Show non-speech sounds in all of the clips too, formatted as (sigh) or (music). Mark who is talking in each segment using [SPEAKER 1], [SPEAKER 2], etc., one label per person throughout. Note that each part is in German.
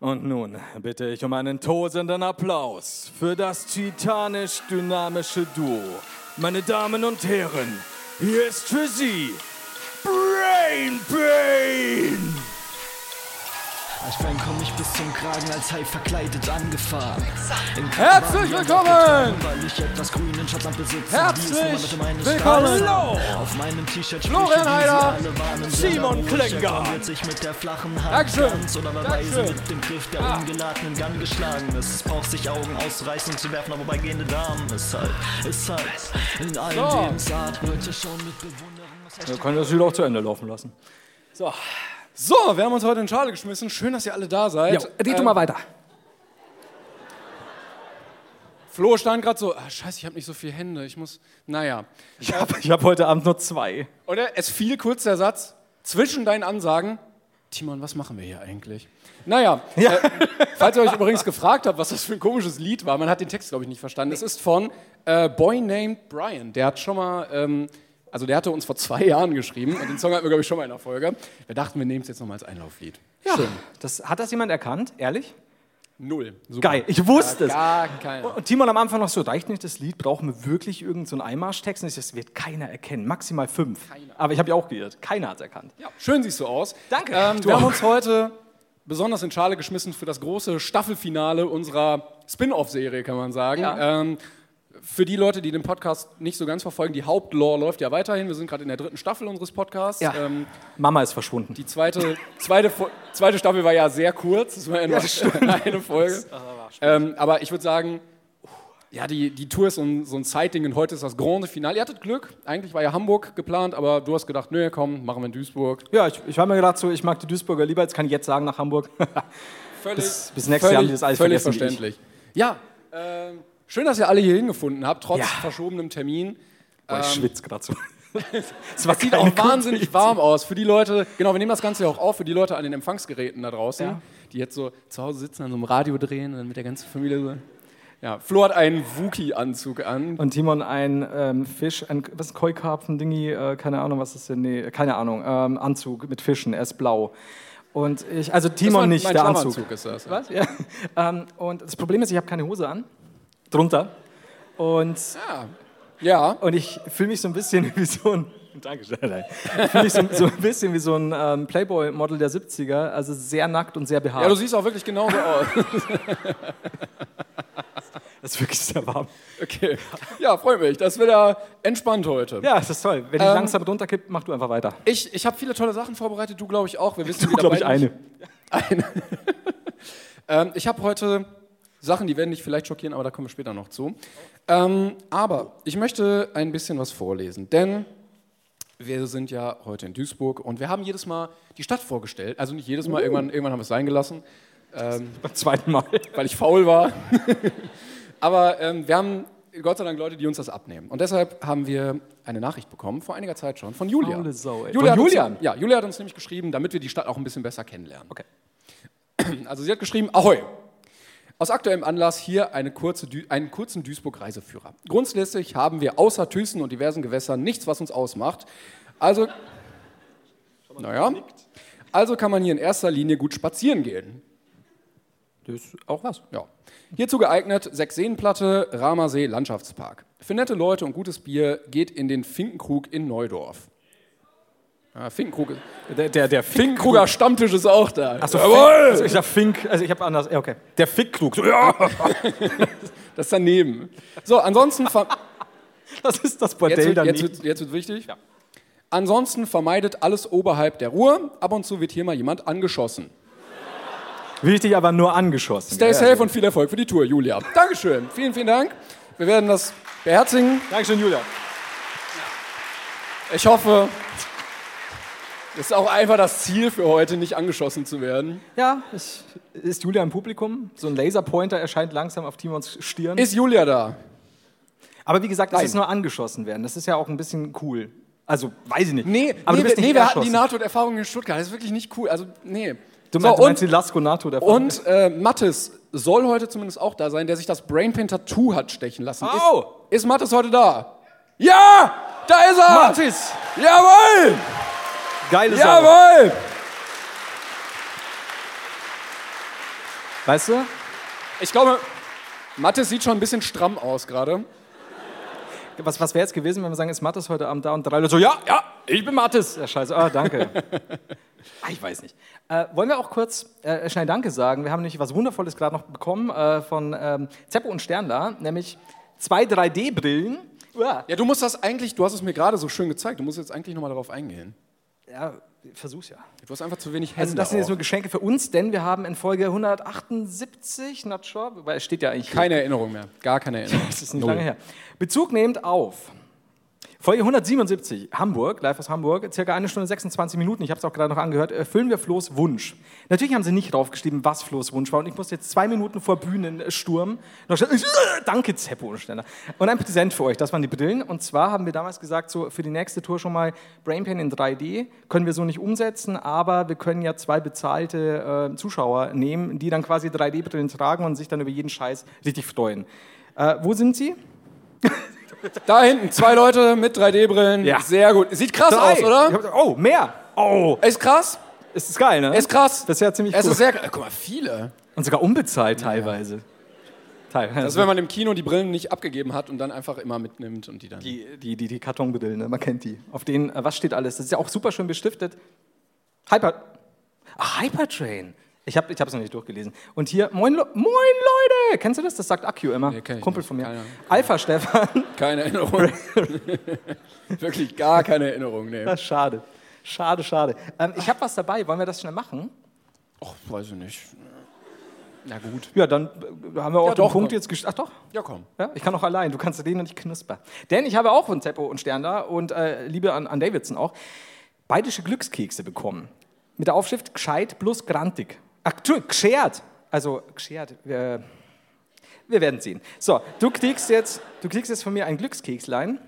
[SPEAKER 1] Und nun bitte ich um einen tosenden Applaus für das titanisch-dynamische Duo. Meine Damen und Herren, hier ist für Sie Brain Pain!
[SPEAKER 2] Als Frank komm ich bis zum Kragen als Hai verkleidet angefahren. In
[SPEAKER 1] Herzlich
[SPEAKER 2] Karawanen-
[SPEAKER 1] willkommen!
[SPEAKER 2] Weil ich etwas grünen Stadtland besitze.
[SPEAKER 1] Herzlich
[SPEAKER 2] Die ist nun mal bitte meine
[SPEAKER 1] willkommen!
[SPEAKER 2] Stadt.
[SPEAKER 1] Hallo!
[SPEAKER 2] Auf meinem T-Shirt
[SPEAKER 1] Florian
[SPEAKER 2] Sprüche, die sie
[SPEAKER 1] Heider,
[SPEAKER 2] alle warnen,
[SPEAKER 1] Simon
[SPEAKER 2] sondern ruhig, der
[SPEAKER 1] Klenker.
[SPEAKER 2] Gott wird sich mit der flachen Hand
[SPEAKER 1] Dankeschön.
[SPEAKER 2] ganz Oder bei
[SPEAKER 1] Dankeschön. Ah.
[SPEAKER 2] Weise mit dem Griff der ungeladenen Gun geschlagen ist. Es braucht sich Augen ausreißen um zu werfen, aber bei gehende Damen ist halt, ist halt in allen
[SPEAKER 1] So.
[SPEAKER 2] Lebensarten. Leute schauen mit Bewunderung. was
[SPEAKER 1] Wir können das Lied auch zu Ende laufen lassen. So,
[SPEAKER 3] So, wir haben uns heute in Schale geschmissen. Schön, dass ihr alle da seid. Ähm,
[SPEAKER 1] jo, red du mal weiter.
[SPEAKER 3] Flo stand gerade so, ah, scheiße, ich habe nicht so viele Hände. Ich muss, naja.
[SPEAKER 1] Ich habe ich hab heute Abend nur zwei.
[SPEAKER 3] Oder es fiel kurz der Satz zwischen deinen Ansagen, Timon, was machen wir hier eigentlich?
[SPEAKER 1] (laughs)
[SPEAKER 3] Naja, äh, falls ihr euch übrigens gefragt habt, was das für ein komisches Lied war, man hat den Text, glaube ich, nicht verstanden. Es ist von äh, Boy Named Brian. Der hat schon mal, ähm, also der hatte uns vor zwei Jahren geschrieben und den Song hatten wir, glaube ich, schon mal in der Folge. Wir dachten, wir nehmen es jetzt nochmal als Einlauflied. Schön.
[SPEAKER 1] Das, hat das jemand erkannt? Ehrlich?
[SPEAKER 3] Null. Super.
[SPEAKER 1] Geil, ich wusste es.
[SPEAKER 3] Gar keiner.
[SPEAKER 1] Und Timon am Anfang noch so, reicht nicht das Lied, brauchen wir wirklich irgendeinen so einen Einmarschtext? Und ich, so, das wird keiner erkennen, maximal fünf. Aber ich habe ja auch geirrt, keiner hat es erkannt.
[SPEAKER 3] Ja, schön siehst du aus.
[SPEAKER 1] Danke.
[SPEAKER 3] Ähm,
[SPEAKER 1] Du
[SPEAKER 3] wir haben
[SPEAKER 1] auch.
[SPEAKER 3] uns heute besonders in Schale geschmissen für das große Staffelfinale unserer Spin-off-Serie, kann man sagen.
[SPEAKER 1] Ja.
[SPEAKER 3] Ähm, für die Leute, die den Podcast nicht so ganz verfolgen, die Hauptlore läuft ja weiterhin. Wir sind gerade in der dritten Staffel unseres Podcasts.
[SPEAKER 1] Ja.
[SPEAKER 3] Ähm,
[SPEAKER 1] Mama ist verschwunden.
[SPEAKER 3] die zweite, zweite, Fo- zweite Staffel war ja sehr kurz. Das war ja nur (laughs) eine Folge.
[SPEAKER 1] ah,
[SPEAKER 3] ähm, aber ich würde sagen, ja, die, die Tour ist so ein, so ein Sighting und heute ist das Grande Finale. Ihr hattet Glück. Eigentlich war ja Hamburg geplant, aber du hast gedacht, nö, komm, machen wir in Duisburg.
[SPEAKER 1] ja, ich, ich habe mir gedacht, so, ich mag die Duisburger lieber, jetzt kann ich jetzt sagen nach Hamburg. (laughs)
[SPEAKER 3] Völlig,
[SPEAKER 1] Bis- bis nächstes Jahr haben die das alles
[SPEAKER 3] völlig
[SPEAKER 1] vergessen, wie ich.
[SPEAKER 3] verständlich. Ja, ähm, schön, dass ihr alle hier hingefunden habt, trotz
[SPEAKER 1] Ja.
[SPEAKER 3] verschobenem Termin.
[SPEAKER 1] Boah, ich schwitze gerade
[SPEAKER 3] (laughs)
[SPEAKER 1] so. Es war
[SPEAKER 3] Sieht
[SPEAKER 1] keine
[SPEAKER 3] auch
[SPEAKER 1] gute
[SPEAKER 3] wahnsinnig
[SPEAKER 1] Idee.
[SPEAKER 3] warm aus für die Leute. Genau, wir nehmen das Ganze ja auch auf für die Leute an den Empfangsgeräten da draußen, die jetzt so zu Hause sitzen, an so einem Radio drehen und dann mit der ganzen Familie so. Ja, Flo hat einen Wookie-Anzug an.
[SPEAKER 1] Und Timon ein ähm, Fisch, ein, was ist Koi-Karpfen-Dingi, äh, keine Ahnung, was ist denn, nee, keine Ahnung, ähm, Anzug mit Fischen, er ist blau. Und ich, also
[SPEAKER 3] Das
[SPEAKER 1] Timon
[SPEAKER 3] mein-
[SPEAKER 1] nicht,
[SPEAKER 3] mein
[SPEAKER 1] der
[SPEAKER 3] Schlammanzug
[SPEAKER 1] Anzug.
[SPEAKER 3] ist das.
[SPEAKER 1] Was? Ja. Ähm, und das Problem ist, ich habe keine Hose an. Drunter. Und,
[SPEAKER 3] Ja,
[SPEAKER 1] und ich fühle mich so ein bisschen (laughs) wie so ein. Dankeschön. Nein. Ich fühle mich so, so ein bisschen wie so ein ähm, Playboy-Model der 70er. Also sehr nackt und sehr behaart.
[SPEAKER 3] ja, du siehst auch wirklich
[SPEAKER 1] (laughs)
[SPEAKER 3] genauso aus.
[SPEAKER 1] das ist wirklich sehr warm.
[SPEAKER 3] Okay. Ja, freue mich. Das wird ja entspannt heute.
[SPEAKER 1] Ja, das ist toll. Wenn ich langsam runterkipp, mach du einfach weiter.
[SPEAKER 3] Ich, ich habe viele tolle Sachen vorbereitet, du glaube ich auch. Wir wissen
[SPEAKER 1] Du,
[SPEAKER 3] wieder
[SPEAKER 1] glaube ich,
[SPEAKER 3] beide nicht-
[SPEAKER 1] eine.
[SPEAKER 3] Eine. ähm, ich habe heute Sachen, die werden dich vielleicht schockieren, aber da kommen wir später noch zu. Ähm, aber ich möchte ein bisschen was vorlesen, denn wir sind ja heute in Duisburg und wir haben jedes Mal die Stadt vorgestellt. Also nicht jedes Mal, irgendwann, irgendwann haben wir es sein gelassen,
[SPEAKER 1] Beim zweiten Mal.
[SPEAKER 3] weil ich faul war. (laughs) aber ähm, wir haben Gott sei Dank Leute, die uns das abnehmen. Und deshalb haben wir eine Nachricht bekommen, vor einiger Zeit schon, von Julia.
[SPEAKER 1] Faule Sau, ey.
[SPEAKER 3] Julia
[SPEAKER 1] Von
[SPEAKER 3] hat uns-
[SPEAKER 1] Julian?
[SPEAKER 3] Ja, Julia hat uns nämlich geschrieben, damit wir die Stadt auch ein bisschen besser kennenlernen.
[SPEAKER 1] Okay.
[SPEAKER 3] (clears throat) Also sie hat geschrieben, Ahoi. Aus aktuellem Anlass hier eine kurze, Dü- einen kurzen Duisburg-Reiseführer. Grundsätzlich haben wir außer Thyssen und diversen Gewässern nichts, was uns ausmacht. Also, naja, also kann man hier in erster Linie gut spazieren gehen.
[SPEAKER 1] Das ist auch was.
[SPEAKER 3] Ja. Hierzu geeignet sechs Seenplatte, Ramersee Landschaftspark. Für nette Leute und gutes Bier geht in den Finkenkrug in Neudorf. Ja, Finkenkrug,
[SPEAKER 1] Der, der, der
[SPEAKER 3] Finkenkruger Stammtisch ist auch da.
[SPEAKER 1] Achso, also ich sag Fink. Also ich habe anders. Ja, okay. Der Fickkrug. So, ja.
[SPEAKER 3] Das ist daneben. So, ansonsten... ver-
[SPEAKER 1] Das ist das
[SPEAKER 3] Jetzt
[SPEAKER 1] Bordell
[SPEAKER 3] wird,
[SPEAKER 1] dann
[SPEAKER 3] jetzt,
[SPEAKER 1] nicht.
[SPEAKER 3] wird, jetzt wird wichtig. Ansonsten vermeidet alles oberhalb der Ruhr. Ab und zu wird hier mal jemand angeschossen.
[SPEAKER 1] Wichtig, aber nur angeschossen.
[SPEAKER 3] Stay
[SPEAKER 1] Ja,
[SPEAKER 3] safe und viel Erfolg für die Tour, Julia. Dankeschön. Vielen, vielen Dank. Wir werden das beherzigen.
[SPEAKER 1] Dankeschön, Julia.
[SPEAKER 3] Ich hoffe, Das ist auch einfach das Ziel für heute, nicht angeschossen zu werden.
[SPEAKER 4] Ja, ich, ist Julia im Publikum? So ein Laserpointer erscheint langsam auf Timons Stirn.
[SPEAKER 3] Ist Julia da?
[SPEAKER 4] aber wie gesagt, das
[SPEAKER 3] Nein.
[SPEAKER 4] ist nur angeschossen werden. Das ist ja auch ein bisschen cool. Also, weiß ich nicht.
[SPEAKER 3] Nee,
[SPEAKER 4] aber
[SPEAKER 3] nee,
[SPEAKER 4] du bist
[SPEAKER 3] wir,
[SPEAKER 4] nicht
[SPEAKER 3] nee wir hatten die
[SPEAKER 4] erschossen.
[SPEAKER 3] Nahtoderfahrung in Stuttgart. Das ist wirklich nicht cool. Also, nee.
[SPEAKER 4] Du meinst,
[SPEAKER 3] so,
[SPEAKER 4] du meinst die
[SPEAKER 3] und
[SPEAKER 4] Lasko NATO davon?
[SPEAKER 3] und äh, Mattes soll heute zumindest auch da sein, der sich das Brainpain-Tattoo hat stechen lassen.
[SPEAKER 4] Au!
[SPEAKER 3] Ist, ist Mattes heute da? Ja! Da ist er!
[SPEAKER 4] Mathis!
[SPEAKER 3] Jawohl!
[SPEAKER 4] Geile Sache.
[SPEAKER 3] Jawohl!
[SPEAKER 4] Weißt du?
[SPEAKER 3] Ich glaube, Mattes sieht schon ein bisschen stramm aus gerade.
[SPEAKER 4] Was, was wäre jetzt gewesen, wenn wir sagen, ist Mathis heute Abend da und drei Leute so, ja, ja, ich bin Mathis. Ja, scheiße, ah, danke.
[SPEAKER 3] (laughs)
[SPEAKER 4] ah, ich weiß nicht. Äh, wollen wir auch kurz äh, schnell Danke sagen? Wir haben nämlich was Wundervolles gerade noch bekommen äh, von ähm, Zeppo und Sternler, nämlich zwei 3D-Brillen. Uah.
[SPEAKER 3] Ja, du musst das eigentlich, du hast es mir gerade so schön gezeigt, du musst jetzt eigentlich nochmal darauf eingehen.
[SPEAKER 4] Ja, ich versuch's ja.
[SPEAKER 3] Du hast einfach zu wenig Hände.
[SPEAKER 4] Also das sind jetzt
[SPEAKER 3] auch.
[SPEAKER 4] nur Geschenke für uns, denn wir haben in Folge 178, not sure, weil es steht ja eigentlich
[SPEAKER 3] keine Erinnerung mehr. Gar
[SPEAKER 4] (laughs)
[SPEAKER 3] keine Erinnerung.
[SPEAKER 4] Das ist nicht lange her. Bezug nehmend auf Folge 177, Hamburg, live aus Hamburg, circa eine Stunde 26 Minuten, ich habe es auch gerade noch angehört, erfüllen wir Flohs Wunsch. Natürlich haben sie nicht draufgeschrieben, was Flohs Wunsch war und ich musste jetzt zwei Minuten vor Bühnensturm noch schnell, äh, danke Zeppo und Steller. Und ein Präsent für euch, das waren die Brillen und zwar haben wir damals gesagt, so für die nächste Tour schon mal Brain Pain in 3D, können wir so nicht umsetzen, aber wir können ja zwei bezahlte äh, Zuschauer nehmen, die dann quasi 3D-Brillen tragen und sich dann über jeden Scheiß richtig freuen. Äh, wo sind sie?
[SPEAKER 3] Da hinten, zwei Leute mit 3D-Brillen.
[SPEAKER 4] Ja.
[SPEAKER 3] Sehr gut. Sieht krass aus,
[SPEAKER 4] Ich
[SPEAKER 3] oder?
[SPEAKER 4] hab- oh, mehr. Oh,
[SPEAKER 3] Ist krass?
[SPEAKER 4] es ist geil, ne?
[SPEAKER 3] Ist krass.
[SPEAKER 4] Das ist ja ziemlich
[SPEAKER 3] Es
[SPEAKER 4] cool.
[SPEAKER 3] ist sehr Guck mal, viele.
[SPEAKER 4] Und sogar unbezahlt teilweise. also Teilweise.
[SPEAKER 3] Das ist, wenn man im Kino die Brillen nicht abgegeben hat und dann einfach immer mitnimmt und die dann.
[SPEAKER 4] die, die, die, die Kartonbrillen, ne? man kennt die. Auf denen, äh, was steht alles? Das ist ja auch super schön bestiftet. Hyper... Ah, Hypertrain. Ich habe es noch nicht durchgelesen. Und hier, moin, Le moin Leute! Kennst du das? Das sagt Akio immer.
[SPEAKER 3] kenn ich
[SPEAKER 4] Kumpel
[SPEAKER 3] nicht.
[SPEAKER 4] von mir.
[SPEAKER 3] Keine Ahnung.
[SPEAKER 4] Alpha Stefan. (laughs)
[SPEAKER 3] Keine Erinnerung. (laughs) Wirklich gar keine Erinnerung, nee.
[SPEAKER 4] Ah, schade. Schade, schade. Ähm, ich habe was dabei. Wollen wir das schnell machen?
[SPEAKER 3] Och, weiß ich nicht. Na gut.
[SPEAKER 4] Ja, dann äh, haben wir auch
[SPEAKER 3] Ja,
[SPEAKER 4] den
[SPEAKER 3] doch,
[SPEAKER 4] Punkt
[SPEAKER 3] doch.
[SPEAKER 4] jetzt gest Ach doch.
[SPEAKER 3] Ja, komm.
[SPEAKER 4] Ja, ich kann auch allein, du kannst den und ich knusper. Denn ich habe auch von Zeppo und Stern da und äh, Liebe an, an Davidson auch bayerische Glückskekse bekommen. Mit der Aufschrift gescheit plus grantig. Ach, Entschuldigung, geschert. Also geschert. Äh, wir werden sehen. So, du kriegst, jetzt, du kriegst jetzt von mir ein Glückskekslein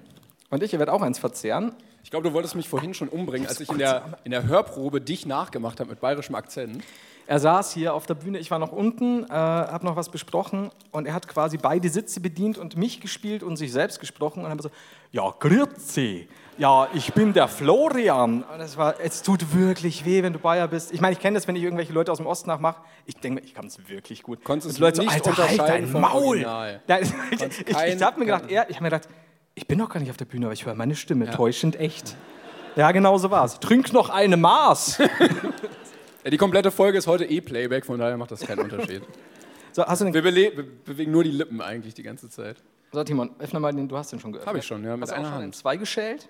[SPEAKER 4] und ich werde auch eins verzehren.
[SPEAKER 3] Ich glaube, du wolltest mich vorhin schon umbringen, als ich in der, in der Hörprobe dich nachgemacht habe mit bayerischem Akzent.
[SPEAKER 4] Er saß hier auf der Bühne, ich war noch unten, äh, habe noch was besprochen und er hat quasi beide Sitze bedient und mich gespielt und sich selbst gesprochen und habe so, ja, grüezi, ja, ich bin der Florian. Und das war, es tut wirklich weh, wenn du Bayer bist. Ich meine, ich kenne das, wenn ich irgendwelche Leute aus dem Osten nachmache. Ich denke mir, ich kann es wirklich gut.
[SPEAKER 3] Konntest
[SPEAKER 4] Und
[SPEAKER 3] es nicht
[SPEAKER 4] halt
[SPEAKER 3] unterscheiden
[SPEAKER 4] dein
[SPEAKER 3] vom
[SPEAKER 4] Maul.
[SPEAKER 3] Original.
[SPEAKER 4] Nein, ich (laughs) ich
[SPEAKER 3] kein-
[SPEAKER 4] habe mir gedacht, er, ich habe mir gedacht, ich bin noch gar nicht auf der Bühne, aber ich höre meine Stimme täuschend echt. Ja, genau so war's. Trink noch eine (laughs) Maß.
[SPEAKER 3] Ja, die komplette Folge ist heute eh Playback, von daher macht das keinen (laughs) Unterschied.
[SPEAKER 4] So, hast du den
[SPEAKER 3] Wir bele- be bewegen nur die Lippen eigentlich die ganze Zeit.
[SPEAKER 4] So, Timon, öffne mal den, du hast den schon geöffnet.
[SPEAKER 3] Hab ich schon, ja, mit
[SPEAKER 4] hast du auch
[SPEAKER 3] einer
[SPEAKER 4] schon
[SPEAKER 3] Hand.
[SPEAKER 4] in zwei geschält?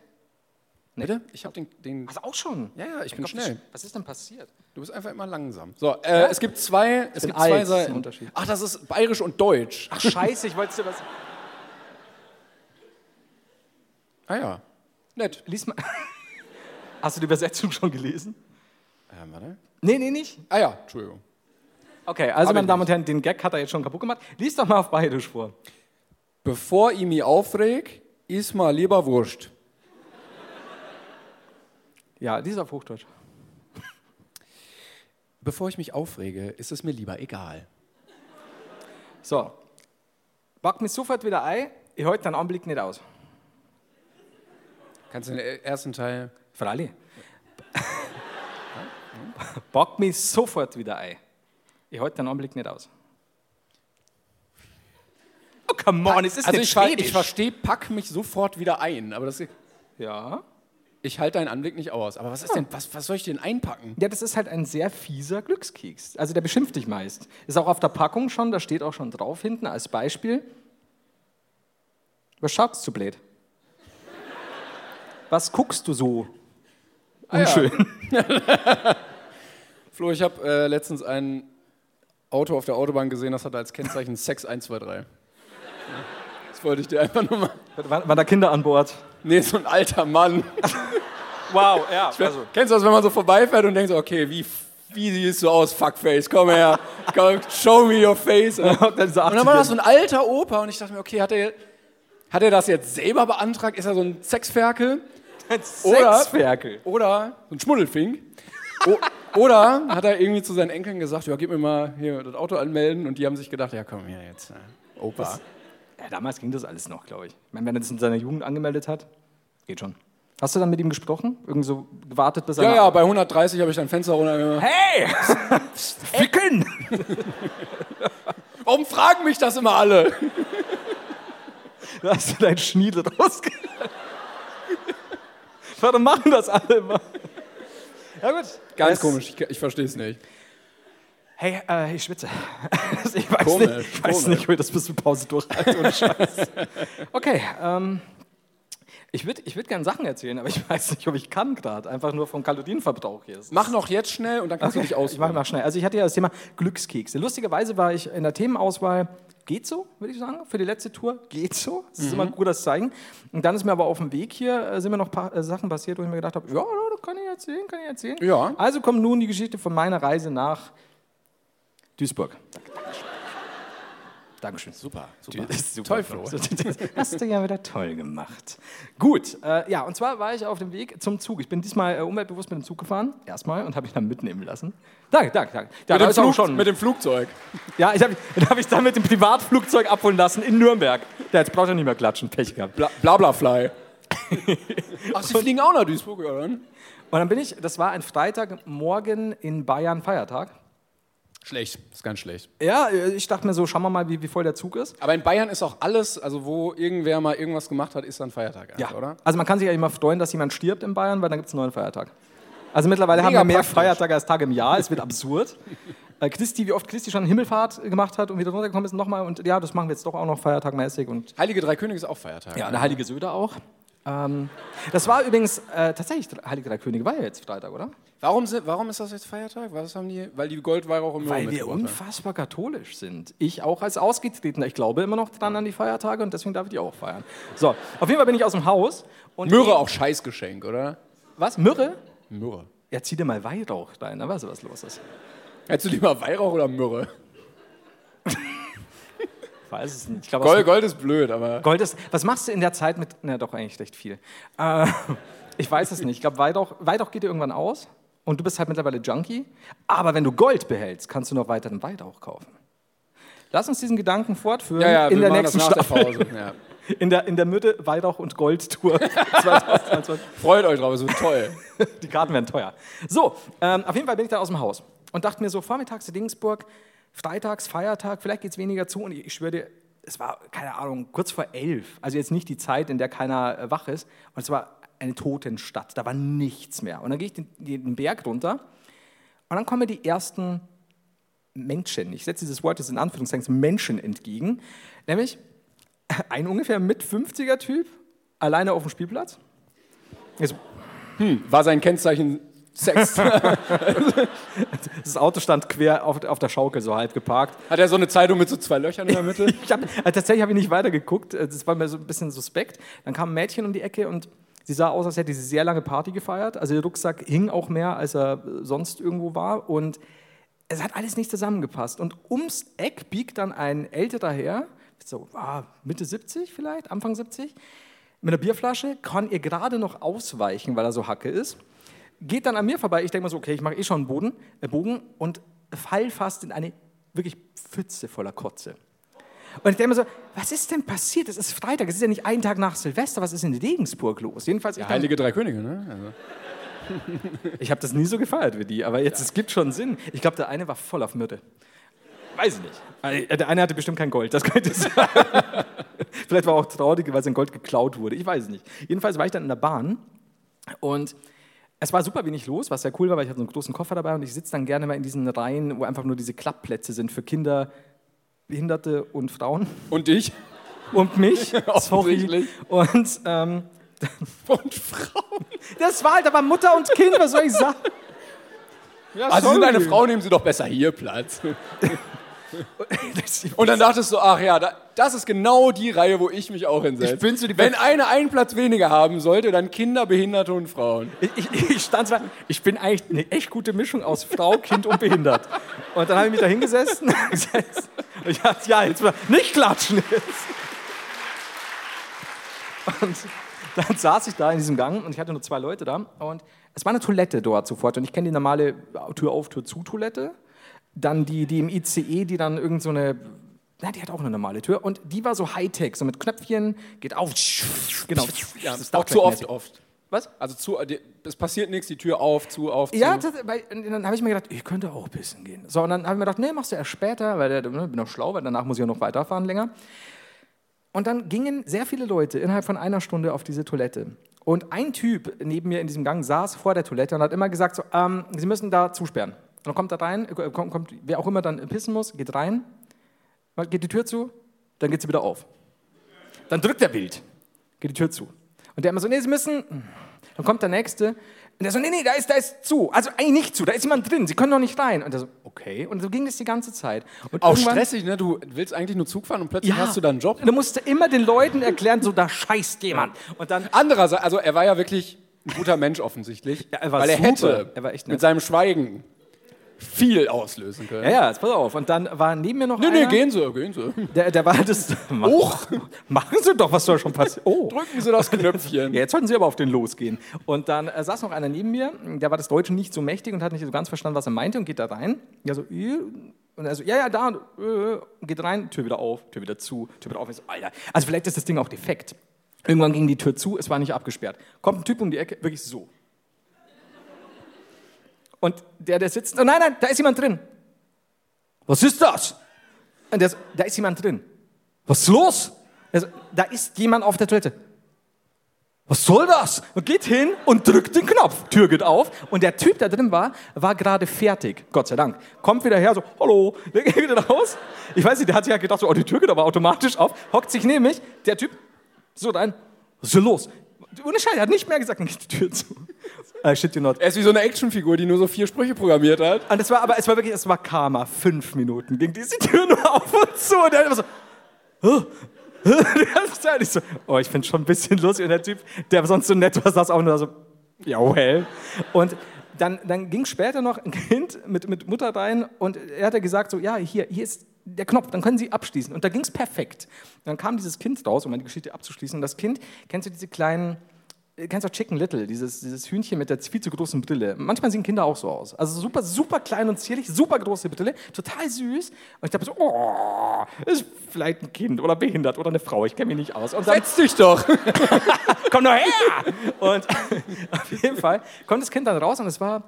[SPEAKER 3] Bitte? Ich habe den, den.
[SPEAKER 4] Hast du auch schon?
[SPEAKER 3] Ja, ja, ich bin
[SPEAKER 4] Gott, was-
[SPEAKER 3] schnell.
[SPEAKER 4] Was ist denn passiert?
[SPEAKER 3] Du bist einfach immer langsam. So, äh, es gibt zwei, es gibt zwei
[SPEAKER 4] alt, ist ein
[SPEAKER 3] Seiten.
[SPEAKER 4] Unterschied.
[SPEAKER 3] Ach, das ist bayerisch und deutsch.
[SPEAKER 4] Ach, scheiße, ich wollte dir was...
[SPEAKER 3] Ah ja. Nett.
[SPEAKER 4] Lies mal... (laughs) Hast du die Übersetzung schon gelesen?
[SPEAKER 3] Ähm, warte.
[SPEAKER 4] Nee, nee, nicht.
[SPEAKER 3] Ah ja, Entschuldigung.
[SPEAKER 4] Okay, also,
[SPEAKER 3] ich
[SPEAKER 4] meine Damen und Herren, den Gag hat er jetzt schon kaputt gemacht. Lies doch mal auf Bayerisch vor.
[SPEAKER 3] Bevor ich mich aufreg, is mal lieber Wurst.
[SPEAKER 4] Ja, lies auf Hochdeutsch.
[SPEAKER 3] Bevor ich mich aufrege, ist es mir lieber egal.
[SPEAKER 4] So. Back mich sofort wieder ein, ich halte deinen Anblick nicht aus.
[SPEAKER 3] Kannst du den e- ersten Teil.
[SPEAKER 4] Fralli. Back mich sofort wieder ein. Ich halte deinen Anblick nicht aus. Oh, come on, es ist
[SPEAKER 3] Also
[SPEAKER 4] nicht
[SPEAKER 3] ich, ver-
[SPEAKER 4] schwedisch.
[SPEAKER 3] ich verstehe, pack mich sofort wieder ein, aber das,
[SPEAKER 4] ja.
[SPEAKER 3] ich halte deinen Anblick nicht aus. Aber was ist denn, was, was soll ich denn
[SPEAKER 4] (laughs)
[SPEAKER 3] einpacken?
[SPEAKER 4] ja, das ist halt ein sehr fieser Glückskeks. Also der beschimpft dich meist. Ist auch auf der Packung schon, da steht auch schon drauf hinten als Beispiel. Was schaut's zu blöd? Was guckst du so? Unschön.
[SPEAKER 3] Ah Flo, ich habe äh, letztens ein Auto auf der Autobahn gesehen, das hatte als Kennzeichen Sex 123. Ja, Das wollte ich dir einfach nur mal.
[SPEAKER 4] Waren, waren da Kinder an Bord?
[SPEAKER 3] Nee, so ein alter Mann.
[SPEAKER 4] Wow, ja. Also,
[SPEAKER 3] Kennst du das, wenn man so vorbeifährt und denkt so, okay, wie, wie siehst du aus, Fuckface? Komm her, komm, show me your face. Und dann,
[SPEAKER 4] dann sagt
[SPEAKER 3] und dann war das so ein alter Opa und ich dachte mir, okay, hat er, hat er das jetzt selber beantragt? Ist er so ein Sexferkel? Oder-
[SPEAKER 4] Sechsferkel.
[SPEAKER 3] Oder so ein Schmuddelfink? O, oder hat er irgendwie zu seinen Enkeln gesagt, ja, gib mir mal hier das Auto anmelden und die haben sich gedacht, ja, komm hier jetzt, äh, Opa.
[SPEAKER 4] Ja, damals ging das alles noch, glaube ich. Ich meine, wenn er das in seiner Jugend angemeldet hat, geht schon. Hast du dann mit ihm gesprochen? Irgend so gewartet, bis er.
[SPEAKER 3] Ja, ja, bei 130 habe ich dann Fenster runtergemacht. (laughs)
[SPEAKER 4] Hey! Ficken!
[SPEAKER 3] Warum fragen mich das immer alle?
[SPEAKER 4] Da hast du dein Schniedel rausge... (laughs) Warum machen das alle immer? Ja gut.
[SPEAKER 3] Ganz
[SPEAKER 4] Das-
[SPEAKER 3] komisch, ich, ich verstehe es nicht.
[SPEAKER 4] Hey, äh, ich schwitze. (laughs) ich weiß,
[SPEAKER 3] Komisch,
[SPEAKER 4] nicht, ich weiß
[SPEAKER 3] komisch.
[SPEAKER 4] nicht, ob ich das bis zur Pause durchhalte.
[SPEAKER 3] (laughs)
[SPEAKER 4] Ohne Scheiß. Okay, ähm, ich würde ich würd gerne Sachen erzählen, aber ich weiß nicht, ob ich kann gerade. Einfach nur vom Kalorienverbrauch hier. Es ist-
[SPEAKER 3] Mach noch jetzt schnell und dann kannst du dich
[SPEAKER 4] Ich mache
[SPEAKER 3] ausmachen.
[SPEAKER 4] mal schnell. Also ich hatte ja das Thema Glückskekse. Lustigerweise war ich in der Themenauswahl, geht so, würde ich sagen, für die letzte Tour, geht so. Das ist immer ein gutes Zeichen. Und dann ist mir aber auf dem Weg hier, äh, sind mir noch ein paar äh, Sachen passiert, wo ich mir gedacht habe, ja, ja, das kann ich erzählen, kann ich erzählen.
[SPEAKER 3] Ja.
[SPEAKER 4] Also kommt nun die Geschichte von meiner Reise nach Duisburg. Dankeschön. (laughs) Super. super. Das ist super
[SPEAKER 3] Toll, Flo.
[SPEAKER 4] (laughs) Das hast du ja wieder toll gemacht. Gut, äh, ja, und zwar war ich auf dem Weg zum Zug. Ich bin diesmal äh, umweltbewusst mit dem Zug gefahren, erstmal, und habe mich dann mitnehmen lassen. Danke, danke, danke. Ja, da
[SPEAKER 3] Mit, dem
[SPEAKER 4] ist auch
[SPEAKER 3] Flug,
[SPEAKER 4] schon-
[SPEAKER 3] mit dem Flugzeug.
[SPEAKER 4] ja, ich habe ich, hab ich dann mit dem Privatflugzeug abholen lassen in Nürnberg. Ja, jetzt braucht er nicht mehr klatschen, Pech gehabt.
[SPEAKER 3] Bla, (laughs) Blablafly. Ach, sie fliegen auch nach Duisburg, oder?
[SPEAKER 4] Und dann bin ich, das war ein Freitagmorgen in Bayern, Feiertag.
[SPEAKER 3] Schlecht, ist ganz schlecht.
[SPEAKER 4] Ja, äh, ich dachte mir so, schauen wir mal, wie, wie voll der Zug ist.
[SPEAKER 3] Aber in Bayern ist auch alles, also wo irgendwer mal irgendwas gemacht hat, ist dann Feiertag, einfach, oder?
[SPEAKER 4] Also man kann sich ja immer freuen, dass jemand stirbt in Bayern, weil dann gibt es einen neuen Feiertag. Also mittlerweile
[SPEAKER 3] Mega
[SPEAKER 4] haben wir mehr
[SPEAKER 3] praktisch.
[SPEAKER 4] Feiertage als Tage im Jahr. Es wird absurd. (laughs) Äh, Christi, wie oft Christi schon Himmelfahrt gemacht hat und wieder runtergekommen ist, nochmal. Und ja, das machen wir jetzt doch auch noch feiertagmäßig. Und
[SPEAKER 3] Heilige Drei Könige ist auch Feiertag.
[SPEAKER 4] ja, der Heilige Söder auch. Ähm, das war übrigens äh, tatsächlich Heilige Drei Könige, war ja jetzt Freitag, oder?
[SPEAKER 3] Warum, sind, warum ist das jetzt Feiertag? Was haben die? Weil die Goldweihrauch auch im
[SPEAKER 4] Weil wir unfassbar katholisch sind. Ich auch als Ausgetretener. Ich glaube immer noch dran an die Feiertage und deswegen darf ich die auch feiern. So, auf jeden Fall bin ich aus dem Haus. Und
[SPEAKER 3] Mürre auch Scheißgeschenk, oder?
[SPEAKER 4] Was? Mürre?
[SPEAKER 3] Mürre.
[SPEAKER 4] Ja, zieh dir mal Weihrauch rein, dann weißt du, was los ist.
[SPEAKER 3] Hättest du lieber Weihrauch oder Mürre?
[SPEAKER 4] Ich weiß es nicht. Ich glaube,
[SPEAKER 3] Gold,
[SPEAKER 4] Gold.
[SPEAKER 3] Gold ist blöd, aber.
[SPEAKER 4] Gold ist. Was machst du in der Zeit mit. Na doch, eigentlich recht viel. Äh, (laughs) ich weiß es nicht. Ich glaube, Weihrauch, Weihrauch geht dir irgendwann aus und du bist halt mittlerweile Junkie. Aber wenn du Gold behältst, kannst du noch weiteren Weihrauch kaufen. Lass uns diesen Gedanken fortführen in der nächsten Staffel.
[SPEAKER 3] Pause. Ja.
[SPEAKER 4] In der, in der Mitte Weihrauch und Gold Tour 2022.
[SPEAKER 3] Freut euch drauf, es wird toll.
[SPEAKER 4] Die Karten werden teuer. So, ähm, auf jeden Fall bin ich dann aus dem Haus und dachte mir so, vormittags in Dingsburg, freitags, Feiertag, vielleicht geht es weniger zu. Und ich, ich schwöre dir, es war, keine Ahnung, kurz vor elf. Also jetzt nicht die Zeit, in der keiner äh, wach ist. Und es war eine Totenstadt, da war nichts mehr. Und dann gehe ich den, den Berg runter und dann kommen mir die ersten Menschen, ich setze dieses Wort jetzt in Anführungszeichen, Menschen entgegen. Nämlich ein ungefähr mit 50er Typ, alleine auf dem Spielplatz. Jetzt
[SPEAKER 3] War sein Kennzeichen
[SPEAKER 4] (laughs)
[SPEAKER 3] Sex?
[SPEAKER 4] Das Auto stand quer auf, auf der Schaukel, so halb geparkt.
[SPEAKER 3] Hat er so eine Zeitung mit so zwei Löchern in der Mitte?
[SPEAKER 4] Ich hab, äh, tatsächlich habe ich nicht weitergeguckt. äh, Das war mir so ein bisschen suspekt. Dann kam ein Mädchen um die Ecke und sie sah aus, als hätte sie sehr lange Party gefeiert. Also ihr Rucksack hing auch mehr, als er äh, sonst irgendwo war. Und es hat alles nicht zusammengepasst. Und ums Eck biegt dann ein älterer Herr, so ah, Mitte 70 vielleicht, Anfang 70, mit einer Bierflasche, kann ihr gerade noch ausweichen, weil er so hacke ist. geht dann an mir vorbei. Ich denke mir so, okay, ich mache eh schon einen Boden, äh, Bogen und fall fast in eine wirklich Pfütze voller Kotze. Und ich denke mir so, was ist denn passiert? Es ist Freitag, es ist ja nicht ein Tag nach Silvester, was ist in Regensburg los? Jedenfalls, ich,
[SPEAKER 3] Heilige Drei Könige, ne? Also.
[SPEAKER 4] ich habe das nie so gefeiert wie die, aber jetzt, es gibt schon Sinn. Ich glaube, der eine war voll auf Mürte. Weiß ich nicht. Äh, Der eine hatte bestimmt kein Gold, das könnte sein. (laughs) Vielleicht war er auch traurig, weil sein Gold geklaut wurde. Ich weiß es nicht. Jedenfalls war ich dann in der Bahn und es war super wenig los, was sehr cool war, weil ich hatte so einen großen Koffer dabei und ich sitze dann gerne mal in diesen Reihen, wo einfach nur diese Klappplätze sind für Kinder, Behinderte und Frauen
[SPEAKER 3] Und ich?
[SPEAKER 4] und mich. Sorry.
[SPEAKER 3] Offensichtlich.
[SPEAKER 4] Und ähm,
[SPEAKER 3] Und Frau.
[SPEAKER 4] das war halt aber Mutter und Kind, was soll ich sagen? Ja,
[SPEAKER 3] Also, sie sind
[SPEAKER 4] (laughs)
[SPEAKER 3] eine Frau, nehmen sie doch besser hier Platz.
[SPEAKER 4] Das-
[SPEAKER 3] Und dann dachtest du, ach ja, da, das ist genau die Reihe, wo ich mich auch hinsetze.
[SPEAKER 4] Ich bin so die-
[SPEAKER 3] Wenn einer einen Platz weniger haben sollte, dann Kinder, Behinderte und Frauen.
[SPEAKER 4] Ich, ich, (laughs) ich stand zwar, ich bin eigentlich eine echt gute Mischung aus Frau, Kind und Behindert. Und (laughs) dann habe ich mich da hingesessen. gesessen. Und ich dachte, ja, jetzt mal nicht klatschen jetzt. Und dann saß ich da in diesem Gang und ich hatte nur zwei Leute da. Und es war eine Toilette dort sofort. Und ich kenne die normale Tür auf, Tür zu Toilette. Dann die, die im ICE, die dann irgend so eine. Na, die hat auch eine normale Tür. Und die war so Hightech, so mit Knöpfchen, geht auf. Genau.
[SPEAKER 3] Ja,
[SPEAKER 4] Star
[SPEAKER 3] auch zu oft,
[SPEAKER 4] Trek-mäßig.
[SPEAKER 3] oft.
[SPEAKER 4] Was?
[SPEAKER 3] Also zu, die- es passiert nichts, die Tür auf, zu, auf, zu.
[SPEAKER 4] Ja, das, weil, und dann habe ich mir gedacht, ich könnte auch pissen gehen. So, und dann habe ich mir gedacht, nee, machst du erst später, weil ich ne, bin auch schlau, weil danach muss ich ja noch weiterfahren länger. Und dann gingen sehr viele Leute innerhalb von einer Stunde auf diese Toilette. Und ein Typ neben mir in diesem Gang saß vor der Toilette und hat immer gesagt, so, ähm, Sie müssen da zusperren. Und dann kommt da rein, äh, kommt, kommt, wer auch immer dann pissen muss, geht rein, geht die Tür zu, dann geht sie wieder auf. Dann drückt der wild, geht die Tür zu. Und der immer so, nee, Sie müssen, hm. dann kommt der Nächste. Und der so, nee, nee, da ist, da ist zu. Also eigentlich nicht zu, da ist jemand drin, Sie können doch nicht rein. Und der so, okay. Und so ging das die ganze Zeit. Und
[SPEAKER 3] Auch
[SPEAKER 4] irgendwann-
[SPEAKER 3] stressig, ne? Du willst eigentlich nur Zug fahren und plötzlich hast du dann einen Job.
[SPEAKER 4] Du musst immer den Leuten erklären, so da scheißt jemand. Und dann ah,
[SPEAKER 3] Andererseits, also er war ja wirklich ein guter Mensch offensichtlich,
[SPEAKER 4] Ja, er war
[SPEAKER 3] weil er
[SPEAKER 4] super.
[SPEAKER 3] hätte
[SPEAKER 4] Er war echt nett.
[SPEAKER 3] mit seinem Schweigen viel auslösen können.
[SPEAKER 4] ja, ja, jetzt pass auf. Und dann war neben mir noch
[SPEAKER 3] Nee,
[SPEAKER 4] einer.
[SPEAKER 3] nee, gehen Sie, gehen Sie.
[SPEAKER 4] Der, der war halt das. Hoch! (laughs) Machen Sie doch, was soll schon passieren. Oh.
[SPEAKER 3] Drücken Sie das Knöpfchen.
[SPEAKER 4] Ja, jetzt sollten Sie aber auf den losgehen. Und dann äh, saß noch einer neben mir, der war des Deutschen nicht so mächtig und hat nicht so ganz verstanden, was er meinte und geht da rein. Ja, so, äh, und er so, ja, ja, da, äh, geht rein, Tür wieder auf, Tür wieder zu, Tür wieder auf. Ich so, Alter, also vielleicht ist das Ding auch defekt. Irgendwann ging die Tür zu, es war nicht abgesperrt. Kommt ein Typ um die Ecke, wirklich so. Und der, der sitzt, oh nein, nein, da ist jemand drin. Was ist das? Und der so, da ist jemand drin. Was ist los? Er so, da ist jemand auf der Toilette. Was soll das? Und geht hin und drückt den Knopf. Tür geht auf und der Typ, der drin war, war gerade fertig. Gott sei Dank. Kommt wieder her, so, hallo, (laughs) der geht wieder raus. Ich weiß nicht, der hat sich ja gedacht, so, oh, die Tür geht aber automatisch auf. Hockt sich neben mich, der Typ, so rein, was ist hier los? Ohne Scheiß, er hat nicht mehr gesagt, dann geht die Tür zu. (laughs) I shit you not.
[SPEAKER 3] Er ist wie so eine Actionfigur, die nur so vier Sprüche programmiert hat.
[SPEAKER 4] Und es war aber, es war wirklich, es war Karma. Fünf Minuten ging diese Tür nur auf und zu. Und der immer so, oh, (laughs) die ganze Zeit. Ich so, oh, ich find's schon ein bisschen lustig. Und der Typ, der sonst so nett war, saß auch nur da so, ja, well. Und dann, dann ging später noch ein Kind mit, mit Mutter rein und er hatte gesagt so, ja, hier, hier ist der Knopf, dann können Sie abschließen. Und da ging's perfekt. Und dann kam dieses Kind raus, um meine Geschichte abzuschließen. Und das Kind, kennst du diese kleinen, äh, kennst du Chicken Little, dieses, dieses Hühnchen mit der viel zu großen Brille. Manchmal sehen Kinder auch so aus. Also super, super klein und zierlich, super große Brille, total süß. Und ich dachte so, oh, ist vielleicht ein Kind oder behindert oder eine Frau, ich kenne mich nicht aus. Und dann,
[SPEAKER 3] Setz dich doch.
[SPEAKER 4] komm doch her! Und (laughs) auf jeden Fall kommt das Kind dann raus und es war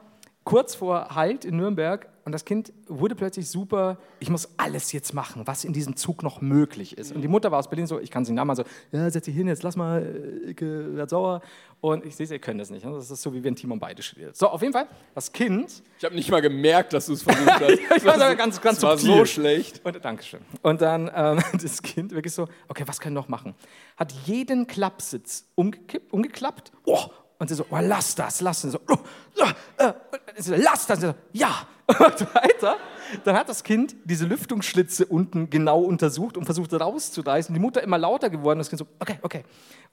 [SPEAKER 4] kurz vor Halt in Nürnberg und das Kind wurde plötzlich super, ich muss alles jetzt machen, was in diesem Zug noch möglich ist. Und die Mutter war aus Berlin so, ich kann sie nicht mal so, ja, setz dich hin, jetzt lass mal, äh, ich äh, werd sauer. Und ich sehe, ihr könnt das nicht. ne? Das ist so, wie wenn Timon beide studiert. So, auf jeden Fall, das Kind
[SPEAKER 3] Ich habe nicht mal gemerkt, dass du es versucht (laughs) hast.
[SPEAKER 4] ich war aber ganz, ganz
[SPEAKER 3] das war
[SPEAKER 4] subtil.
[SPEAKER 3] so schlecht.
[SPEAKER 4] Und, Dankeschön. Und dann ähm, (laughs) das Kind wirklich so, okay, was kann ich noch machen? Hat jeden Klappsitz umgekippt, umgeklappt. Oh, und sie so, oh, lass das, lass das. So, oh, oh, äh, und sie so, lass das. Und sie so, ja. (laughs) Und weiter. Dann hat das Kind diese Lüftungsschlitze unten genau untersucht und versucht rauszureißen. Die Mutter immer lauter geworden. Das Kind so, okay, okay.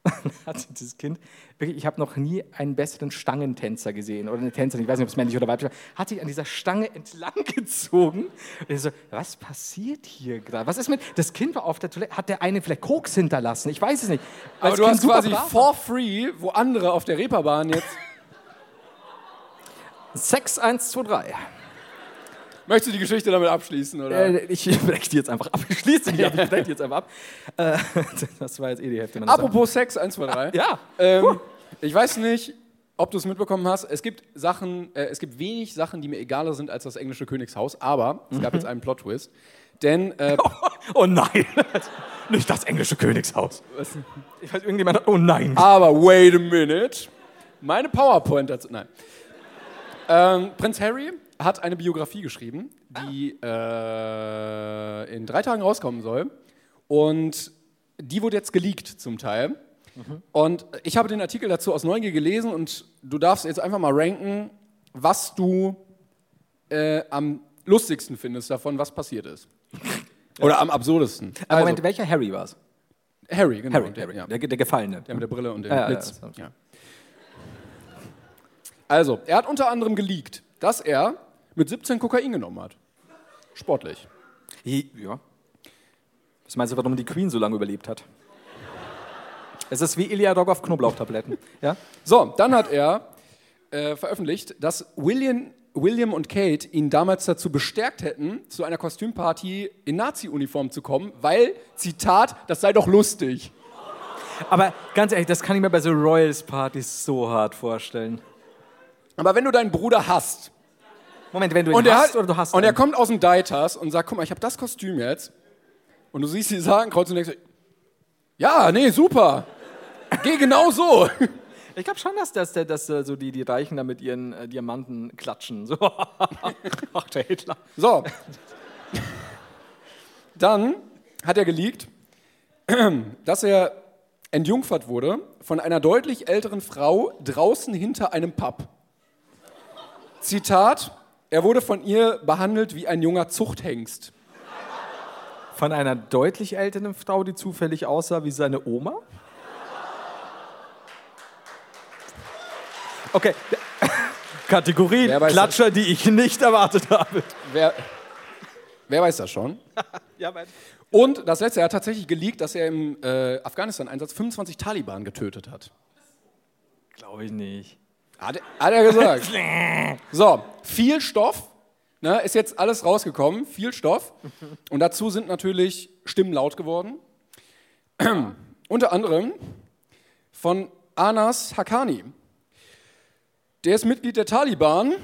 [SPEAKER 4] Und dann hat dieses Kind, wirklich, ich habe noch nie einen besseren Stangentänzer gesehen oder eine Tänzerin, ich weiß nicht, ob es männlich oder weiblich war, hat sich an dieser Stange entlang (laughs) gezogen. Und ich so, was passiert hier gerade? Was ist mit, das Kind war auf der Toilette, hat der eine vielleicht Koks hinterlassen? Ich weiß es nicht. Weil
[SPEAKER 3] Aber
[SPEAKER 4] das
[SPEAKER 3] du
[SPEAKER 4] Kind
[SPEAKER 3] hast
[SPEAKER 4] super
[SPEAKER 3] quasi
[SPEAKER 4] brav
[SPEAKER 3] for
[SPEAKER 4] war.
[SPEAKER 3] free, wo andere auf der Reeperbahn (laughs) jetzt.
[SPEAKER 4] 6123.
[SPEAKER 3] Möchtest du die Geschichte damit abschließen, oder?
[SPEAKER 4] Äh, ich breche die jetzt einfach ab. Ich schließe die ab, (laughs) ich breche die jetzt einfach ab. Äh, (laughs) das war jetzt eh die Hälfte meiner
[SPEAKER 3] Apropos Sex, 1, 2, 3.
[SPEAKER 4] Sache. Ja.
[SPEAKER 3] Ähm, ich weiß nicht, ob du es mitbekommen hast. Es gibt Sachen, äh, es gibt wenig Sachen, die mir egaler sind als das englische Königshaus, aber es gab jetzt einen Plot-Twist. Denn äh,
[SPEAKER 1] (laughs)
[SPEAKER 4] Oh nein. Nicht das englische Königshaus. Ich weiß, irgendjemand hat, oh nein.
[SPEAKER 3] Aber wait a minute. Meine PowerPoint dazu. Nein. Ähm, Prinz Harry hat eine Biografie geschrieben, die äh, in drei Tagen rauskommen soll. Und die wurde jetzt geleakt zum Teil. Und ich habe den Artikel dazu aus Neugier gelesen und du darfst jetzt einfach mal ranken, was du äh, am lustigsten findest davon, was passiert ist. Oder am absurdesten.
[SPEAKER 4] Also, Moment, welcher Harry war es?
[SPEAKER 3] Harry, genau.
[SPEAKER 4] Harry,
[SPEAKER 3] der,
[SPEAKER 4] Harry
[SPEAKER 3] Ja,
[SPEAKER 4] der, der Gefallene.
[SPEAKER 3] der mit der Brille und dem
[SPEAKER 4] Ja, ja,
[SPEAKER 3] Blitz.
[SPEAKER 4] das-
[SPEAKER 3] Ja. Also, er hat unter anderem geleakt, dass er mit 17 Kokain genommen hat. Sportlich.
[SPEAKER 4] Ja. Was meinst du, warum die Queen so lange überlebt hat? Es ist wie Ilya Dog auf Knoblauchtabletten. Ja?
[SPEAKER 3] So, dann hat er äh, veröffentlicht, dass William, William und Kate ihn damals dazu bestärkt hätten, zu einer Kostümparty in Nazi-Uniform zu kommen, weil, Zitat, das sei doch lustig.
[SPEAKER 4] Aber ganz ehrlich, das kann ich mir bei so Royals-Partys so hart vorstellen.
[SPEAKER 3] Aber wenn du deinen Bruder hast
[SPEAKER 4] Moment, wenn du ihn
[SPEAKER 3] und, er,
[SPEAKER 4] hast
[SPEAKER 3] hat,
[SPEAKER 4] oder du hast
[SPEAKER 3] und
[SPEAKER 4] ihn.
[SPEAKER 3] er kommt aus dem Deitas und sagt, guck mal, ich habe das Kostüm jetzt und du siehst die Sagenkreuz und denkst, ja, nee, super, geh genau so. (laughs)
[SPEAKER 4] Ich glaube schon, dass, dass, der- dass äh, so die, die Reichen da mit ihren äh, Diamanten klatschen. So. Ach, der Hitler.
[SPEAKER 3] So. Dann hat er geleakt, (clears throat) dass er entjungfert wurde von einer deutlich älteren Frau draußen hinter einem Pub. Zitat, er wurde von ihr behandelt wie ein junger Zuchthengst.
[SPEAKER 4] Von einer deutlich älteren Frau, die zufällig aussah wie seine Oma? Okay. Kategorie
[SPEAKER 3] Wer weiß
[SPEAKER 4] Klatscher, die ich nicht erwartet habe.
[SPEAKER 3] Wer, wer weiß das schon?
[SPEAKER 4] (laughs) Ja, mein.
[SPEAKER 3] Und das letzte, er hat tatsächlich geleakt, dass er im äh, Afghanistan-Einsatz 25 Taliban getötet hat.
[SPEAKER 4] Glaube ich nicht.
[SPEAKER 3] Hat, hat er gesagt.
[SPEAKER 4] (laughs)
[SPEAKER 3] so, viel Stoff. Ne, ist jetzt alles rausgekommen, viel Stoff. Und dazu sind natürlich Stimmen laut geworden. (clears throat) Unter anderem von Anas Hakani. Der ist Mitglied der Taliban.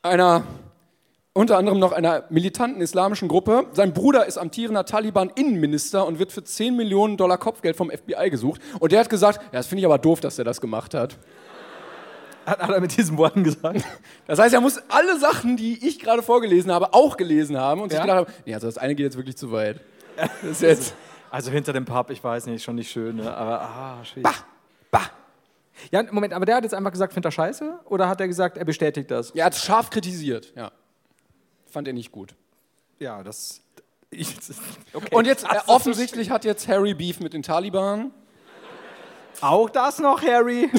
[SPEAKER 3] Einer, unter anderem noch einer militanten islamischen Gruppe. Sein Bruder ist amtierender Taliban-Innenminister und wird für 10 Millionen Dollar Kopfgeld vom FBI gesucht. Und der hat gesagt, ja, das finde ich aber doof, dass er das gemacht hat.
[SPEAKER 4] Hat, hat er mit diesen Worten gesagt? (laughs)
[SPEAKER 3] Das heißt, er muss alle Sachen, die ich gerade vorgelesen habe, auch gelesen haben und
[SPEAKER 4] Ja.
[SPEAKER 3] sich gedacht haben, nee, also das eine geht jetzt wirklich zu weit. Das ist jetzt,
[SPEAKER 4] Also hinter dem Pub, ich weiß nicht, schon nicht schön, ne? aber ah, schwierig.
[SPEAKER 3] bah.
[SPEAKER 4] Ja, Moment, aber der hat jetzt einfach gesagt, findet er scheiße? Oder hat er gesagt, er bestätigt das?
[SPEAKER 3] Er hat es scharf kritisiert, ja. Fand er nicht gut.
[SPEAKER 4] Ja, das. Ich, (laughs) okay.
[SPEAKER 3] Und jetzt, äh,
[SPEAKER 4] Das ist
[SPEAKER 3] offensichtlich hat jetzt Harry Beef mit den Taliban.
[SPEAKER 4] so- Auch das noch, (laughs) Harry?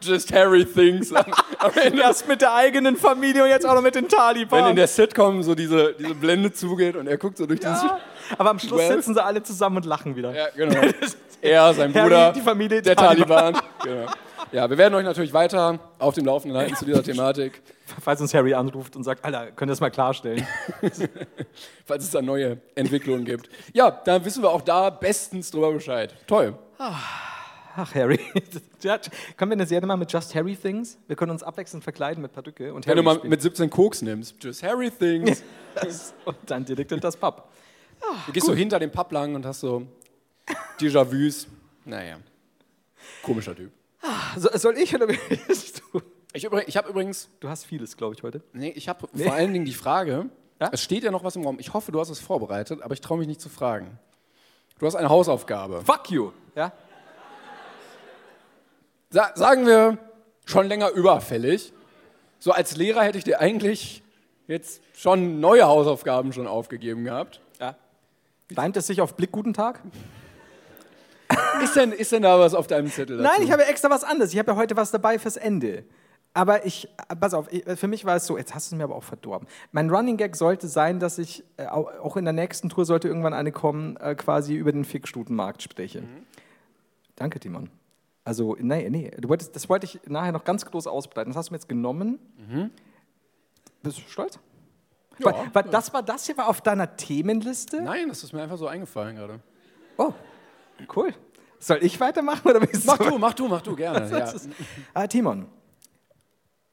[SPEAKER 3] Just Harry (laughs) thinks. Am- am Ende,
[SPEAKER 4] Das mit der eigenen Familie und jetzt auch noch mit den
[SPEAKER 3] Wenn in
[SPEAKER 4] Taliban.
[SPEAKER 3] der Sitcom so diese, diese Blende zugeht und er guckt so durch dieses...
[SPEAKER 4] Ah. Aber am Schluss
[SPEAKER 3] Well.
[SPEAKER 4] sitzen sie alle zusammen und lachen wieder.
[SPEAKER 3] Ja,
[SPEAKER 4] (laughs)
[SPEAKER 3] genau. er, sein Bruder,
[SPEAKER 4] die Familie,
[SPEAKER 3] der Taliban. genau.
[SPEAKER 4] (laughs)
[SPEAKER 3] Ja, wir werden euch natürlich weiter auf dem Laufenden halten zu dieser Thematik,
[SPEAKER 4] Falls uns Harry anruft und sagt, Alter, könnt ihr das mal
[SPEAKER 3] (laughs)
[SPEAKER 4] klarstellen?
[SPEAKER 3] falls es da neue Entwicklungen gibt. Ja, dann wissen wir auch da bestens drüber Bescheid. Toll.
[SPEAKER 4] Ach, Harry. (laughs) Ja, Können wir eine Serie machen mit Just Harry Things? Wir können uns abwechselnd verkleiden mit Perücke und
[SPEAKER 3] Wenn
[SPEAKER 4] Harry
[SPEAKER 3] du mal
[SPEAKER 4] spielen.
[SPEAKER 3] mit 17 Koks nimmst, just Harry things.
[SPEAKER 4] Das- und dann direkt in das Pub.
[SPEAKER 3] Du gehst so hinter dem Pub lang und hast so Déjà-vus. Naja. Komischer Typ.
[SPEAKER 4] So, soll ich oder (laughs) willst du?
[SPEAKER 3] Ich, übri- ich habe übrigens,
[SPEAKER 4] Du hast vieles, glaube ich, heute.
[SPEAKER 3] nee, ich habe vor allen Dingen die Frage,
[SPEAKER 4] Ja?
[SPEAKER 3] es steht ja noch was im Raum. Ich hoffe, du hast es vorbereitet, aber ich traue mich nicht zu fragen. Du hast eine Hausaufgabe.
[SPEAKER 4] Fuck you! Ja?
[SPEAKER 3] Sa sagen wir, schon länger überfällig. So als Lehrer hätte ich dir eigentlich jetzt schon neue Hausaufgaben schon aufgegeben gehabt.
[SPEAKER 4] Ja. Reimt es sich auf Blick guten Tag?
[SPEAKER 3] Ist denn, ist denn da was auf deinem Zettel dazu?
[SPEAKER 4] Nein, ich habe extra was anderes. Ich habe ja heute was dabei fürs Ende. Aber ich, äh, pass auf, ich, äh, für mich war es so, jetzt hast du es mir aber auch verdorben. Mein Running Gag sollte sein, dass ich äh, au- auch in der nächsten Tour sollte irgendwann eine kommen, äh, quasi über den Fickstutenmarkt spreche.
[SPEAKER 3] Mhm.
[SPEAKER 4] Danke, Timon. Also, nee, nee, du wolltest, das wollte ich nachher noch ganz groß ausbreiten. Das hast du mir jetzt genommen. Bist du stolz?
[SPEAKER 3] Mhm. Ja.
[SPEAKER 4] Weil, weil das war das hier war auf deiner Themenliste?
[SPEAKER 3] Nein, das ist mir einfach so eingefallen gerade.
[SPEAKER 4] Oh, cool. Soll ich weitermachen oder willst
[SPEAKER 3] Mach du, mach du, mach du,
[SPEAKER 4] (laughs)
[SPEAKER 3] gerne. Ja.
[SPEAKER 4] Ah, Timon,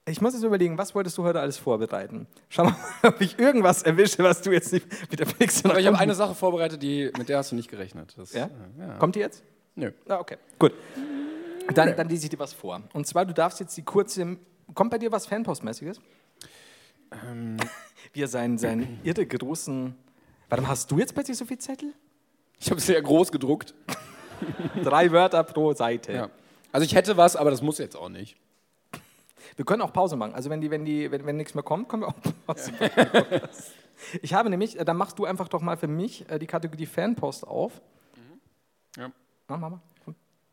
[SPEAKER 4] ich muss jetzt überlegen, was wolltest du heute alles vorbereiten? Schau mal, (laughs) ob ich irgendwas erwische, was du jetzt nicht wieder fix
[SPEAKER 3] Aber ich habe eine Sache vorbereitet, die, mit der hast du nicht gerechnet. Das,
[SPEAKER 4] Ja? Kommt die jetzt?
[SPEAKER 3] Nö.
[SPEAKER 4] Ah, okay. Gut. Dann, dann lese ich dir was vor. Und zwar, du darfst jetzt die kurze. Kommt bei dir was Fanpostmäßiges? Ähm. (laughs) Wie er seinen, seinen irre großen. Warum hast du jetzt plötzlich so viel Zettel?
[SPEAKER 3] Ich habe sehr groß gedruckt.
[SPEAKER 4] Drei Wörter pro Seite.
[SPEAKER 3] Ja. Also ich hätte was, aber das muss jetzt auch nicht.
[SPEAKER 4] Wir können auch Pause machen. Also wenn, die, wenn, die, wenn, wenn nichts mehr kommt, können wir auch Pause machen. Ich habe nämlich, äh, dann machst du einfach doch mal für mich äh, die Kategorie Fanpost auf.
[SPEAKER 3] Ja.
[SPEAKER 4] Na, Mama.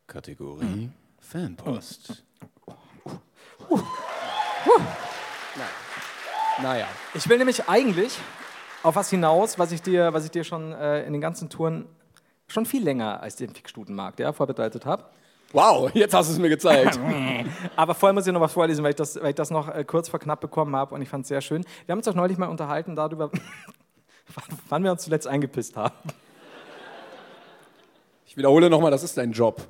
[SPEAKER 3] Kategorie Fanpost. Naja.
[SPEAKER 4] Ich will nämlich eigentlich auf was hinaus, was ich dir, was ich dir schon äh, in den ganzen Touren schon viel länger als den Fickstutenmarkt ja, vorbereitet habe.
[SPEAKER 3] Wow, jetzt hast du es mir gezeigt.
[SPEAKER 4] Aber vorher muss ich noch was vorlesen, weil ich das, weil ich das noch äh, kurz vor knapp bekommen habe und ich fand es sehr schön. Wir haben uns auch neulich mal unterhalten darüber, (laughs) wann- wann wir uns zuletzt eingepisst haben.
[SPEAKER 3] Ich wiederhole nochmal, das ist dein Job.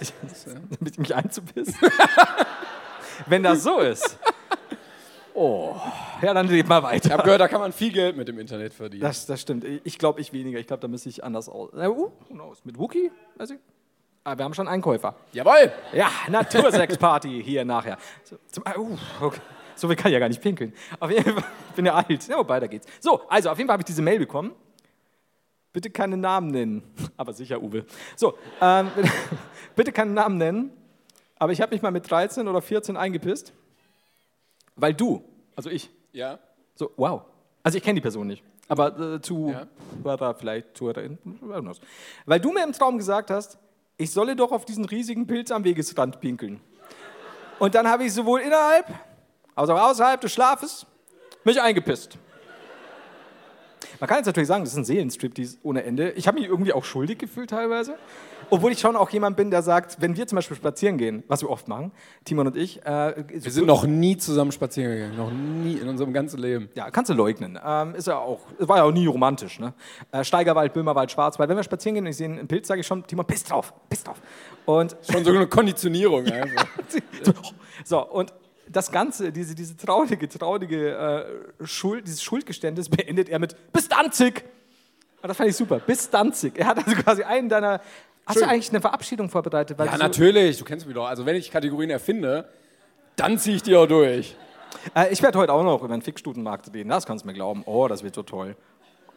[SPEAKER 4] (laughs) Mit mich einzupissen. Wenn das so ist. Oh, ja, dann lebt mal
[SPEAKER 3] Ich
[SPEAKER 4] weiter.
[SPEAKER 3] habe gehört, da kann man viel Geld mit dem Internet verdienen.
[SPEAKER 4] Das, das stimmt. Ich glaube, ich weniger. Ich glaube, da müsste ich anders aus. Na, Uh, who knows? Mit Wookie? Weiß ich. Ah, wir haben schon einen Käufer.
[SPEAKER 3] Jawohl!
[SPEAKER 4] Ja, Natursex-Party hier nachher. So, zum, ah, uh, okay. so viel kann ich ja gar nicht pinkeln. Auf jeden Fall, ich bin ja alt. Ja, wobei, da geht's. So, also auf jeden Fall habe ich diese Mail bekommen. Bitte keine Namen nennen. (laughs) Aber sicher, Uwe. So, ähm, (laughs) bitte keinen Namen nennen. Aber ich habe mich mal mit 13 oder 14 eingepisst. Weil du, also ich,
[SPEAKER 3] Ja.
[SPEAKER 4] so, wow. Also ich kenne die Person nicht. Aber äh, zu
[SPEAKER 3] Ja.
[SPEAKER 4] Hörer vielleicht, Zuhörerin, wer knows. Weil du mir im Traum gesagt hast, ich solle doch auf diesen riesigen Pilz am Wegesrand pinkeln. Und dann habe ich sowohl innerhalb als auch außerhalb des Schlafes mich eingepisst. Man kann jetzt natürlich sagen, das ist ein Seelenstrip dies ohne Ende. Ich habe mich irgendwie auch schuldig gefühlt teilweise. Obwohl ich schon auch jemand bin, der sagt, wenn wir zum Beispiel spazieren gehen, was wir oft machen, Timon und ich, äh,
[SPEAKER 3] Wir sind noch nie zusammen spazieren gegangen. Noch nie in unserem ganzen Leben.
[SPEAKER 4] ja, kannst du leugnen. Ähm, ist ja auch, war ja auch nie romantisch, ne? Äh, Steigerwald, Böhmerwald, Schwarzwald. Wenn wir spazieren gehen und ich sehe einen Pilz, sage ich schon, Timon, piss drauf, piss drauf.
[SPEAKER 3] (laughs)
[SPEAKER 4] Und
[SPEAKER 3] Schon so eine Konditionierung (laughs) einfach.
[SPEAKER 4] so, und das Ganze, diese, diese traurige, traurige äh, Schuld, dieses Schuldgeständnis beendet er mit bis Danzig. Und das fand ich super, bis Danzig. Er hat also quasi einen deiner. Hast
[SPEAKER 3] Schön.
[SPEAKER 4] du eigentlich eine Verabschiedung vorbereitet? Weil
[SPEAKER 3] Ja,
[SPEAKER 4] du so-
[SPEAKER 3] natürlich, du kennst mich doch. Also wenn ich Kategorien erfinde, dann ziehe ich die auch durch.
[SPEAKER 4] Äh, ich werde heute auch noch über den Fickstutenmarkt reden, das kannst du mir glauben. Oh, das wird so toll.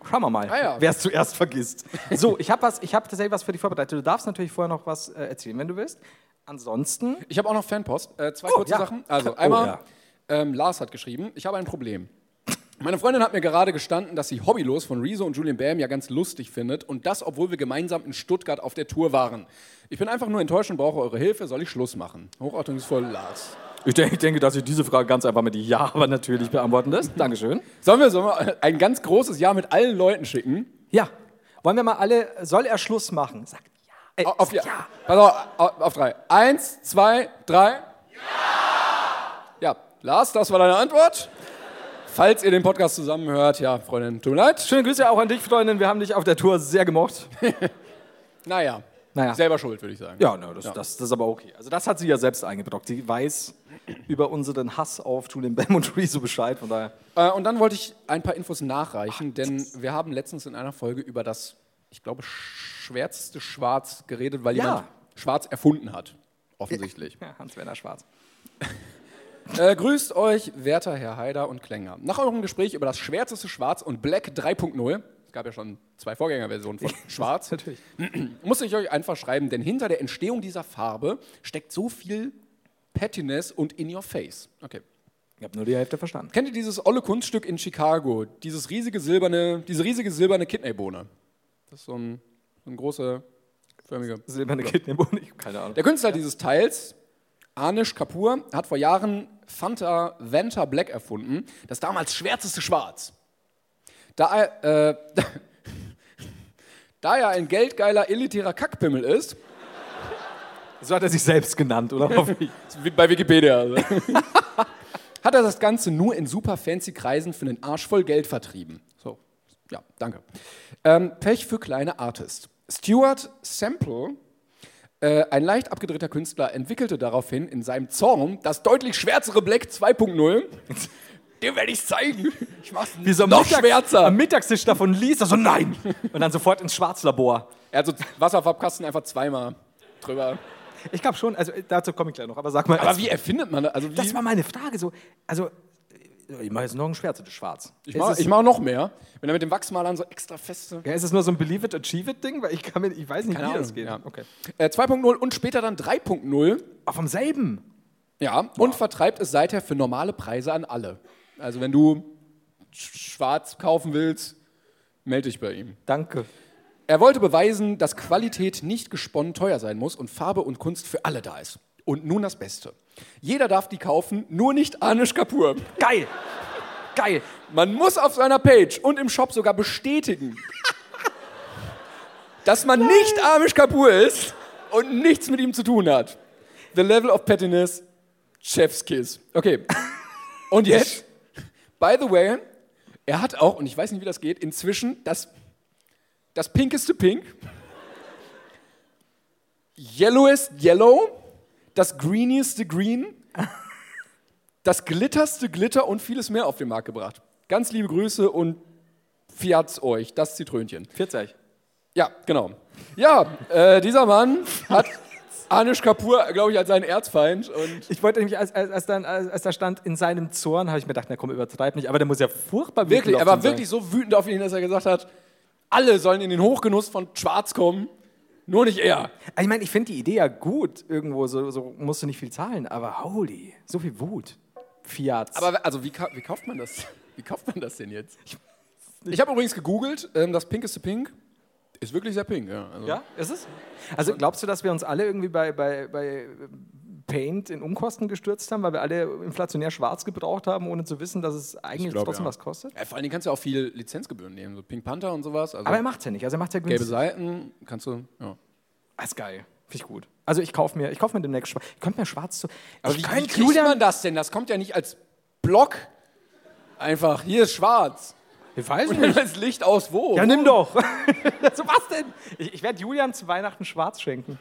[SPEAKER 4] Schauen wir mal,
[SPEAKER 3] Ah ja.
[SPEAKER 4] wer es zuerst vergisst. So, ich habe hab tatsächlich was für dich vorbereitet. Du darfst natürlich vorher noch was äh, erzählen, wenn du willst. Ansonsten,
[SPEAKER 3] Ich habe auch noch Fanpost. Äh, zwei
[SPEAKER 4] Oh,
[SPEAKER 3] kurze
[SPEAKER 4] ja.
[SPEAKER 3] Sachen. Also
[SPEAKER 4] Oh,
[SPEAKER 3] einmal,
[SPEAKER 4] ja.
[SPEAKER 3] ähm, Lars hat geschrieben, ich habe ein Problem. Meine Freundin hat mir gerade gestanden, dass sie Hobbylos von Rezo und Julian Bam ja ganz lustig findet und das, obwohl wir gemeinsam in Stuttgart auf der Tour waren. Ich bin einfach nur enttäuscht und brauche eure Hilfe. Soll ich Schluss machen? Hochachtungsvoll, Lars.
[SPEAKER 4] ich denke, ich denke, dass ich diese Frage ganz einfach mit Ja, aber natürlich beantworten lässt. (laughs) Dankeschön.
[SPEAKER 3] Sollen wir, sollen wir ein ganz großes Ja mit allen Leuten schicken?
[SPEAKER 4] Ja, wollen wir mal alle, soll er Schluss machen? Sagt Ja. Ey,
[SPEAKER 3] Au- Auf, ja.
[SPEAKER 4] sagt
[SPEAKER 3] Pass auf, au- auf drei. Eins, zwei, drei. Ja! Ja, Lars, das war deine Antwort. Falls ihr den Podcast zusammen hört, ja, Freundin, tut mir leid.
[SPEAKER 4] Schöne Grüße auch an dich, Freundin. Wir haben dich auf der Tour sehr gemocht.
[SPEAKER 3] Naja,
[SPEAKER 4] Naja.
[SPEAKER 3] selber schuld, würde ich sagen.
[SPEAKER 4] Ja, ne, das, Das, das ist aber okay. Also das hat sie ja selbst eingebrockt. Sie weiß über unseren Hass auf Julian Bam und Rezo Bescheid. Von daher.
[SPEAKER 3] Äh, und dann wollte ich ein paar Infos nachreichen, denn wir haben letztens in einer Folge über das, ich glaube, schwärzeste Schwarz geredet, weil
[SPEAKER 4] Ja.
[SPEAKER 3] jemand Schwarz erfunden hat. Offensichtlich.
[SPEAKER 4] Ja, Hans-Werner Schwarz.
[SPEAKER 3] Äh, grüßt euch, werter Herr Haider und Klänger. Nach eurem Gespräch über das schwärzeste Schwarz und Black 3.0, es gab ja schon zwei Vorgängerversionen von Schwarz,
[SPEAKER 4] Natürlich.
[SPEAKER 3] muss ich euch einfach schreiben, denn hinter der Entstehung dieser Farbe steckt so viel Pettiness und in your face. Okay.
[SPEAKER 4] Ich habe nur die Hälfte verstanden.
[SPEAKER 3] Kennt ihr dieses olle Kunststück in Chicago? Dieses riesige silberne, diese riesige silberne Kidneybohne. Das ist so ein, so ein großer, förmige
[SPEAKER 4] Silberne Kidneybohne, ich hab keine Ahnung.
[SPEAKER 3] der Künstler dieses Teils, Anish Kapoor, hat vor Jahren Fanta Venta Black erfunden, das damals schwärzeste Schwarz. Da er, äh, (laughs) da er ein geldgeiler, elitärer Kackpimmel ist,
[SPEAKER 4] So hat er sich selbst genannt, oder?
[SPEAKER 3] Wie bei Wikipedia. Also. (laughs) Hat er das Ganze nur in super fancy Kreisen für einen Arsch voll Geld vertrieben. So, ja, danke. Ähm, Pech für kleine Artist. Stuart Sample, äh, ein leicht abgedrehter Künstler, entwickelte daraufhin in seinem Zorn das deutlich schwärzere Black 2.0. (laughs) Dem werde ich zeigen. Ich mach's noch schwärzer.
[SPEAKER 4] Am Mittagstisch davon liest er
[SPEAKER 3] (laughs)
[SPEAKER 4] so, nein! Und dann sofort ins Schwarzlabor.
[SPEAKER 3] Er hat so Wasserfarbkasten einfach zweimal drüber.
[SPEAKER 4] Ich glaube schon, also äh, dazu komme ich gleich noch, aber sag mal.
[SPEAKER 3] Aber wie erfindet man das? Also wie,
[SPEAKER 4] Das war meine Frage, so, also, äh, ich mache jetzt noch ein schwärzetes Schwarz.
[SPEAKER 3] ich mache
[SPEAKER 4] ist, es,
[SPEAKER 3] mach noch mehr. Wenn er mit dem Wachsmalern so extra feste.
[SPEAKER 4] ja, ist es nur so ein Believe it, achieve it Ding? Weil ich kann mir, ich weiß nicht,
[SPEAKER 3] Keine
[SPEAKER 4] wie
[SPEAKER 3] Ahnung,
[SPEAKER 4] das geht.
[SPEAKER 3] ja.
[SPEAKER 4] Okay.
[SPEAKER 3] Äh, 2.0 und später dann 3.0.
[SPEAKER 4] Ah, vom selben?
[SPEAKER 3] Ja, und vertreibt es seither für normale Preise an alle. Also wenn du sch- schwarz kaufen willst, melde dich bei ihm.
[SPEAKER 4] Danke.
[SPEAKER 3] Er wollte beweisen, dass Qualität nicht gesponnen teuer sein muss und Farbe und Kunst für alle da ist. Und nun das Beste. Jeder darf die kaufen, nur nicht Anish Kapoor.
[SPEAKER 4] Geil! Geil!
[SPEAKER 3] Man muss auf seiner Page und im Shop sogar bestätigen, (laughs) dass man nicht Amish Kapoor ist und nichts mit ihm zu tun hat. The level of pettiness, Chef's Kiss. Okay. Und jetzt, by the way, er hat auch, und ich weiß nicht, wie das geht, inzwischen das, das pinkeste Pink, yellowest Yellow, das greenieste Green, das glitterste Glitter und vieles mehr auf den Markt gebracht. Ganz liebe Grüße und fiat's euch, das Zitrönchen.
[SPEAKER 4] 40.
[SPEAKER 3] Ja, genau. Ja, äh, dieser Mann hat Anish Kapoor, glaube ich, als seinen Erzfeind und
[SPEAKER 4] Ich wollte nämlich, als, als, als, dann, als, als da stand, in seinem Zorn, habe ich mir gedacht, na komm, übertreib nicht. Aber der muss ja furchtbar
[SPEAKER 3] wirklich, er war
[SPEAKER 4] wütend
[SPEAKER 3] wirklich
[SPEAKER 4] auf den
[SPEAKER 3] so wütend auf ihn, dass er gesagt hat, alle sollen in den Hochgenuss von Schwarz kommen, nur nicht er.
[SPEAKER 4] sein. Ah, Ich meine, ich finde die Idee ja gut. Irgendwo so, so musst du nicht viel zahlen. Aber holy, so viel Wut. Fiat.
[SPEAKER 3] Aber also wie, ka- wie kauft man das? (laughs) Wie kauft man das denn jetzt? Ich habe übrigens gegoogelt, ähm, das pinkeste Pink ist wirklich sehr pink, ja. Also,
[SPEAKER 4] ja, ist es? Also glaubst du, dass wir uns alle irgendwie bei, bei, bei Paint in Unkosten gestürzt haben, weil wir alle inflationär schwarz gebraucht haben, ohne zu wissen, dass es eigentlich
[SPEAKER 3] glaub,
[SPEAKER 4] trotzdem
[SPEAKER 3] ja.
[SPEAKER 4] was kostet?
[SPEAKER 3] Ja, vor allen Dingen kannst du ja auch viel Lizenzgebühren nehmen, so Pink Panther und sowas. Also
[SPEAKER 4] Aber er macht ja nicht. Also er macht ja
[SPEAKER 3] gelbe
[SPEAKER 4] günstig.
[SPEAKER 3] Seiten kannst du. Ja.
[SPEAKER 4] Das ist geil. Finde ich gut. Also ich kaufe mir, ich kauf mir demnächst schwarz. Ich könnte mir schwarz zu.
[SPEAKER 3] Aber
[SPEAKER 4] Also ich
[SPEAKER 3] wie, wie
[SPEAKER 4] könnte
[SPEAKER 3] kriegt man das denn? Das kommt ja nicht als Block. Einfach, hier ist schwarz.
[SPEAKER 4] Ich
[SPEAKER 3] (laughs)
[SPEAKER 4] weiß
[SPEAKER 3] Und dann ist Licht aus wo?
[SPEAKER 4] Ja, ne- nimm doch. (laughs) so, was denn? Ich, ich werde Julian zu Weihnachten schwarz schenken.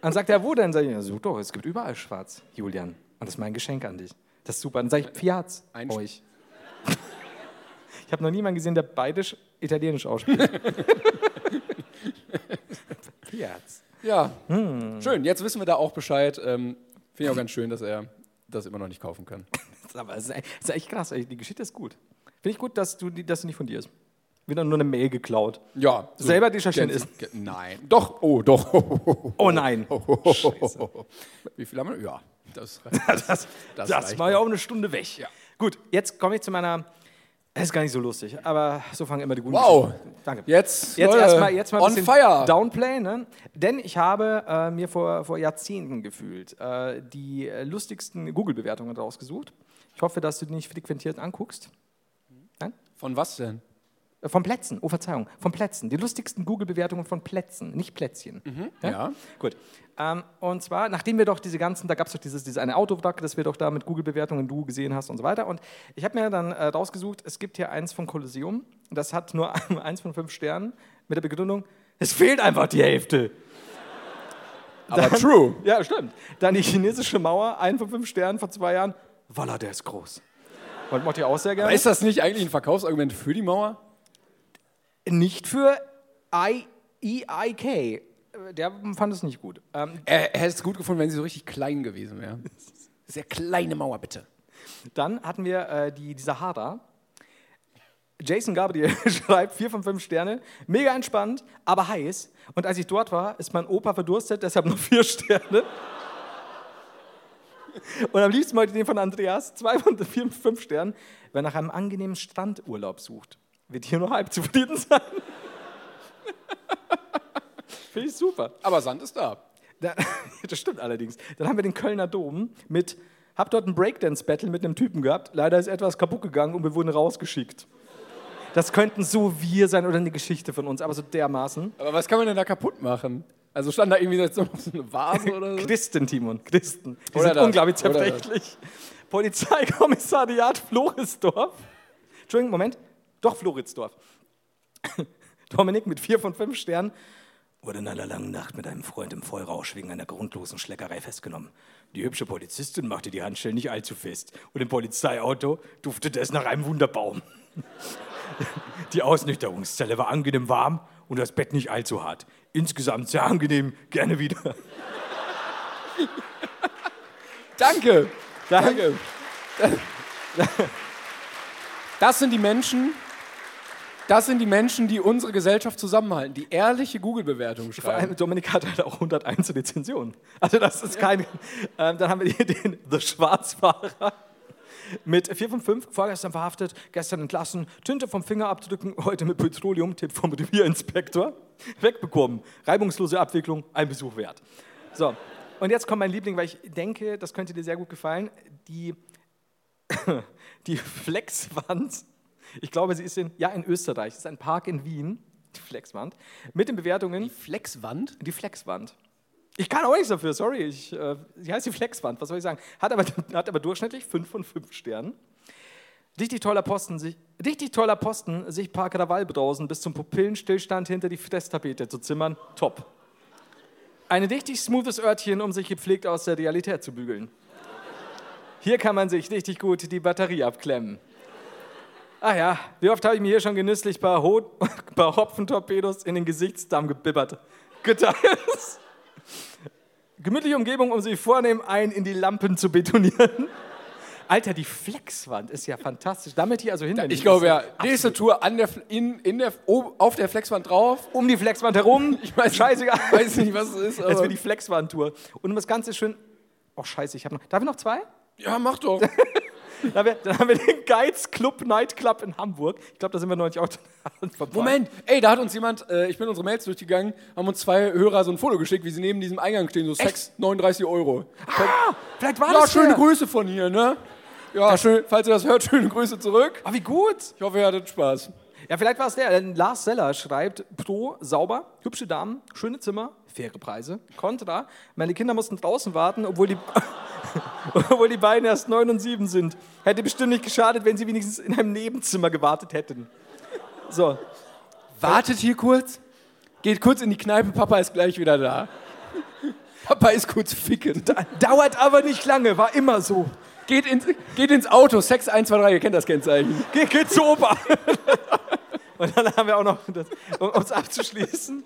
[SPEAKER 4] Dann sagt er, wo denn? Sag ich, ja, such doch, es gibt überall schwarz, Julian. Und das ist mein Geschenk an dich. Das ist super. Dann sage ich, Fiat,
[SPEAKER 3] Ein-
[SPEAKER 4] euch. Ich habe noch niemanden gesehen, der beidisch italienisch (laughs) ausspricht. Fiat.
[SPEAKER 3] Ja.
[SPEAKER 4] Hm.
[SPEAKER 3] Schön, jetzt wissen wir da auch Bescheid. Ähm, Finde ich auch ganz schön, dass er das immer noch nicht kaufen kann.
[SPEAKER 4] Aber es ist, echt- es ist echt krass. ey. Die Geschichte ist gut. Finde ich gut, dass du, die- dass sie nicht von dir ist. Wieder nur eine Mail geklaut.
[SPEAKER 3] Ja. So
[SPEAKER 4] Selber recherchieren
[SPEAKER 3] Gen-
[SPEAKER 4] ist-
[SPEAKER 3] Gen- Nein. Doch, oh, doch. (laughs)
[SPEAKER 4] Oh nein.
[SPEAKER 3] Wie viel haben wir? Ja, das
[SPEAKER 4] (laughs) Das, das,
[SPEAKER 3] reicht
[SPEAKER 4] war ja auch eine Stunde weg. Gut, jetzt komme ich zu meiner. Es ist gar nicht so lustig, aber so fangen immer die guten
[SPEAKER 3] Wow.
[SPEAKER 4] Geschichten an. Danke.
[SPEAKER 3] Jetzt,
[SPEAKER 4] Jetzt
[SPEAKER 3] Leute,
[SPEAKER 4] erstmal jetzt mal ein
[SPEAKER 3] on
[SPEAKER 4] bisschen
[SPEAKER 3] fire.
[SPEAKER 4] Downplay, ne? denn ich habe äh, mir vor, vor Jahrzehnten gefühlt äh, die äh, lustigsten Google-Bewertungen rausgesucht. Ich hoffe, dass du die nicht frequentiert anguckst.
[SPEAKER 3] Von was denn?
[SPEAKER 4] Äh, von Plätzen, oh Verzeihung, von Plätzen. Die lustigsten Google-Bewertungen von Plätzen, nicht Plätzchen.
[SPEAKER 3] Mhm. ja.
[SPEAKER 4] Gut. Ähm, und zwar, nachdem wir doch diese ganzen, da gab es doch dieses, dieses eine Autowrack, das wir doch da mit Google-Bewertungen du gesehen hast und so weiter. Und ich habe mir dann äh, rausgesucht, es gibt hier eins vom Kolosseum, das hat nur (laughs) eins von fünf Sternen mit der Begründung, es fehlt einfach die Hälfte.
[SPEAKER 3] Aber true.
[SPEAKER 4] Ja, stimmt. Dann die chinesische Mauer, ein von fünf Sternen vor zwei Jahren, Walla, der ist groß. Und mochte ich auch sehr
[SPEAKER 3] Aber
[SPEAKER 4] gerne.
[SPEAKER 3] ist das nicht eigentlich ein Verkaufsargument für die Mauer?
[SPEAKER 4] Nicht für I EIK. Äh, Der fand es nicht gut. Ähm,
[SPEAKER 3] Er hätte es gut gefunden, wenn sie so richtig klein gewesen wäre. Sehr kleine Mauer, bitte.
[SPEAKER 4] Dann hatten wir äh, die, die Sahara. Jason Gabriel (laughs) schreibt 4 von 5 Sterne. Mega entspannt, aber heiß. Und als ich dort war, ist mein Opa verdurstet, deshalb nur 4 Sterne. (laughs) Und am liebsten wollte ich den von Andreas, 2 von 4, 5 Sternen. Wer nach einem angenehmen Strandurlaub sucht, wird hier nur halb zufrieden sein. (laughs) Finde ich super.
[SPEAKER 3] Aber Sand ist da.
[SPEAKER 4] Da, (laughs) das stimmt allerdings. Dann haben wir den Kölner Dom mit, hab dort ein Breakdance-Battle mit einem Typen gehabt. Leider ist etwas kaputt gegangen und wir wurden rausgeschickt. Das könnten so wir sein oder eine Geschichte von uns, aber so dermaßen.
[SPEAKER 3] Aber was kann man denn da kaputt machen? Also stand da irgendwie so so eine Vase oder so?
[SPEAKER 4] Christen, Timon, Christen. Die
[SPEAKER 3] Oder
[SPEAKER 4] sind
[SPEAKER 3] das,
[SPEAKER 4] unglaublich
[SPEAKER 3] oder das.
[SPEAKER 4] zerbrechlich. Polizeikommissariat Floridsdorf. Entschuldigung, Moment. Doch, Floridsdorf. (laughs) Dominik mit vier von fünf Sternen wurde in einer langen Nacht mit einem Freund im Vollrausch wegen einer grundlosen Schleckerei festgenommen. Die hübsche Polizistin machte die Handschellen nicht allzu fest und im Polizeiauto duftete es nach einem Wunderbaum. Die Ausnüchterungszelle war angenehm warm und das Bett nicht allzu hart. Insgesamt sehr angenehm, gerne wieder.
[SPEAKER 3] Danke.
[SPEAKER 4] Danke.
[SPEAKER 3] Das sind die Menschen. das sind die Menschen, die unsere Gesellschaft zusammenhalten, die ehrliche Google-Bewertungen
[SPEAKER 4] Vor
[SPEAKER 3] schreiben.
[SPEAKER 4] allem Dominik hat halt auch 101 Lizentionen. Also das ist kein... Ähm, dann haben wir hier den The Schwarzfahrer mit 4 von 5, vorgestern verhaftet, gestern entlassen, Tinte vom Finger abdrücken, heute mit Petroleum, Tipp vom Revierinspektor, wegbekommen, reibungslose Abwicklung, ein Besuch wert. So, und jetzt kommt mein Liebling, weil ich denke, das könnte dir sehr gut gefallen, die, (coughs) die Flexwand, ich glaube, sie ist in, ja, in Österreich, es ist ein Park in Wien, die Flexwand, mit den Bewertungen...
[SPEAKER 3] Flexwand?
[SPEAKER 4] Die Flexwand. Ich kann auch nichts dafür, sorry. Ich, äh, sie heißt die Flexwand, was soll ich sagen? Hat aber, (laughs) hat aber durchschnittlich 5 von 5 Sternen. Richtig toller Posten, sich, richtig toller Posten, sich Parker der Wallbrausen bis zum Pupillenstillstand hinter die Fresstapete zu zimmern. Top. Ein richtig smoothes Örtchen, um sich gepflegt aus der Realität zu bügeln. Hier kann man sich richtig gut die Batterie abklemmen. Ah ja, wie oft habe ich mir hier schon genüsslich bei, Ho (laughs) bei Hopfentorpedos in den Gesichtsdamm gebibbert. Geteilt. Gemütliche Umgebung, um sie vornehm ein in die Lampen zu betonieren. Alter, die Flexwand ist ja fantastisch. Damit hier also hin. wenn
[SPEAKER 3] Ich glaube ja, nächste Tour an der, Fl- in, in der, oben auf der Flexwand drauf.
[SPEAKER 4] Um die Flexwand herum.
[SPEAKER 3] (laughs) Ich weiß-
[SPEAKER 4] Scheißegal.
[SPEAKER 3] Oh, weiß nicht, was es ist,
[SPEAKER 4] Es
[SPEAKER 3] aber-
[SPEAKER 4] wird die Flexwand-Tour. Und um das Ganze schön. Oh, scheiße, ich habe noch. Darf ich noch zwei?
[SPEAKER 3] Ja, mach doch.
[SPEAKER 4] Dann haben wir, dann haben wir den Geiz Club Nightclub in Hamburg. Ich glaube, da sind wir neulich auch dran vorbei.
[SPEAKER 3] Moment, ey, da hat uns jemand, äh, ich bin unsere Mails durchgegangen, haben uns zwei Hörer so ein Foto geschickt, wie sie neben diesem Eingang stehen, so Sex, 39 Euro.
[SPEAKER 4] Vielleicht war
[SPEAKER 3] Ja,
[SPEAKER 4] das
[SPEAKER 3] schöne
[SPEAKER 4] der.
[SPEAKER 3] Grüße von hier, ne? Ja, schön, falls ihr das hört, (laughs) schöne Grüße zurück.
[SPEAKER 4] Oh, wie gut.
[SPEAKER 3] Ich hoffe, ihr hattet Spaß.
[SPEAKER 4] Ja, vielleicht war es der. Denn Lars Seller schreibt: Pro, sauber, hübsche Damen, schöne Zimmer, faire Preise. Contra, meine Kinder mussten draußen warten, obwohl die, (laughs) obwohl die beiden erst neun und sieben sind. Hätte bestimmt nicht geschadet, wenn sie wenigstens in einem Nebenzimmer gewartet hätten. So,
[SPEAKER 3] Wartet hier kurz, geht kurz in die Kneipe, Papa ist gleich wieder da. (laughs) Papa ist kurz ficken.
[SPEAKER 4] dauert aber nicht lange, war immer so.
[SPEAKER 3] Geht ins, geht ins Auto, Sex 123, ihr kennt das Kennzeichen.
[SPEAKER 4] Ge geht zu Opa. Und dann haben wir auch noch, das, um es abzuschließen.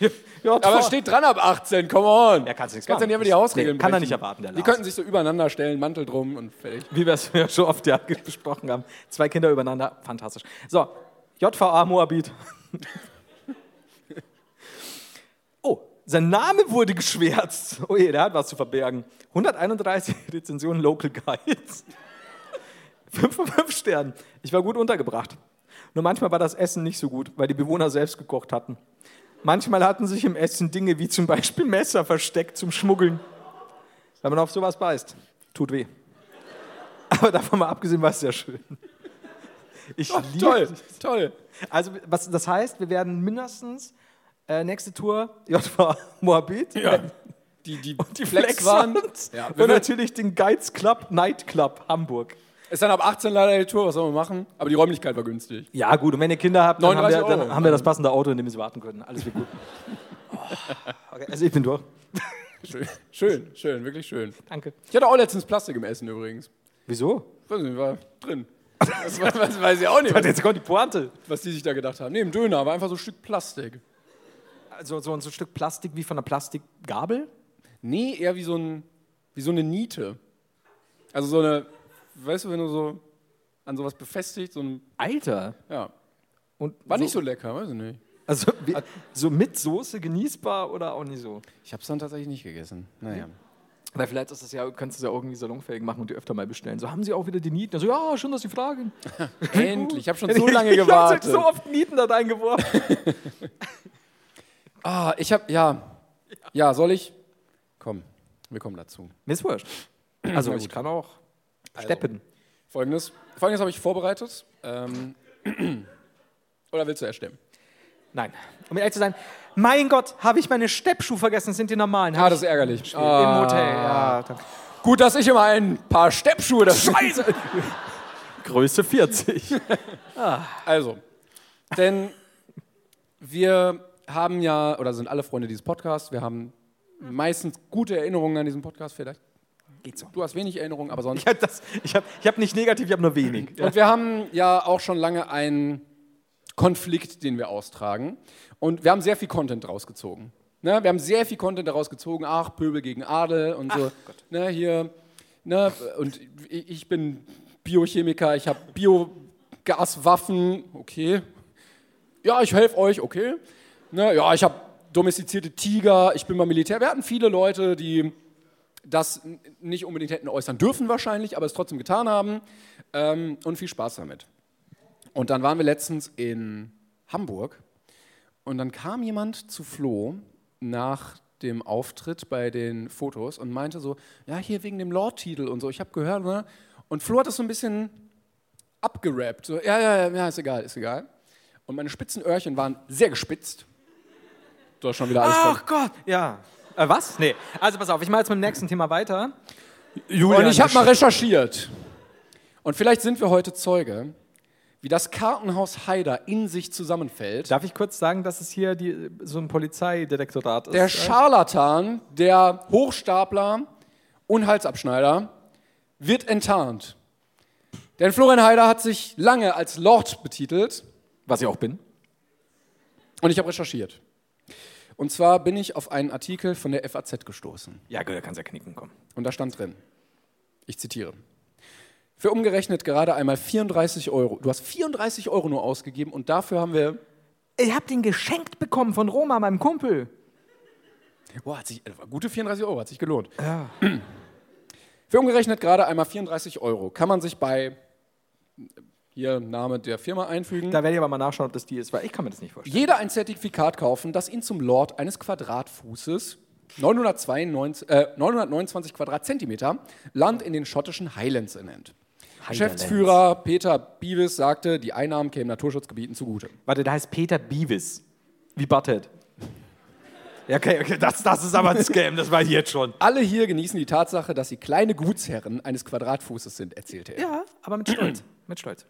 [SPEAKER 4] Ja, ja,
[SPEAKER 3] Aber
[SPEAKER 4] vor-
[SPEAKER 3] steht dran ab 18, come on.
[SPEAKER 4] Ja, kannst du nichts
[SPEAKER 3] Kannst
[SPEAKER 4] machen.
[SPEAKER 3] ja nicht die Hausregeln
[SPEAKER 4] Nee, kann er
[SPEAKER 3] brechen.
[SPEAKER 4] nicht erwarten, der
[SPEAKER 3] Die
[SPEAKER 4] Lars.
[SPEAKER 3] könnten sich so übereinander stellen, Mantel drum und fertig.
[SPEAKER 4] wie wir es ja schon oft ja (laughs) besprochen haben. Zwei Kinder übereinander, fantastisch. So, JVA Moabit. Oh, sein Name wurde geschwärzt. Oh je, der hat was zu verbergen. 131 (laughs) Rezensionen Local Guides. 5 von 5 Sternen. Ich war gut untergebracht. Nur manchmal war das Essen nicht so gut, weil die Bewohner selbst gekocht hatten. Manchmal hatten sich im Essen Dinge wie zum Beispiel Messer versteckt zum Schmuggeln. Wenn man auf sowas beißt, tut weh. Aber davon mal abgesehen war es sehr schön. Ich liebe
[SPEAKER 3] Toll, toll.
[SPEAKER 4] also, was das heißt, wir werden mindestens äh, nächste (laughs) Tour JV Moabit äh,
[SPEAKER 3] Die, die,
[SPEAKER 4] die
[SPEAKER 3] Flex
[SPEAKER 4] Flex
[SPEAKER 3] waren.
[SPEAKER 4] waren
[SPEAKER 3] Ja, wir
[SPEAKER 4] und
[SPEAKER 3] würden-
[SPEAKER 4] natürlich den Geiz Club Night Club Hamburg.
[SPEAKER 3] ist dann ab 18 leider die Tour, was sollen wir machen? Aber die Räumlichkeit war günstig.
[SPEAKER 4] Ja, gut, und wenn ihr Kinder habt, dann, haben wir,
[SPEAKER 3] 39
[SPEAKER 4] dann
[SPEAKER 3] Euro.
[SPEAKER 4] haben wir das passende Auto, in dem sie warten können. Alles wird (laughs) gut. Oh, okay. Also, ich bin durch.
[SPEAKER 3] Schön, schön, schön, wirklich schön.
[SPEAKER 4] Danke.
[SPEAKER 3] Ich hatte auch letztens Plastik im Essen übrigens.
[SPEAKER 4] Wieso?
[SPEAKER 3] Weiß nicht, war drin. Was, was, was weiß ich auch nicht, was,
[SPEAKER 4] Jetzt kommt die Pointe.
[SPEAKER 3] was die sich da gedacht haben. Nee, im Döner, aber einfach so ein Stück Plastik.
[SPEAKER 4] Also, so ein so ein Stück Plastik wie von einer Plastikgabel?
[SPEAKER 3] Nee, eher wie so, ein, wie so eine Niete. Also so eine, weißt du, wenn du so an sowas befestigt, so ein,
[SPEAKER 4] Alter.
[SPEAKER 3] ja.
[SPEAKER 4] Und
[SPEAKER 3] War nicht so lecker, weiß ich nicht.
[SPEAKER 4] Also, wie, so mit Soße genießbar oder auch nicht so?
[SPEAKER 3] Ich hab's dann tatsächlich nicht gegessen. Naja.
[SPEAKER 4] Weil vielleicht ist das ja, kannst du es ja irgendwie salonfähig machen und die öfter mal bestellen. So, haben sie auch wieder die Nieten? Also, ja, schön, dass sie fragen.
[SPEAKER 3] Hm? Endlich, ich hab
[SPEAKER 4] (laughs)
[SPEAKER 3] schon so lange
[SPEAKER 4] Ich hab's jetzt
[SPEAKER 3] gewartet.
[SPEAKER 4] so oft Nieten da reingeworfen.
[SPEAKER 3] Ah, ich hab, ja. Ja, soll ich? Komm, wir kommen dazu.
[SPEAKER 4] Mir ist wurscht. Also, ich kann auch steppen.
[SPEAKER 3] Folgendes, Folgendes habe ich vorbereitet. Ähm, (clears throat) oder willst du erst stemmen?
[SPEAKER 4] Nein. Um ehrlich zu sein, mein Gott, habe ich meine Steppschuhe vergessen? Das sind die normalen.
[SPEAKER 3] Ah, das ist ärgerlich. Ah,
[SPEAKER 4] Im Hotel, ja. danke.
[SPEAKER 3] gut, dass ich immer ein paar Steppschuhe da Scheiße!
[SPEAKER 4] Größe 40.
[SPEAKER 3] (laughs) Also, denn wir haben ja, oder sind alle Freunde dieses Podcasts, wir haben meistens gute Erinnerungen an diesen Podcast vielleicht.
[SPEAKER 4] Geht so.
[SPEAKER 3] Du hast wenig Erinnerungen, aber sonst.
[SPEAKER 4] Ich habe hab, ich hab nicht negativ, ich habe nur wenig.
[SPEAKER 3] Und wir haben ja auch schon lange einen Konflikt, den wir austragen. Und wir haben sehr viel Content rausgezogen. Ne? Wir haben sehr viel Content daraus gezogen. Ach, Pöbel gegen Adel und so. Ne, hier. Ne? Und ich ich bin Biochemiker, ich habe Biogaswaffen. Okay. ja, ich helfe euch, okay. Ne, ja, ich habe domestizierte Tiger, ich bin beim Militär. Wir hatten viele Leute, die das n- nicht unbedingt hätten äußern dürfen wahrscheinlich, aber es trotzdem getan haben. Ähm, und viel Spaß damit. Und dann waren wir letztens in Hamburg und dann kam jemand zu Flo nach dem Auftritt bei den Fotos und meinte so, ja, hier wegen dem Lord-Titel und so, ich habe gehört, ne? Und Flo hat das so ein bisschen abgerappt. So, ja, ja, ja, ja, ist egal, ist egal. Und meine spitzen Öhrchen waren sehr gespitzt. Du hast schon wieder alles
[SPEAKER 4] Ach Gott, ja. Äh, was? Nee. Also pass auf, ich mache jetzt mit dem nächsten Thema weiter.
[SPEAKER 3] Und ich habe mal recherchiert. Und vielleicht sind wir heute Zeuge, wie das Kartenhaus Haider in sich zusammenfällt.
[SPEAKER 4] Darf ich kurz sagen, dass es hier die, so ein Polizeidetektorat ist?
[SPEAKER 3] Der Scharlatan, der Hochstapler und Halsabschneider wird enttarnt. Denn Florian Haider hat sich lange als Lord betitelt
[SPEAKER 4] was ich auch bin.
[SPEAKER 3] und ich habe recherchiert. Und zwar bin ich auf einen Artikel von der FAZ gestoßen.
[SPEAKER 4] Ja, gut, da kannst ja knicken, komm.
[SPEAKER 3] Und da stand drin, ich zitiere, für umgerechnet gerade einmal 34 Euro. Du hast 34 Euro nur ausgegeben und dafür haben wir...
[SPEAKER 4] Ich hab den geschenkt bekommen von Roma, meinem Kumpel.
[SPEAKER 3] Boah, hat sich, äh, gute 34 Euro, hat sich gelohnt. (clears throat) Für umgerechnet gerade einmal 34 Euro kann man sich bei, äh, hier Name der Firma einfügen,
[SPEAKER 4] Da werde ich aber mal nachschauen, ob das die ist, weil ich kann mir das nicht vorstellen.
[SPEAKER 3] jeder ein Zertifikat kaufen, das ihn zum Lord eines Quadratfußes, 992, äh, 929 Quadratzentimeter, Land in den schottischen Highlands ernennt. Geschäftsführer Peter Beavis sagte, die Einnahmen kämen Naturschutzgebieten zugute.
[SPEAKER 4] Warte, da heißt Peter Beavis. Wie Butthead. Ja, okay, okay, das, das ist aber ein Scam, das war ich jetzt schon.
[SPEAKER 3] Alle hier genießen die Tatsache, dass sie kleine Gutsherren eines Quadratfußes sind, erzählte er.
[SPEAKER 4] Ja, aber mit
[SPEAKER 3] (clears throat)
[SPEAKER 4] Stolz. mit Stolz.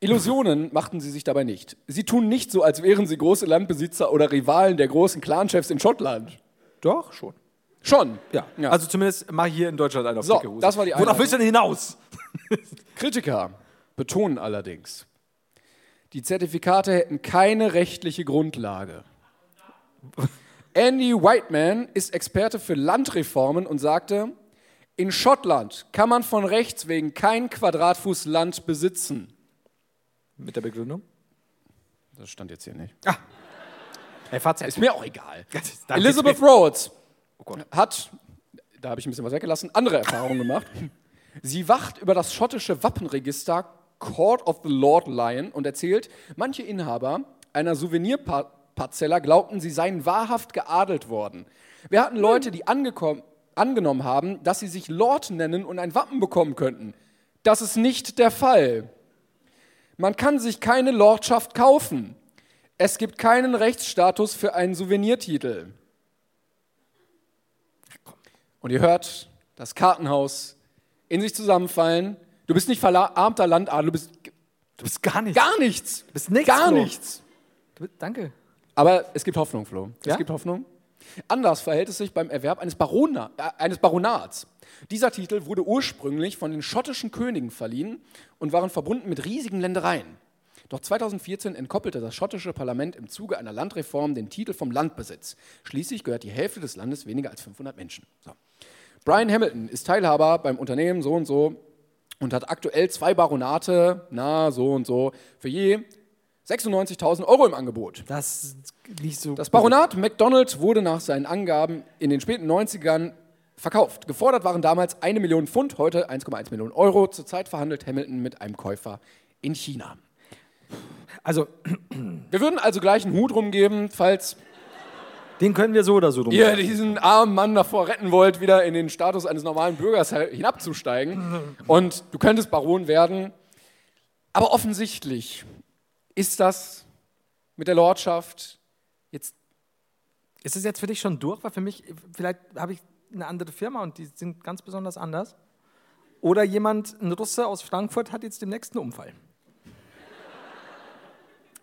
[SPEAKER 3] Illusionen machten sie sich dabei nicht. Sie tun nicht so, als wären sie große Landbesitzer oder Rivalen der großen Clanchefs in Schottland.
[SPEAKER 4] Doch, schon.
[SPEAKER 3] Schon.
[SPEAKER 4] Ja. Also zumindest mal hier in Deutschland einen auf
[SPEAKER 3] So,
[SPEAKER 4] dicke Hose.
[SPEAKER 3] das war die
[SPEAKER 4] Worauf
[SPEAKER 3] Einleitung.
[SPEAKER 4] willst du denn hinaus?
[SPEAKER 3] Kritiker betonen allerdings, die Zertifikate hätten keine rechtliche Grundlage. Andy Whiteman ist Experte für Landreformen und sagte, in Schottland kann man von Rechts wegen keinen Quadratfuß Land besitzen.
[SPEAKER 4] Mit der Begründung?
[SPEAKER 3] Das stand jetzt hier nicht.
[SPEAKER 4] FAZ.
[SPEAKER 3] Ist mir auch egal.
[SPEAKER 4] Da
[SPEAKER 3] Elizabeth
[SPEAKER 4] geht's
[SPEAKER 3] Rhodes hat, da habe ich ein bisschen was weggelassen, andere Erfahrungen gemacht. Sie wacht über das schottische Wappenregister Court of the Lord Lion und erzählt, manche Inhaber einer Souvenirparzella glaubten, sie seien wahrhaft geadelt worden. Wir hatten Leute, die angekommen, angenommen haben, dass sie sich Lord nennen und ein Wappen bekommen könnten. Das ist nicht der Fall. Man kann sich keine Lordschaft kaufen. Es gibt keinen Rechtsstatus für einen Souvenirtitel. Und ihr hört das Kartenhaus in sich zusammenfallen. Du bist nicht verarmter Landadel, du bist g-
[SPEAKER 4] Du bist gar nicht.
[SPEAKER 3] gar nichts. Du
[SPEAKER 4] bist nichts,
[SPEAKER 3] Gar
[SPEAKER 4] Flo.
[SPEAKER 3] nichts.
[SPEAKER 4] Du bist- Danke.
[SPEAKER 3] Aber es gibt Hoffnung, Flo. Es
[SPEAKER 4] Ja?
[SPEAKER 3] gibt Hoffnung. Anders verhält es sich beim Erwerb eines, Barona, äh, eines Baronats. Dieser Titel wurde ursprünglich von den schottischen Königen verliehen und waren verbunden mit riesigen Ländereien. Doch 2014 entkoppelte das schottische Parlament im Zuge einer Landreform den Titel vom Landbesitz. Schließlich gehört die Hälfte des Landes weniger als 500 Menschen. So. Brian Hamilton ist Teilhaber beim Unternehmen so und so und hat aktuell zwei Baronate, na so und so, für je 96.000 Euro im Angebot.
[SPEAKER 4] Das nicht so.
[SPEAKER 3] Das Baronat McDonald wurde nach seinen Angaben in den späten 90ern verkauft. Gefordert waren damals eine Million Pfund, heute 1,1 Millionen Euro. Zurzeit verhandelt Hamilton mit einem Käufer in China.
[SPEAKER 4] Also,
[SPEAKER 3] Wir würden also gleich einen Hut rumgeben, falls
[SPEAKER 4] den können wir so oder so drum.
[SPEAKER 3] ihr diesen armen Mann davor retten wollt, wieder in den Status eines normalen Bürgers hinabzusteigen. Und du könntest Baron werden. Aber offensichtlich ist das mit der Lordschaft jetzt
[SPEAKER 4] Ist es jetzt für dich schon durch? Weil für mich, vielleicht habe ich eine andere Firma und die sind ganz besonders anders. Oder jemand, ein Russe aus Frankfurt, hat jetzt den nächsten Unfall.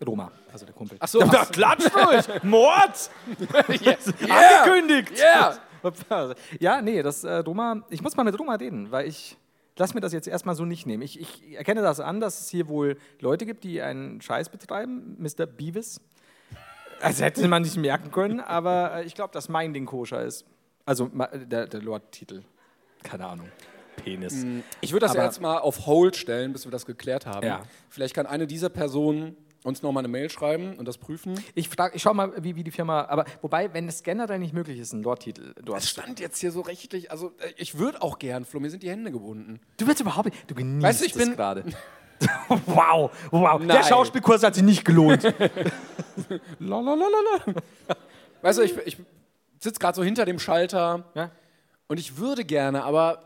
[SPEAKER 4] Roma, also der Kumpel.
[SPEAKER 3] Ach so, ach so.
[SPEAKER 4] klatscht (laughs)
[SPEAKER 3] (laughs)
[SPEAKER 4] durch! Mord!
[SPEAKER 3] Yeah.
[SPEAKER 4] Angekündigt!
[SPEAKER 3] Yeah.
[SPEAKER 4] Ja, nee, das äh, Roma, ich muss mal mit Roma reden, weil ich lass mir das jetzt erstmal so nicht nehmen. Ich, ich erkenne das an, dass es hier wohl Leute gibt, die einen Scheiß betreiben, Mr. Beavis. Also hätte man nicht merken können, aber äh, ich glaube, dass mein Ding koscher ist. Also ma- der, der Lord-Titel. Keine Ahnung. Penis.
[SPEAKER 3] Ich würde das
[SPEAKER 4] Aber-
[SPEAKER 3] jetzt mal auf Hold stellen, bis wir das geklärt haben.
[SPEAKER 4] Ja.
[SPEAKER 3] Vielleicht kann eine dieser Personen uns nochmal eine Mail schreiben und das prüfen.
[SPEAKER 4] Ich, frag, ich schau mal, wie, wie die Firma. Aber wobei, wenn es generell nicht möglich ist, einen Lord-Titel dort.
[SPEAKER 3] Das stand jetzt hier so rechtlich. Also, äh, ich würde auch gern, Flo, mir sind die Hände gebunden.
[SPEAKER 4] Du willst überhaupt nicht. Du genießt
[SPEAKER 3] Weißt du, ich
[SPEAKER 4] es
[SPEAKER 3] bin-
[SPEAKER 4] gerade. (laughs) wow, wow. Der
[SPEAKER 3] Nein.
[SPEAKER 4] Schauspielkurs hat sich nicht (laughs) gelohnt.
[SPEAKER 3] Lalalala. Weißt du, ich, ich sitze gerade so hinter dem Schalter
[SPEAKER 4] Ja.
[SPEAKER 3] und ich würde gerne, aber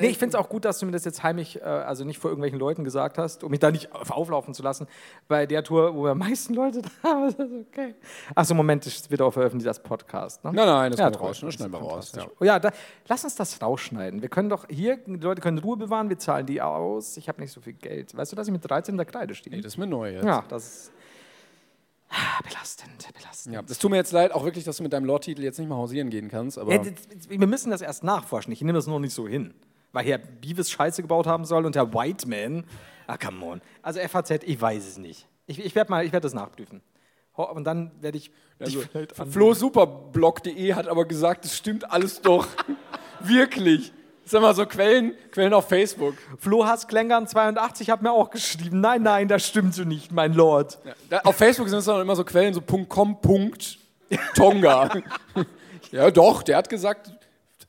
[SPEAKER 4] nee, ich finde es auch gut, dass du mir das jetzt heimlich, äh, also nicht vor irgendwelchen Leuten gesagt hast, um mich da nicht auf- auflaufen zu lassen. Bei der Tour, wo wir am meisten Leute da (laughs) haben, ist das okay. Achso, Moment, es wird auch veröffentlicht als Podcast. Ne?
[SPEAKER 3] Nein, nein, das
[SPEAKER 4] ja,
[SPEAKER 3] kommt raus,
[SPEAKER 4] trotzdem,
[SPEAKER 3] ne? Schneiden
[SPEAKER 4] das
[SPEAKER 3] wir
[SPEAKER 4] kommt
[SPEAKER 3] raus,
[SPEAKER 4] raus. Ja, da, lass uns das rausschneiden. Wir können doch hier, die Leute können Ruhe bewahren, wir zahlen die aus. Ich habe nicht so viel Geld. Weißt du, dass ich mit 13 in der Kreide stehe?
[SPEAKER 3] nee, das ist mir neu jetzt.
[SPEAKER 4] ja, das ist ah, belastend, belastend.
[SPEAKER 3] Ja, das tut mir jetzt leid, auch wirklich, dass du mit deinem Lord-Titel jetzt nicht mal hausieren gehen kannst, aber
[SPEAKER 4] Ja, jetzt- jetzt- wir müssen das erst nachforschen. Ich nehme das noch nicht so hin. Weil Herr Beavis Scheiße gebaut haben soll und Herr Whiteman. Ah, come on. Also FAZ, ich weiß es nicht. Ich, ich werde werd das nachprüfen. Ho- Und dann werde ich.
[SPEAKER 3] also,
[SPEAKER 4] dich vielleicht an-
[SPEAKER 3] flosuperblog.de hat aber gesagt, es stimmt alles
[SPEAKER 4] (laughs)
[SPEAKER 3] doch. wirklich. Sag mal, so Quellen, Quellen auf Facebook.
[SPEAKER 4] Flo Haas Klängern 82 hat mir auch geschrieben. Nein, nein, das stimmt so nicht, mein Lord.
[SPEAKER 3] Da, auf Facebook sind es dann immer so Quellen, so .com. Punkt (laughs) Tonga. ja, doch, der hat gesagt,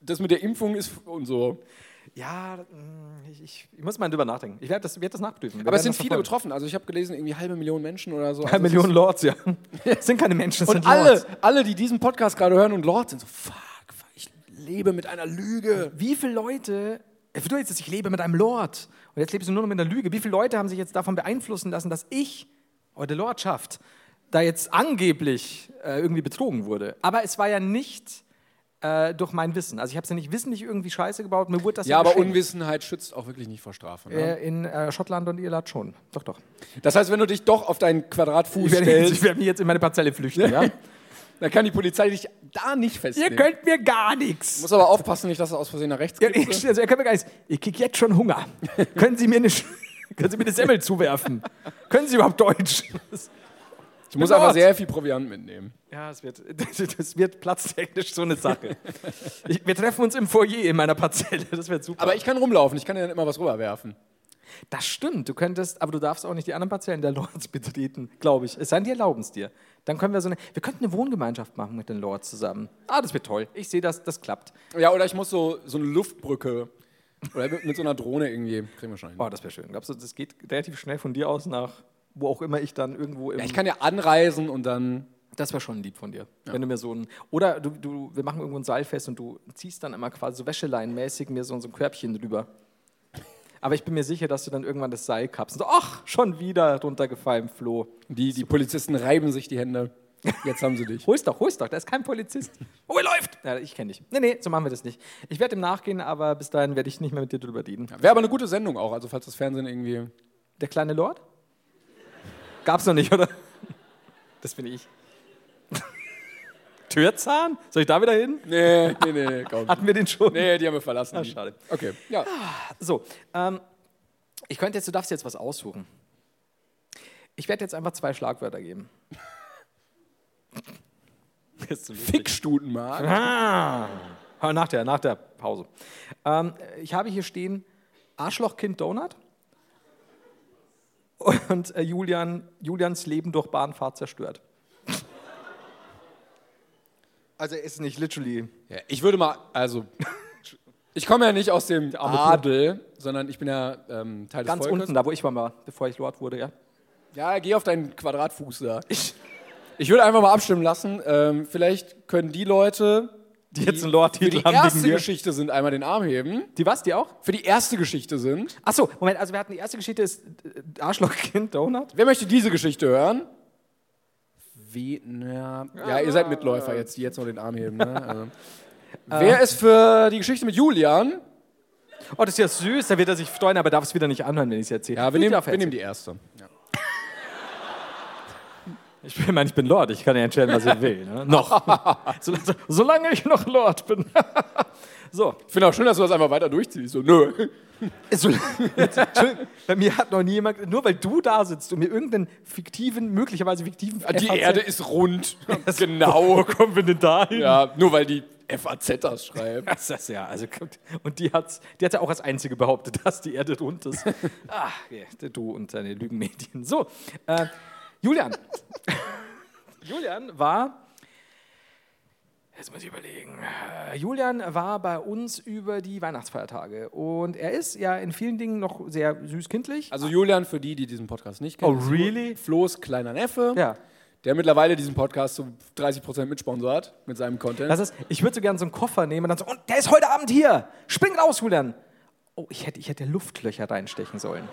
[SPEAKER 3] das mit der Impfung ist f- und so.
[SPEAKER 4] Ja, mm, ich, ich, ich muss mal drüber nachdenken. Ich werde das, werd das nachprüfen. Wir
[SPEAKER 3] Aber es
[SPEAKER 4] werden
[SPEAKER 3] sind
[SPEAKER 4] das
[SPEAKER 3] viele
[SPEAKER 4] verfolgen.
[SPEAKER 3] betroffen. Also ich habe gelesen, irgendwie halbe Million Menschen oder so.
[SPEAKER 4] Eine
[SPEAKER 3] Also es
[SPEAKER 4] Million
[SPEAKER 3] (laughs)
[SPEAKER 4] Lords, ja. Es sind keine Menschen, es
[SPEAKER 3] Ist,
[SPEAKER 4] sind
[SPEAKER 3] und alle,
[SPEAKER 4] Lords.
[SPEAKER 3] alle, die diesen Podcast gerade hören und Lord sind so, fuck, fuck, ich lebe mit einer Lüge.
[SPEAKER 4] Wie viele Leute, Äh, du jetzt, ich lebe mit einem Lord und jetzt lebst du nur noch mit einer Lüge. Wie viele Leute haben sich jetzt davon beeinflussen lassen, dass ich, oh, eure Lordschaft, da jetzt angeblich äh, irgendwie betrogen wurde? Aber es war ja nicht äh, durch mein Wissen. Also ich habe es ja nicht wissentlich irgendwie scheiße gebaut. Mir wurde das
[SPEAKER 3] Ja, aber
[SPEAKER 4] geschenkt.
[SPEAKER 3] Unwissenheit schützt auch wirklich nicht vor Strafe. Ne?
[SPEAKER 4] Äh, In äh, Schottland und Irland schon. Doch, doch.
[SPEAKER 3] Das heißt, wenn du dich doch auf deinen Quadratfuß
[SPEAKER 4] Ich werde, jetzt, ich
[SPEAKER 3] stellst,
[SPEAKER 4] werde mich jetzt in meine
[SPEAKER 3] (laughs)
[SPEAKER 4] Parzelle flüchten. ja?
[SPEAKER 3] dann kann die Polizei dich da nicht
[SPEAKER 4] Ihr
[SPEAKER 3] festnehmen.
[SPEAKER 4] könnt mir gar nichts.
[SPEAKER 3] Muss aber aufpassen, nicht, dass du aus Versehen nach rechts
[SPEAKER 4] Ja,
[SPEAKER 3] kippst.
[SPEAKER 4] ich, also, er kann mir gar nichts. Ich krieg jetzt schon Hunger. können Sie mir eine, Sch- (laughs) können Sie mir eine
[SPEAKER 3] (laughs)
[SPEAKER 4] Semmel zuwerfen? können Sie überhaupt Deutsch?
[SPEAKER 3] Du musst
[SPEAKER 4] Lord.
[SPEAKER 3] aber sehr viel Proviant mitnehmen.
[SPEAKER 4] Ja, es wird, (laughs) das wird platztechnisch so eine Sache. Ich, wir treffen uns im Foyer in meiner Parzelle. Das wird super.
[SPEAKER 3] Aber ich kann rumlaufen, ich kann dir dann immer was rüberwerfen.
[SPEAKER 4] das stimmt. Du könntest, aber du darfst auch nicht die anderen Parzellen der Lords betreten, glaube ich. Es sei denn, die erlauben es dir. Dann können wir so eine, wir könnten eine Wohngemeinschaft machen mit den Lords zusammen. Ah, das wird toll. Ich sehe, dass das klappt.
[SPEAKER 3] Ja, oder ich muss so, so eine Luftbrücke. Oder mit, mit so einer Drohne irgendwie. Kriegen wir schon hin.
[SPEAKER 4] Oh, das wäre schön. Glaubst du, das geht relativ schnell von dir aus nach wo auch immer ich dann irgendwo im
[SPEAKER 3] Ja, ich kann ja anreisen und dann.
[SPEAKER 4] Das wäre schon lieb von dir, wenn du mir so ein. Oder du, du, wir machen irgendwo ein Seil fest und du ziehst dann immer quasi so wäscheleinmäßig mir so, so ein Körbchen drüber. Aber ich bin mir sicher, dass du dann irgendwann das Seil kappst. Und so, ach, schon wieder runtergefallen, Flo.
[SPEAKER 3] Die, die Polizisten reiben sich die Hände. Jetzt haben sie dich.
[SPEAKER 4] Hol's doch, hol's doch, da ist kein Polizist. Oh, er läuft! Ja, ich kenne dich. Nee, nee, so machen wir das nicht. Ich werde dem nachgehen, aber bis dahin werde ich nicht mehr mit dir drüber reden.
[SPEAKER 3] Wäre aber eine gute Sendung auch, also falls das Fernsehen irgendwie.
[SPEAKER 4] Der kleine Lord? Gab's noch nicht, oder? Das bin ich. (laughs) Türzahn? Soll ich da wieder hin?
[SPEAKER 3] Nee, nee, nee, nee, komm.
[SPEAKER 4] Hatten wir den schon?
[SPEAKER 3] Nee, die haben wir verlassen.
[SPEAKER 4] Ah, schade.
[SPEAKER 3] Okay, ja.
[SPEAKER 4] So, ähm, ich könnte jetzt, du darfst jetzt was aussuchen. Ich werde jetzt einfach zwei Schlagwörter geben. (laughs)
[SPEAKER 3] Fickstutenmarkt.
[SPEAKER 4] Ah, Nach der, nach der Pause. Ähm, ich habe hier stehen Arschlochkind Donut (laughs) und äh, Julian, Julians Leben durch Bahnfahrt zerstört. Also er ist nicht literally.
[SPEAKER 3] Ja, ich würde mal, also, ich komme ja nicht aus dem Adel, sondern ich bin ja ähm, Teil des
[SPEAKER 4] Ganz
[SPEAKER 3] Volkes.
[SPEAKER 4] unten, da wo ich war, bevor ich Lord wurde, ja.
[SPEAKER 3] Ja, geh auf deinen Quadratfuß da. Ich, ich würde einfach mal abstimmen lassen. Ähm, vielleicht können die Leute, die,
[SPEAKER 4] jetzt einen
[SPEAKER 3] für
[SPEAKER 4] Lord-Titel
[SPEAKER 3] die
[SPEAKER 4] haben
[SPEAKER 3] erste
[SPEAKER 4] wegen mir.
[SPEAKER 3] Geschichte sind, einmal den Arm heben.
[SPEAKER 4] Die was, die auch?
[SPEAKER 3] Für die erste Geschichte sind.
[SPEAKER 4] Achso, Moment, also wir hatten die erste Geschichte ist äh, Arschlochkind Donut.
[SPEAKER 3] Wer möchte diese Geschichte hören? Wie, na, ja, ihr seid Mitläufer jetzt, die jetzt noch den Arm heben. Ne? (laughs) Also. Wer ist für die Geschichte mit Julian?
[SPEAKER 4] Oh, das ist ja süß, da wird er sich freuen, aber darf es wieder nicht anhören, wenn ich es erzähle.
[SPEAKER 3] Ja, wir
[SPEAKER 4] Ich
[SPEAKER 3] nehmen,
[SPEAKER 4] darf
[SPEAKER 3] wir nehmen die erste.
[SPEAKER 4] erzählen. Ich meine, ich bin Lord, ich kann ja entscheiden, was ich (laughs) will. Ne? Noch. so, so, solange ich noch Lord bin. so.
[SPEAKER 3] Ich finde auch schön, dass du das einfach weiter durchziehst. So, (laughs) nö.
[SPEAKER 4] so Entschuldigung, bei mir hat noch nie jemand, nur weil du da sitzt und mir irgendeinen fiktiven, möglicherweise fiktiven
[SPEAKER 3] (laughs) Die
[SPEAKER 4] FAZ
[SPEAKER 3] Erde ist (laughs) rund. genau.
[SPEAKER 4] Oh, kommen wir denn da hin?
[SPEAKER 3] Ja, nur weil die FAZ das schreibt.
[SPEAKER 4] Das ist das ja, also guckt, und die hat die hat's ja auch als einzige (laughs) behauptet, dass die Erde rund ist. Ach, du und deine Lügenmedien. So, äh, Julian. (laughs) Julian war. Jetzt muss ich überlegen. Äh, Julian war bei uns über die Weihnachtsfeiertage und er ist ja in vielen Dingen noch sehr süß kindlich.
[SPEAKER 3] Also Julian, für die, die diesen Podcast nicht kennen.
[SPEAKER 4] Oh,
[SPEAKER 3] ist
[SPEAKER 4] really?
[SPEAKER 3] Flo's kleiner Neffe,
[SPEAKER 4] Ja.
[SPEAKER 3] der mittlerweile diesen Podcast zu 30% mitsponsort mit seinem Content.
[SPEAKER 4] Das ist, ich würde so gerne so einen Koffer nehmen und dann so, und der ist heute Abend hier. Spring raus, Julian. Oh, ich hätte, ich hätte Luftlöcher reinstechen sollen.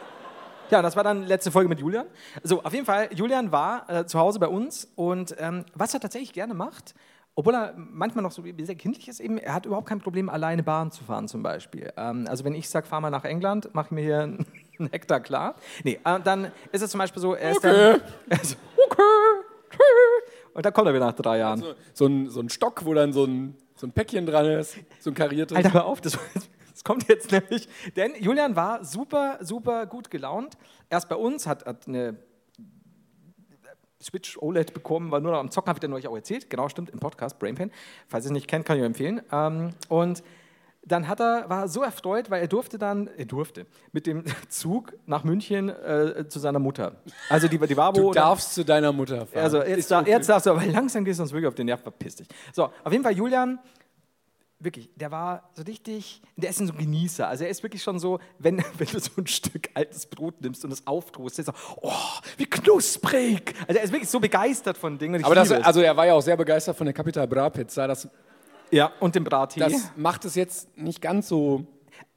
[SPEAKER 4] Ja, das war dann letzte Folge mit Julian. So, auf jeden Fall, Julian war äh, zu Hause bei uns und ähm, was er tatsächlich gerne macht, obwohl er manchmal noch so sehr kindlich ist, eben, er hat überhaupt kein Problem, alleine Bahn zu fahren zum Beispiel. Ähm, also wenn ich sage, fahr mal nach England, mach ich mir hier einen (laughs) Hektar klar. Nee, äh, dann ist es zum Beispiel so, er ist
[SPEAKER 3] Okay.
[SPEAKER 4] dann... (laughs) Er ist, okay, tschö. und dann kommt er wieder nach drei Jahren.
[SPEAKER 3] so, ein, so ein Stock, wo dann so ein, so ein Päckchen dran ist, so ein kariertes.
[SPEAKER 4] Alter, hör auf, das, das kommt jetzt nämlich. Denn Julian war super, super gut gelaunt. Erst bei uns, hat, hat eine Switch OLED bekommen, war nur noch am Zocken, habe ich dann euch auch erzählt. Genau, stimmt, im Podcast, Brainpain. Falls ihr es nicht kennt, kann ich euch empfehlen. Ähm, und dann hat er, war er so erfreut, weil er durfte dann, er durfte, mit dem (laughs) Zug nach München äh, zu seiner Mutter. Also die, die Wabo.
[SPEAKER 3] Du
[SPEAKER 4] oder-
[SPEAKER 3] darfst zu deiner Mutter fahren.
[SPEAKER 4] also jetzt, da, jetzt darfst du aber (laughs) langsam gehst, sonst wirklich auf den Nerv, verpiss dich. So, auf jeden Fall Julian, wirklich, der war so richtig, der ist so ein Genießer. Also er ist wirklich schon so, wenn, (laughs) wenn du so ein Stück altes Brot nimmst und es aufdrohst, der ist so, oh, wie knusprig. Also er ist wirklich so begeistert von Dingen. und ich
[SPEAKER 3] Aber das,
[SPEAKER 4] liebe es.
[SPEAKER 3] also er war ja auch sehr begeistert von der Capital Bra Pizza. Das,
[SPEAKER 4] ja, und dem Brattee.
[SPEAKER 3] das macht es jetzt nicht ganz so.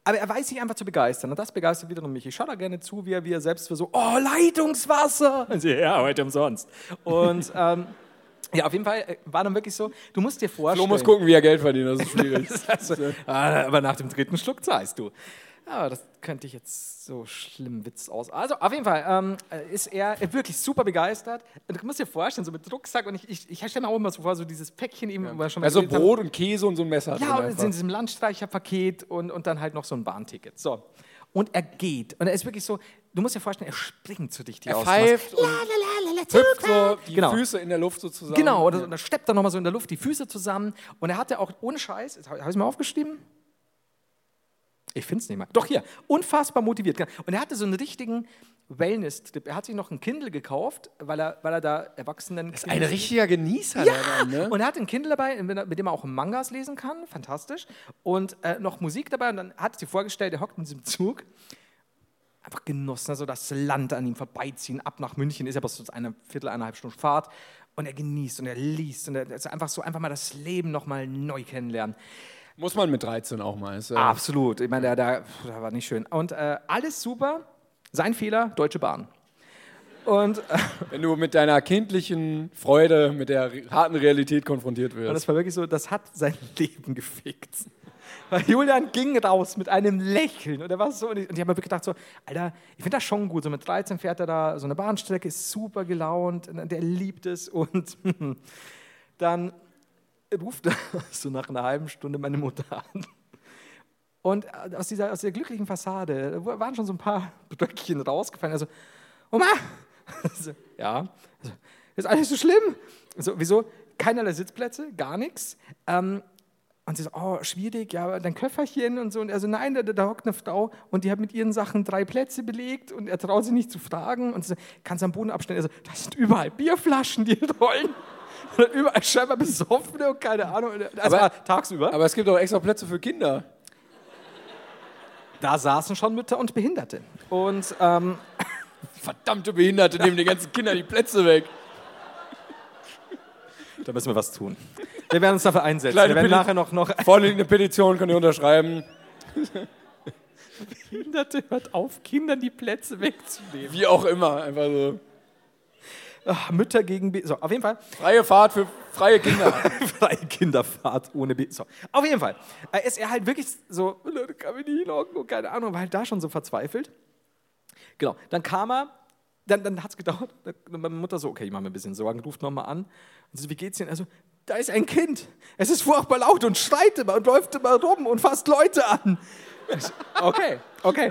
[SPEAKER 4] Aber er weiß sich einfach zu begeistern. Und das begeistert wiederum mich. Ich schaue da gerne zu, wie er, wie er selbst für so, oh, Leitungswasser. (laughs) Und sie, ja, heute umsonst. Und ähm, ja, auf jeden Fall äh, war dann wirklich so, du musst dir vorstellen.
[SPEAKER 3] Flo muss gucken, wie er Geld verdient. Das ist
[SPEAKER 4] (laughs)
[SPEAKER 3] schwierig.
[SPEAKER 4] Also, ah, aber nach dem dritten Schluck zahlst du. Ja, das könnte ich jetzt so schlimm Witz aus. Also auf jeden Fall ähm, ist er wirklich super begeistert. Und Du musst dir vorstellen, so mit Rucksack und ich, ich, ich stelle mir auch immer so vor, so dieses Päckchen eben, wo wir schon
[SPEAKER 3] (laughs)
[SPEAKER 4] mal
[SPEAKER 3] also
[SPEAKER 4] geredet haben.
[SPEAKER 3] Brot und Käse und so ein Messer.
[SPEAKER 4] Ja,
[SPEAKER 3] drin
[SPEAKER 4] und
[SPEAKER 3] einfach.
[SPEAKER 4] in diesem Landstreicherpaket und, und dann halt noch so ein Bahnticket. So. Und er geht. Und er ist wirklich so, du musst dir vorstellen, er springt zu dich die
[SPEAKER 3] er pfeift und hüpft so die
[SPEAKER 4] Genau.
[SPEAKER 3] Füße in der Luft sozusagen.
[SPEAKER 4] Genau, oder, oder steppt dann nochmal so in der Luft die Füße zusammen. Und er hatte auch ohne Scheiß, jetzt habe ich es mir aufgeschrieben? Ich finde es nicht mal. Doch hier, unfassbar motiviert. genau. Und er hatte so einen richtigen Wellness-Trip. Er hat sich noch einen Kindle gekauft, weil er, weil er da Erwachsenen. Das
[SPEAKER 3] Ein richtiger Genießer. Ja. ne?
[SPEAKER 4] und er hat einen Kindle dabei, mit mit dem er auch Mangas lesen kann, fantastisch. Und äh, noch Musik dabei. Und dann hat sie vorgestellt, er hockt in diesem Zug. Einfach genossen, also das Land an ihm vorbeiziehen, ab nach München, ist aber so eine Viertel, eineinhalb Stunden Fahrt. Und er genießt und er liest und er ist einfach so, einfach mal das Leben nochmal neu kennenlernen.
[SPEAKER 3] Muss man mit 13 auch mal. Ist, äh,
[SPEAKER 4] Ah. Absolut. Ich meine, da, da, pf, da war nicht schön. Und äh, alles super. Sein Fehler, Deutsche Bahn. Und, äh,
[SPEAKER 3] Wenn du mit deiner kindlichen Freude, mit der re- harten Realität konfrontiert
[SPEAKER 4] und
[SPEAKER 3] wirst.
[SPEAKER 4] das war wirklich so, das hat sein (laughs) Leben gefickt. Weil Julian ging raus mit einem Lächeln und er war so, und ich, und ich habe mir gedacht so, Alter, ich finde das schon gut, so mit 13 fährt er da so eine Bahnstrecke, ist super gelaunt, und der liebt es und (laughs) dann ruft (laughs) so nach einer halben Stunde meine Mutter an. Und aus dieser, aus dieser glücklichen Fassade waren schon so ein paar Bröckchen rausgefallen. Also, Oma! (laughs) So, ja. Also, ist alles so schlimm? So, wieso? Keinerlei Sitzplätze, gar nichts. Ähm, und sie so, oh, schwierig, ja, aber dein Köfferchen und so. Und er so, nein, da, da- da hockt eine Frau und die hat mit ihren Sachen drei Plätze belegt und er traut sich nicht zu fragen. Und sie so, kannst du am Boden abstellen? Er so, das sind überall Bierflaschen, die (laughs) rollen. Und überall scheinbar besoffene und keine Ahnung. Also
[SPEAKER 3] Aber-
[SPEAKER 4] tagsüber.
[SPEAKER 3] Aber es gibt auch extra Plätze für Kinder.
[SPEAKER 4] da saßen schon Mütter und Behinderte. Und ähm,
[SPEAKER 3] Verdammte Behinderte nehmen den ganzen Kindern die Plätze weg.
[SPEAKER 4] Da müssen wir was tun. Wir werden uns dafür einsetzen.
[SPEAKER 3] Kleine
[SPEAKER 4] wir werden
[SPEAKER 3] Pille-
[SPEAKER 4] nachher noch, noch
[SPEAKER 3] Vorliegt eine Petition, könnt ihr unterschreiben.
[SPEAKER 4] Behinderte (laughs) hört auf, Kindern die Plätze wegzunehmen.
[SPEAKER 3] Wie auch immer. Einfach so.
[SPEAKER 4] Ach, Mütter gegen Be so auf jeden Fall (laughs)
[SPEAKER 3] Freie Fahrt für freie Kinder.
[SPEAKER 4] freie Kinderfahrt ohne Be so auf jeden Fall äh, ist er halt wirklich so Leute, kann mich nicht hinhocken und keine Ahnung war halt da schon so verzweifelt. Genau, dann kam er, dann, dann hat es gedauert. Dann- dann Meine Mutter so, okay, ich mache mir ein bisschen Sorgen, ruft nochmal an. Und so, wie geht's denn? Also, da ist ein Kind. Es ist furchtbar laut und schreit immer und läuft immer rum und fasst Leute an. Okay, okay.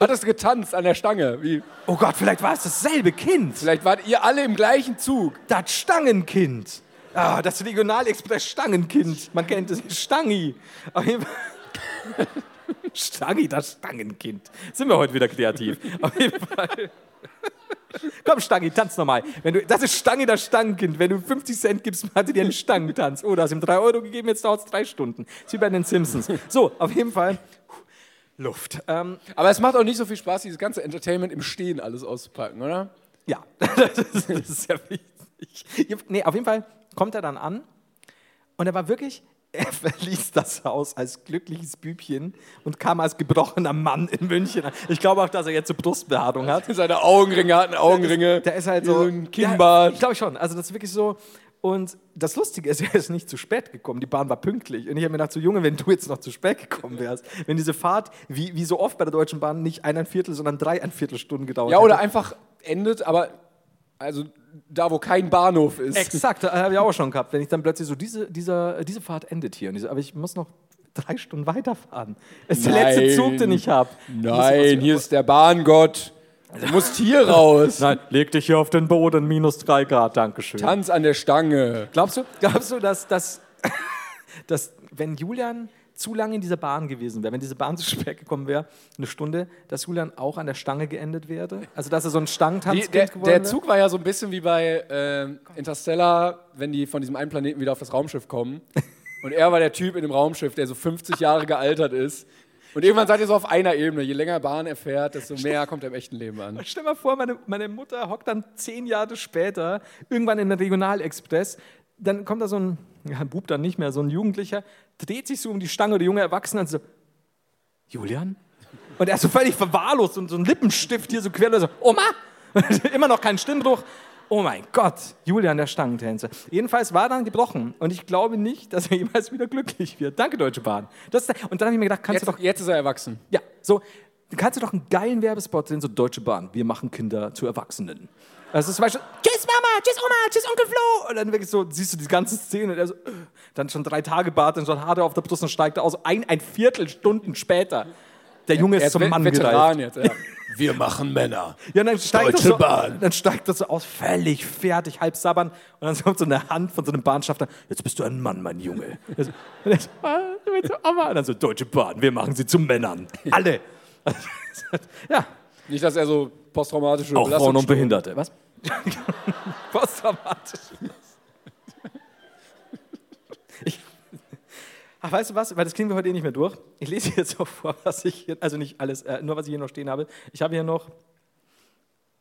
[SPEAKER 3] Hat es getanzt an der Stange. Wie,
[SPEAKER 4] Oh Gott, vielleicht war es dasselbe Kind.
[SPEAKER 3] vielleicht wart ihr alle im gleichen Zug.
[SPEAKER 4] Das Stangenkind. Ah, das Regionalexpress Stangenkind. Man kennt es. Stangi. Auf jeden Fall- (laughs) Stangi, das Stangenkind. Sind wir heute wieder kreativ. Auf jeden Fall. Komm, Stangi, tanz nochmal. Wenn du, das ist Stange das Stangenkind. Wenn du 50 Cent gibst, hat er dir einen Stangentanz. Oh, da hast ihm 3 Euro gegeben, jetzt dauert es 3 Stunden. Ist wie bei den Simpsons. So, auf jeden Fall. Luft. Ähm,
[SPEAKER 3] Aber es macht auch nicht so viel Spaß, dieses ganze Entertainment im Stehen alles auszupacken, oder?
[SPEAKER 4] ja, (laughs) das ist, das ist ja wichtig. Ja, Nee, auf jeden Fall kommt er dann an und er war wirklich, (laughs) er verließ das Haus als glückliches Bübchen und kam als gebrochener Mann in München an. Ich glaube auch, dass er jetzt eine Brustbehaarung hat.
[SPEAKER 3] Seine Augenringe hatten Augenringe.
[SPEAKER 4] Der ist halt so.
[SPEAKER 3] Ein
[SPEAKER 4] Ja,
[SPEAKER 3] Kinnbart.
[SPEAKER 4] ich glaube schon. Also, das ist wirklich so. Und das Lustige ist, (laughs) er ist nicht zu spät gekommen. Die Bahn war pünktlich. Und ich habe mir gedacht, so Junge, wenn du jetzt noch zu spät gekommen wärst, wenn diese Fahrt, wie, wie so oft bei der Deutschen Bahn, nicht eineinviertel, sondern dreieinviertel Stunden gedauert
[SPEAKER 3] Ja, oder
[SPEAKER 4] hätte.
[SPEAKER 3] einfach endet, aber also da, wo kein Bahnhof ist.
[SPEAKER 4] Exakt, das habe ich auch schon gehabt. Wenn ich dann plötzlich so, diese, dieser, äh, diese Fahrt endet hier. Und ich so, aber ich muss noch drei Stunden weiterfahren. Das ist der letzte
[SPEAKER 3] Nein.
[SPEAKER 4] Zug, den ich habe.
[SPEAKER 3] Nein, hier ist der Bahngott. Du musst
[SPEAKER 4] (laughs)
[SPEAKER 3] hier raus.
[SPEAKER 4] Nein, leg dich hier auf den Boden, minus drei Grad, Dankeschön.
[SPEAKER 3] Tanz an der Stange.
[SPEAKER 4] Glaubst du, glaubst du dass, dass, (laughs) dass, wenn Julian zu lange in dieser Bahn gewesen wäre, wenn diese Bahn zu (laughs) spät gekommen wäre, eine Stunde, dass Julian auch an der Stange geendet wäre? Also, dass er so ein
[SPEAKER 3] Die,
[SPEAKER 4] Stangentanz
[SPEAKER 3] der,
[SPEAKER 4] geworden wäre?
[SPEAKER 3] der Zug war ja so ein bisschen wie bei ähm, Interstellar, wenn die von diesem einen Planeten wieder auf das Raumschiff
[SPEAKER 4] (laughs)
[SPEAKER 3] kommen. Und er war der Typ in dem Raumschiff, der so 50 Jahre gealtert ist. Und irgendwann seid ihr so auf einer Ebene. Je länger Bahn er fährt, desto mehr kommt er im echten Leben an.
[SPEAKER 4] (laughs) Stell mal vor, meine, meine Mutter hockt dann zehn Jahre später irgendwann in den Regionalexpress. Dann kommt da so ein, ja, ein Bub dann nicht mehr, so ein Jugendlicher, dreht sich so um die Stange oder junge Erwachsene und so, Julian? Und er ist so völlig verwahrlost und so ein Lippenstift hier so quer und so, Oma! (laughs) Immer noch kein Stimmbruch. Oh mein Gott, Julian, der Stangentänzer. Jedenfalls war er dann gebrochen und ich glaube nicht, dass er jemals wieder glücklich wird. Danke, Deutsche Bahn. Das, und dann habe ich mir gedacht, kannst du
[SPEAKER 3] Jetzt,
[SPEAKER 4] doch
[SPEAKER 3] jetzt ist er erwachsen.
[SPEAKER 4] ja, so dann kannst du doch einen geilen Werbespot sehen, so Deutsche Bahn, wir machen Kinder zu Erwachsenen. Also zum Beispiel, tschüss Mama, tschüss Oma, tschüss Onkel Flo. Und dann wirklich so, siehst du die ganze Szene. Und er so, äh, dann schon drei Tage Bart und schon Haare auf der Brust und steigt aus. Ein, ein Viertelstunden später. Der Junge
[SPEAKER 3] Er
[SPEAKER 4] ist
[SPEAKER 3] ist
[SPEAKER 4] zum
[SPEAKER 3] Ve-
[SPEAKER 4] Mann gereift.
[SPEAKER 3] Veteran jetzt. Ja.
[SPEAKER 2] Wir machen Männer.
[SPEAKER 4] Ja, und dann steigt das
[SPEAKER 2] Deutsche
[SPEAKER 4] so,
[SPEAKER 2] Bahn.
[SPEAKER 4] Dann steigt das so aus, völlig fertig, halb sabbern. Und dann kommt so eine Hand von so einem Bahnschaffner. Jetzt bist du ein Mann, mein Junge. Und er so, und er so, "Ah, du bist so, Oma." Und dann so, Deutsche Bahn, wir machen sie zu Männern. Alle. (laughs) ja,
[SPEAKER 3] Nicht, dass er so posttraumatische
[SPEAKER 4] auch Frauen und
[SPEAKER 3] Belastungsstörungen-
[SPEAKER 4] Behinderte. Was? Posttraumatisch. Ich- Ach, weißt du was? Weil das kriegen wir heute eh nicht mehr durch. Ich lese (laughs) dir jetzt auch vor, was ich hier, also nicht alles, äh, nur was ich hier noch stehen habe. Ich habe hier noch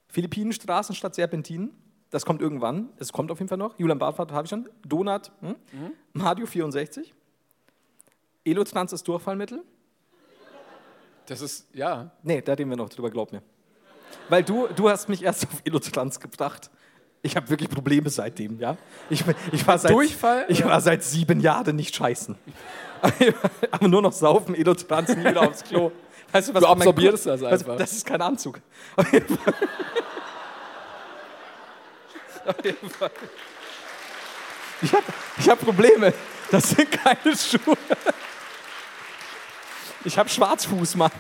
[SPEAKER 4] Philippinenstraßen statt Serpentinen. Das kommt irgendwann. Es kommt auf jeden Fall noch. Julian Bartfahrt habe ich schon. Donut. Hm? Mario 64. Elotrans ist Durchfallmittel.
[SPEAKER 3] Das ist, ja.
[SPEAKER 4] Nee, da reden wir noch drüber, glaub mir. Weil du, du hast mich erst (laughs) auf Elotrans gebracht. Ich habe wirklich Probleme seitdem, ja. Ich, ich war seit,
[SPEAKER 3] Durchfall,
[SPEAKER 4] Ich
[SPEAKER 3] oder?
[SPEAKER 4] war seit sieben Jahren nicht scheißen. (laughs) Aber nur noch saufen, Elotrans nie wieder aufs Klo. Weißt
[SPEAKER 3] Du
[SPEAKER 4] was mein
[SPEAKER 3] absorbierst
[SPEAKER 4] Kopf-
[SPEAKER 3] das
[SPEAKER 4] was-
[SPEAKER 3] einfach.
[SPEAKER 4] Das ist kein Anzug. (laughs) Auf jeden Fall. Auf jeden Fall. Ich habe ich hab Probleme. Das sind keine Schuhe. Ich habe Schwarzfuß, Mann.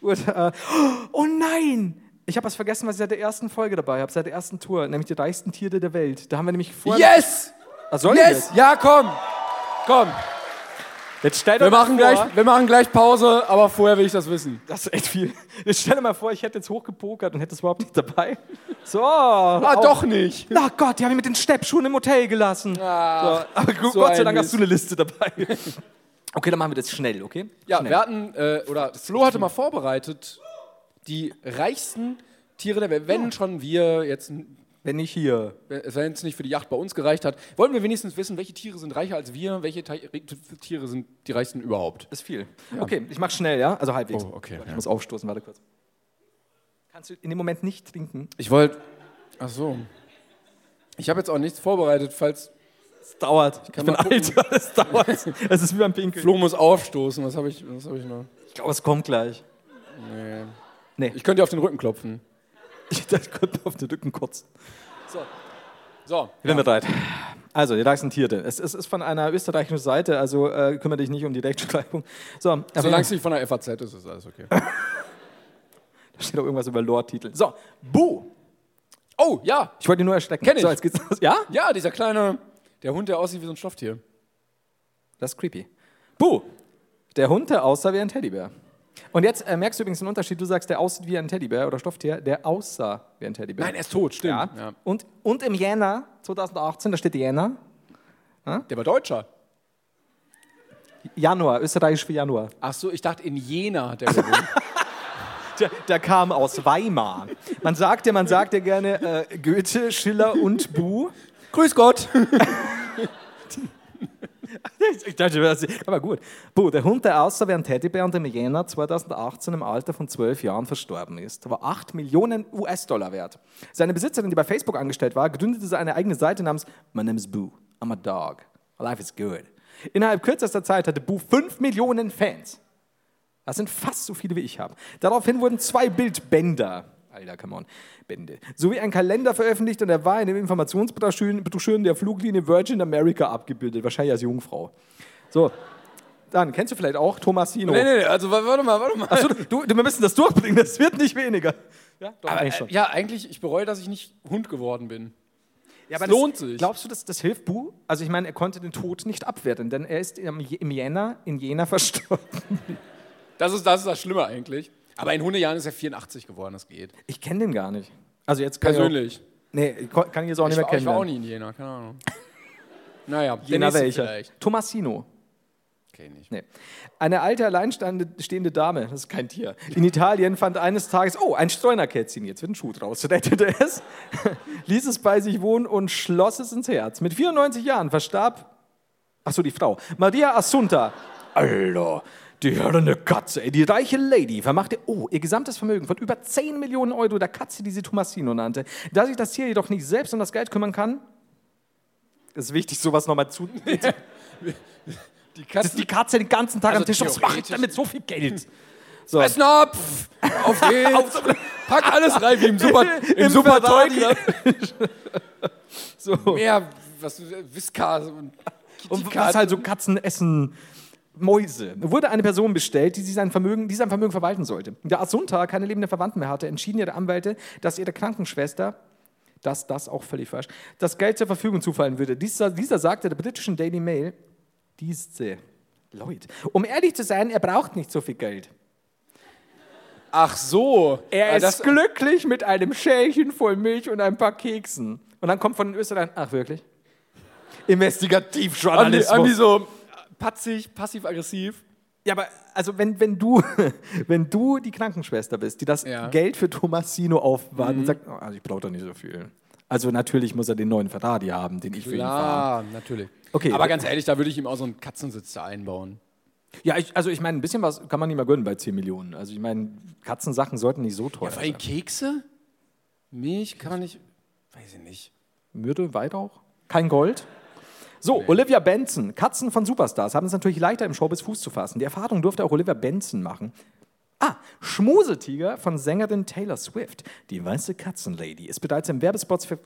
[SPEAKER 4] Gut, äh, oh nein! Ich habe was vergessen, was ich seit der ersten Folge dabei habe, seit der ersten Tour, nämlich die reichsten Tiere der Welt. Da haben wir nämlich vor.
[SPEAKER 3] Yes!
[SPEAKER 4] Was soll ich
[SPEAKER 3] Yes!
[SPEAKER 4] jetzt?
[SPEAKER 3] Ja, komm! Komm!
[SPEAKER 4] Jetzt stell dir
[SPEAKER 3] Wir
[SPEAKER 4] mal
[SPEAKER 3] machen,
[SPEAKER 4] vor,
[SPEAKER 3] gleich, wir machen gleich Pause, aber vorher will ich das wissen.
[SPEAKER 4] Das ist echt viel. Jetzt stell dir mal vor, ich hätte jetzt hochgepokert und hätte es überhaupt nicht dabei. So. Ah,
[SPEAKER 3] Ah, doch nicht!
[SPEAKER 4] Oh Gott, die haben mich mit den Steppschuhen im Hotel gelassen.
[SPEAKER 3] Ah,
[SPEAKER 4] Aber gut,
[SPEAKER 3] so
[SPEAKER 4] Gott sei
[SPEAKER 3] ein
[SPEAKER 4] Dank hast du
[SPEAKER 3] Mist.
[SPEAKER 4] eine Liste dabei. Okay, dann machen wir das schnell, okay?
[SPEAKER 3] Ja,
[SPEAKER 4] schnell.
[SPEAKER 3] wir hatten, äh, oder Flo hatte mal vorbereitet, die reichsten Tiere der Welt. Wenn schon wir jetzt, äh,
[SPEAKER 4] Wenn ich hier.
[SPEAKER 3] wenn es nicht für die Yacht bei uns gereicht hat, wollen wir wenigstens wissen, welche Tiere sind reicher als wir, welche Ti- Tiere sind die reichsten überhaupt.
[SPEAKER 4] Ist viel. Okay, ich mach schnell, ja? Also halbwegs.
[SPEAKER 3] Oh, okay,
[SPEAKER 4] Ich
[SPEAKER 3] ja.
[SPEAKER 4] muss aufstoßen, warte kurz. Kannst du in dem Moment nicht trinken?
[SPEAKER 3] Ich wollte, ach so. Ich habe jetzt auch nichts vorbereitet, falls
[SPEAKER 4] Es dauert. Ich,
[SPEAKER 3] kann
[SPEAKER 4] bin
[SPEAKER 3] mal
[SPEAKER 4] alt, es dauert. (laughs) Es ist wie beim Pinkeln.
[SPEAKER 3] Flo muss aufstoßen. Was habe ich, was habe ich noch?
[SPEAKER 4] Ich glaube, es kommt gleich.
[SPEAKER 3] Ich könnte dir auf den Rücken klopfen.
[SPEAKER 4] Ich das könnte auf den Rücken kotzen.
[SPEAKER 3] So,
[SPEAKER 4] Ich bin bereit. Also, die reichsten Tiere. Es, es ist von einer österreichischen Seite, also äh, kümmere dich nicht um die Rechtschreibung. So,
[SPEAKER 3] solange es nicht von der FAZ ist, ist alles okay.
[SPEAKER 4] da (laughs) steht auch irgendwas über Lore-Titel. So, Bu.
[SPEAKER 3] Oh, ja,
[SPEAKER 4] Ich wollte ihn nur erschrecken.
[SPEAKER 3] Kenn ich.
[SPEAKER 4] So, jetzt geht's los. Ja?
[SPEAKER 3] Ja, dieser kleine, der Hund, der aussieht wie so ein Stofftier.
[SPEAKER 4] Das ist creepy. Bu. Der Hund, der aussah wie ein Teddybär. Und jetzt äh, merkst du übrigens einen Unterschied. Du sagst, der aussieht wie ein Teddybär oder Stofftier, der aussah wie ein Teddybär.
[SPEAKER 3] Nein, er ist tot, stimmt.
[SPEAKER 4] ja. Und, und im Jänner 2018, da steht Jänner,
[SPEAKER 3] Der war Deutscher.
[SPEAKER 4] Januar, österreichisch für Januar.
[SPEAKER 3] Ach so, ich dachte, in Jena (laughs) hat er gewohnt.
[SPEAKER 4] Der, der kam aus Weimar. Man sagt ja, man sagt ja gerne äh, Goethe, Schiller und Bu.
[SPEAKER 3] Grüß Gott.
[SPEAKER 4] Ich dachte, das aber gut. Bu, der Hund, der aussah wie ein Teddybär und im Jänner 2018 im Alter von 12 Jahren verstorben ist, war 8 Millionen US-Dollar wert. Seine Besitzerin, die bei Facebook angestellt war, gründete seine eigene Seite namens My name is Boo. I'm a dog. Life is good. Innerhalb kürzester Zeit hatte Boo 5 Millionen Fans. Das sind fast so viele wie ich habe. Daraufhin wurden zwei Bildbänder, Alter, come on, Bände, sowie ein Kalender veröffentlicht und er war in den Informationsbroschüren Broschüren der Fluglinie Virgin America abgebildet, wahrscheinlich als Jungfrau. So, dann kennst du vielleicht auch Tomasino.
[SPEAKER 3] Nee, nee, nee, also wa- warte mal, warte mal.
[SPEAKER 4] Achso, du, du, wir müssen das durchbringen, das wird nicht weniger. Ja, doch,
[SPEAKER 3] Aber,
[SPEAKER 4] eigentlich schon.
[SPEAKER 3] äh, ja, eigentlich, ich bereue, dass ich nicht Hund geworden bin.
[SPEAKER 4] Ja, aber
[SPEAKER 3] Es lohnt
[SPEAKER 4] das,
[SPEAKER 3] sich.
[SPEAKER 4] Glaubst du, das, das hilft Bu? Also ich meine, er konnte den Tod nicht abwehren, denn er ist im, im Jänner, in Jena (laughs) verstorben.
[SPEAKER 3] Das ist das, ist das Schlimme eigentlich. Aber in Hundejahren ist er 84 geworden, das geht.
[SPEAKER 4] Ich kenne den gar nicht. Also jetzt kann ich
[SPEAKER 3] Persönlich.
[SPEAKER 4] Auch, nee, ich ko- kann ich jetzt auch
[SPEAKER 3] Ich
[SPEAKER 4] nicht mehr
[SPEAKER 3] war,
[SPEAKER 4] kennen.
[SPEAKER 3] ich war auch nie in Jena, keine Ahnung. Naja, der
[SPEAKER 4] Jena
[SPEAKER 3] nächste
[SPEAKER 4] welcher?
[SPEAKER 3] vielleicht.
[SPEAKER 4] Tomasino.
[SPEAKER 3] Kenn ich.
[SPEAKER 4] Nee. Eine alte, alleinstehende stehende Dame, das ist kein Tier, in Italien fand eines Tages, oh, ein Streunerkätzchen, jetzt wird ein Schuh draus, rettete es, (laughs) ließ es bei sich wohnen und schloss es ins Herz. Mit 94 Jahren verstarb, achso, die Frau, Maria Assunta. Alter, die hörende Katze, ey, die reiche Lady vermachte, oh, ihr gesamtes Vermögen von über 10 Millionen Euro der Katze, die sie Tomasino nannte. Da sich das Tier jedoch nicht selbst um das Geld kümmern kann, ist wichtig, sowas nochmal zu,
[SPEAKER 3] Die
[SPEAKER 4] das
[SPEAKER 3] Katze.
[SPEAKER 4] ist die Katze den ganzen Tag am
[SPEAKER 3] Also
[SPEAKER 4] Tisch. Was mache ich
[SPEAKER 3] theoretisch-
[SPEAKER 4] damit so viel
[SPEAKER 3] (laughs)
[SPEAKER 4] Geld? So.
[SPEAKER 3] Essen ab! Auf geht's! Pack alles rein wie im Super, (laughs) im
[SPEAKER 4] Im
[SPEAKER 3] Super Toy
[SPEAKER 4] Ferrari.
[SPEAKER 3] Club. (laughs)
[SPEAKER 4] so.
[SPEAKER 3] Mehr, was, Whiskas und
[SPEAKER 4] Und was
[SPEAKER 3] Katze.
[SPEAKER 4] halt so Katzen essen. Mäuse. Wurde eine Person bestellt, die, sie sein Vermögen, die sein Vermögen verwalten sollte. Da Asunta keine lebenden Verwandten mehr hatte, entschieden ihre Anwälte, dass ihre Krankenschwester, dass das auch völlig falsch, das Geld zur Verfügung zufallen würde. Dieser, dieser sagte der britischen Daily Mail, diese Leute, um ehrlich zu sein, er braucht nicht so viel Geld.
[SPEAKER 3] Ach so.
[SPEAKER 4] Er
[SPEAKER 3] Ah,
[SPEAKER 4] ist
[SPEAKER 3] das-
[SPEAKER 4] glücklich mit einem Schälchen voll Milch und ein paar Keksen. Und dann kommt von den Österreichern, ach wirklich?
[SPEAKER 3] Andi, Andi
[SPEAKER 4] Investigativjournalismus.
[SPEAKER 3] so patzig, passiv-aggressiv.
[SPEAKER 4] Ja, aber also wenn, wenn, du, (laughs) wenn du die Krankenschwester bist, die das
[SPEAKER 3] Ja. Mhm.
[SPEAKER 4] Geld für Tomasino aufwartet und sagt, oh, also ich brauche doch nicht so viel. Also natürlich muss er den neuen Ferrari haben, den ich für ihn fahre.
[SPEAKER 3] Ja, natürlich.
[SPEAKER 4] Okay.
[SPEAKER 3] Aber ganz ehrlich, da würde ich ihm auch so einen Katzensitz da einbauen.
[SPEAKER 4] Ja, ich, also ich meine, ein bisschen was kann man nicht mal gönnen bei 10 Millionen. Also ich meine, Katzensachen sollten nicht so teuer
[SPEAKER 3] Vor allem
[SPEAKER 4] sein.
[SPEAKER 3] Kekse? Milch kann man nicht. Weiß ich nicht.
[SPEAKER 4] Mürde, Weihrauch, kein Gold. So, Olivia Benson. Katzen von Superstars haben es natürlich leichter, im Showbiz Fuß zu fassen. Die Erfahrung durfte auch Olivia Benson machen. Ah, Schmusetiger von Sängerin Taylor Swift. Die weiße Katzenlady ist bereits im Werbespots für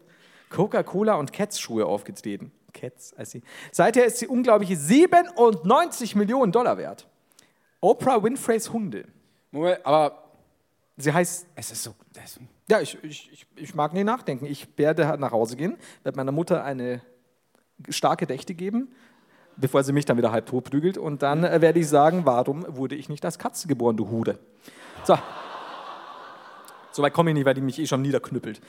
[SPEAKER 4] Coca-Cola und Cats-Schuhe aufgetreten. Cats, I see. Seither ist sie unglaubliche 97 Millionen Dollar wert. Oprah Winfreys Hunde.
[SPEAKER 3] Moment, aber
[SPEAKER 4] Sie heißt
[SPEAKER 3] es ist so. Das,
[SPEAKER 4] ja, ich, ich, ich, ich mag nie nachdenken. Ich werde halt nach Hause gehen, werde meiner Mutter eine starke Dächte geben, bevor sie mich dann wieder halb tot prügelt. Und dann äh, werde ich sagen, warum wurde ich nicht als Katze geboren, du Hude? So. so weit komme ich nicht, weil die mich eh schon niederknüppelt.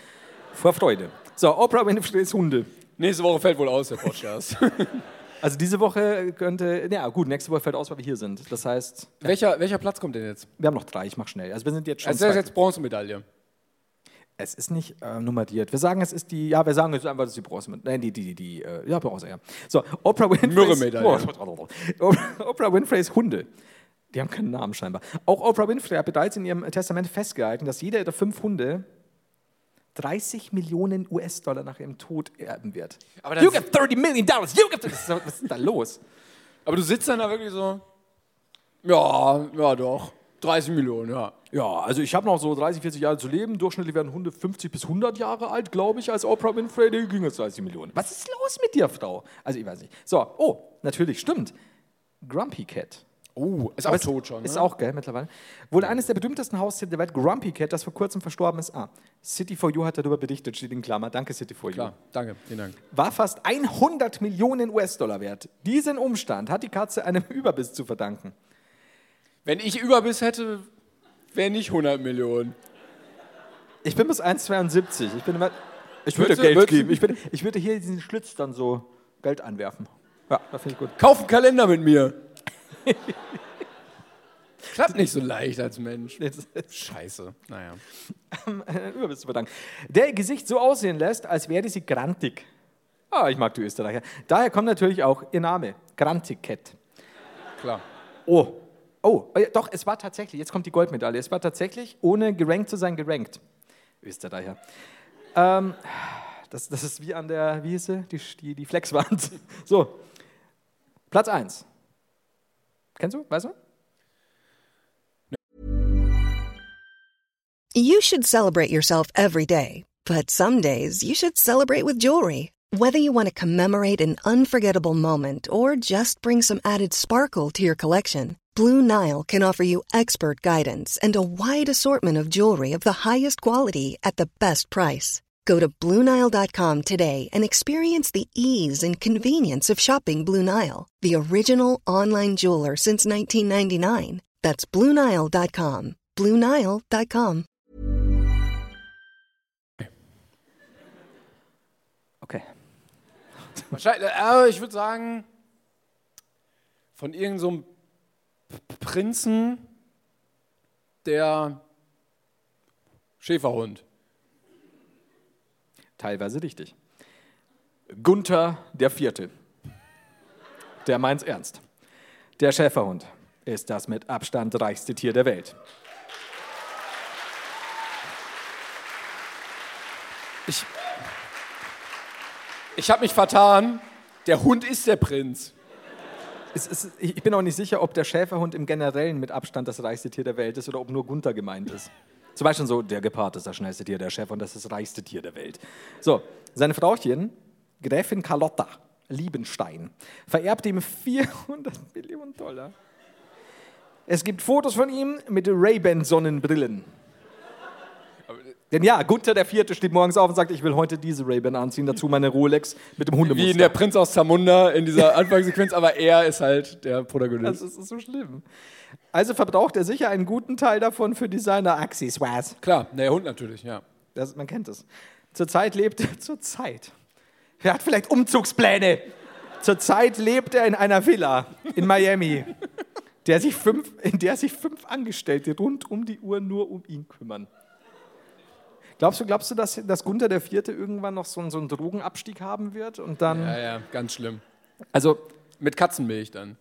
[SPEAKER 4] Vor Freude. So, Oprah Winfrey's Hunde.
[SPEAKER 3] nächste Woche fällt wohl aus, der (laughs) Podcast.
[SPEAKER 4] Also diese Woche könnte, ja gut, nächste Woche fällt aus, weil wir hier sind. Das heißt,
[SPEAKER 3] welcher, welcher Platz kommt denn jetzt?
[SPEAKER 4] wir haben noch drei, ich mach schnell. Also wir sind jetzt schon...
[SPEAKER 3] Also das ist
[SPEAKER 4] zwei-
[SPEAKER 3] jetzt Bronzemedaille.
[SPEAKER 4] Es ist nicht äh, nummeriert. Wir sagen, es ist die, ja, wir sagen jetzt einfach, das ist die Bronze. Nein, die, die, die, die äh, ja, Bronze, ja. So, Oprah Winfrey's,
[SPEAKER 3] Mürremedaille.
[SPEAKER 4] oh, Oprah- Oprah Winfreys Hunde. Die haben keinen Namen scheinbar. Auch Oprah Winfrey hat bereits in ihrem Testament festgehalten, dass jeder der fünf Hunde 30 Millionen US-Dollar nach ihrem Tod erben wird.
[SPEAKER 3] Aber dann
[SPEAKER 4] you
[SPEAKER 3] si-
[SPEAKER 4] get 30 million dollars, you get... Was ist da- was ist da los?
[SPEAKER 3] Aber du sitzt dann da wirklich so. Ja, ja doch. 30 Millionen, ja.
[SPEAKER 4] Ja, also ich habe noch so 30, 40 Jahre zu leben. Durchschnittlich werden Hunde 50 bis 100 Jahre alt, glaube ich, als Oprah Winfrey. Die ging jetzt 30 Millionen. Was ist los mit dir, Frau? Also ich weiß nicht. So, oh, natürlich, stimmt. Grumpy Cat.
[SPEAKER 3] Oh, ist aber tot schon.
[SPEAKER 4] Ist
[SPEAKER 3] ne?
[SPEAKER 4] auch geil mittlerweile. Wohl eines der berühmtesten Haustiere der Welt, Grumpy Cat, das vor kurzem verstorben ist. Ah, City4U hat darüber berichtet, steht in Klammer. Danke, City4U
[SPEAKER 3] Klar, danke, vielen Dank.
[SPEAKER 4] war fast 100 Millionen US-Dollar wert. Diesen Umstand hat die Katze einem Überbiss zu verdanken.
[SPEAKER 3] Wenn ich Überbiss hätte, wären nicht 100 Millionen.
[SPEAKER 4] Ich bin bis 1,72. Ich bin immer. Ich
[SPEAKER 3] würde Geld geben.
[SPEAKER 4] Ich, bin, ich würde hier diesen Schlitz dann so Geld anwerfen. Ja, das finde ich gut. (laughs)
[SPEAKER 3] Kauf einen Kalender mit mir. (laughs) Klappt nicht so leicht als Mensch. Scheiße. Naja.
[SPEAKER 4] Überbiss zu verdanken. Der ihr Gesicht so aussehen lässt, als wäre sie grantig. Ah, ich mag die Österreicher. Daher kommt natürlich auch ihr Name. Grantiket.
[SPEAKER 3] Klar.
[SPEAKER 4] Oh. Oh, äh, doch, es war tatsächlich, jetzt kommt die Goldmedaille, es war tatsächlich, ohne gerankt zu sein, gerankt. Österreicher. Ähm, das, das ist wie an der, wie hieß sie? Die, die, die Flexwand. (laughs) So, Platz 1. Kennst du? Weißt du?
[SPEAKER 5] You should celebrate yourself every day, but some days you should celebrate with jewelry. Whether you want to commemorate an unforgettable moment or just bring some added sparkle to your collection, Blue Nile can offer you expert guidance and a wide assortment of jewelry of the highest quality at the best price. Go to BlueNile.com today and experience the ease and convenience of shopping Blue Nile, the original online jeweler since 1999. That's BlueNile.com. BlueNile.com.
[SPEAKER 4] Okay.
[SPEAKER 3] Wahrscheinlich, äh, aber ich würde sagen, von irgendeinem so einem P- Prinzen der Schäferhund.
[SPEAKER 4] Teilweise richtig. Gunther der Vierte. Der meint's ernst. Der Schäferhund ist das mit Abstand reichste Tier der Welt.
[SPEAKER 3] Ich, ich habe mich vertan. Der Hund ist der Prinz.
[SPEAKER 4] Es, ist- ich bin auch nicht sicher, ob der Schäferhund im Generellen mit Abstand das reichste Tier der Welt ist oder ob nur Gunther gemeint ist. Zum Beispiel so, der Gepard ist das schnellste Tier, der Schäferhund ist das reichste Tier der Welt. So, seine Frauchen, Gräfin Carlotta Liebenstein, vererbt ihm 400 (laughs) Millionen Dollar. Es gibt Fotos von ihm mit Ray-Ban-Sonnenbrillen. Denn ja, Gunther der Vierte steht morgens auf und sagt, ich will heute diese Ray-Ban anziehen, dazu meine Rolex mit dem Hundemuster.
[SPEAKER 3] Wie in der Prinz aus Zamunda in dieser (laughs) Anfangssequenz, aber er ist halt der Protagonist.
[SPEAKER 4] Das ist, so schlimm. Also verbraucht er sicher einen guten Teil davon für Designer-Accessoires.
[SPEAKER 3] Klar, der Hund natürlich, ja.
[SPEAKER 4] Das- Man kennt es. Zurzeit lebt er. (laughs) Zurzeit. Er hat vielleicht Umzugspläne. Zurzeit lebt er in einer Villa in Miami, der sich fünf, in der sich fünf Angestellte rund um die Uhr nur um ihn kümmern. Glaubst du, glaubst du, dass, dass Gunther der Vierte irgendwann noch so, einen- so einen Drogenabstieg haben wird und dann?
[SPEAKER 3] Ja, ja, ganz schlimm.
[SPEAKER 4] Also
[SPEAKER 3] Mit Katzenmilch dann.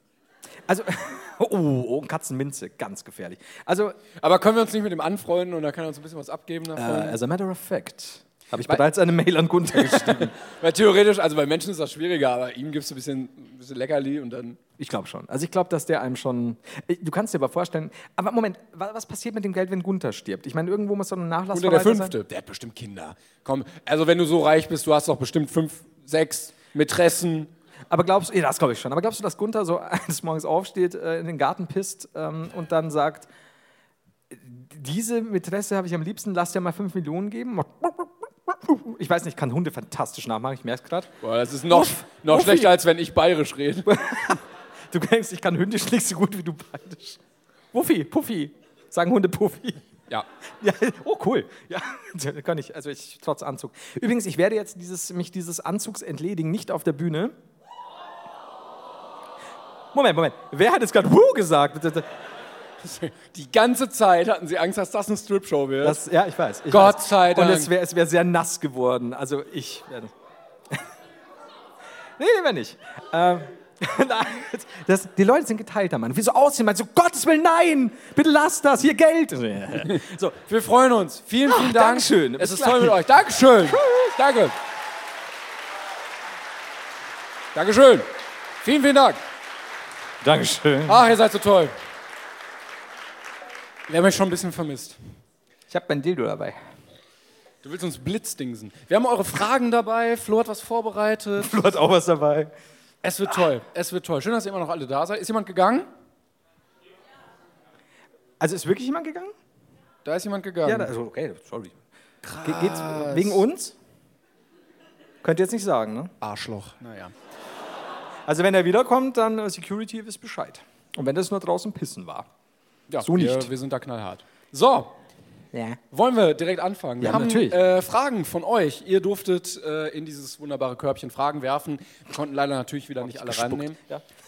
[SPEAKER 4] Also, (laughs) oh, oh, Katzenminze, ganz gefährlich. Also,
[SPEAKER 3] Aber können wir uns nicht mit ihm anfreunden und da kann er uns ein bisschen was abgeben davon?
[SPEAKER 4] Äh, as a matter of fact, habe ich bereits eine Mail an Gunther geschrieben.
[SPEAKER 3] Weil theoretisch, also bei Menschen ist das schwieriger, aber ihm gibst du ein bisschen, ein bisschen Leckerli und dann.
[SPEAKER 4] (laughs) ich glaube schon. Also, ich glaube, dass der einem schon. Ich- Du kannst dir aber vorstellen. Aber Moment, wa- was passiert mit dem Geld, wenn Gunther stirbt? Ich meine, irgendwo muss doch ein Nachlass
[SPEAKER 3] Unter der Fünfte. Der hat bestimmt Kinder. Komm, also wenn du so reich bist, du hast doch bestimmt fünf, sechs Mätressen.
[SPEAKER 4] Aber glaubst du, ja, das glaube ich schon. Aber glaubst du, dass Gunther so (laughs) eines Morgens aufsteht, äh, in den Garten pisst ähm, und dann sagt, diese Mätresse habe ich am liebsten, lass dir mal 5 Millionen geben? Macht Ich weiß nicht, ich kann Hunde fantastisch nachmachen, ich merke es gerade.
[SPEAKER 3] Boah, das ist noch, noch schlechter, als wenn ich bayerisch rede.
[SPEAKER 4] Du denkst, ich kann Hündisch nicht so gut wie du beidisch. Wuffi, Puffi. Sagen Hunde Puffi.
[SPEAKER 3] Ja.
[SPEAKER 4] Ja, oh cool. Ja, (laughs) kann ich. Also ich trotz Anzug. Übrigens, ich werde jetzt dieses, mich dieses Anzugs entledigen, nicht auf der Bühne. Moment, Moment. Wer hat jetzt gerade Woo gesagt?
[SPEAKER 3] Die ganze Zeit hatten sie Angst, dass das eine Stripshow wird.
[SPEAKER 4] Das, ja, ich weiß. Ich
[SPEAKER 3] Gott
[SPEAKER 4] weiß.
[SPEAKER 3] sei Dank.
[SPEAKER 4] Und es wäre es wär sehr nass geworden. Also ich werde. (laughs) nee, lieber nicht. Ähm, (laughs) nein, das, die Leute sind geteilter Mann. Wie so aussehen, man so Gottes Willen, nein! Bitte lass das, hier Geld! (laughs) So,
[SPEAKER 3] wir freuen uns. Vielen, vielen Dank.
[SPEAKER 4] Oh, Dankeschön.
[SPEAKER 3] Es
[SPEAKER 4] Bis
[SPEAKER 3] ist
[SPEAKER 4] gleich.
[SPEAKER 3] toll mit euch. Dankeschön. Danke. Dankeschön. Vielen, vielen Dank.
[SPEAKER 4] Dankeschön.
[SPEAKER 3] Ach, ihr seid so toll. Wir haben euch schon ein bisschen vermisst.
[SPEAKER 4] Ich habe mein Dildo dabei.
[SPEAKER 3] Du willst uns blitzdingsen. Wir haben eure Fragen dabei. Flo hat was vorbereitet.
[SPEAKER 4] Du hast auch was dabei.
[SPEAKER 3] Es wird toll. Es wird toll. Schön, dass ihr immer noch alle da seid. Ist jemand gegangen?
[SPEAKER 4] Also ist wirklich jemand gegangen?
[SPEAKER 3] Da ist jemand gegangen.
[SPEAKER 4] also okay, sorry. Ge geht's wegen uns? Könnt ihr jetzt nicht sagen, ne?
[SPEAKER 3] Arschloch. Naja.
[SPEAKER 4] Also wenn er wiederkommt, dann äh, Security wisst Bescheid. Und wenn das nur draußen pissen war.
[SPEAKER 3] Ja,
[SPEAKER 4] So
[SPEAKER 3] wir,
[SPEAKER 4] nicht.
[SPEAKER 3] Wir sind da knallhart. So,
[SPEAKER 4] Ja.
[SPEAKER 3] wollen wir direkt anfangen? Wir
[SPEAKER 4] Ja,
[SPEAKER 3] haben
[SPEAKER 4] natürlich.
[SPEAKER 3] Äh, Fragen von euch. Ihr durftet äh, in dieses wunderbare Körbchen Fragen werfen. Wir konnten leider natürlich wieder nicht alle reinnehmen.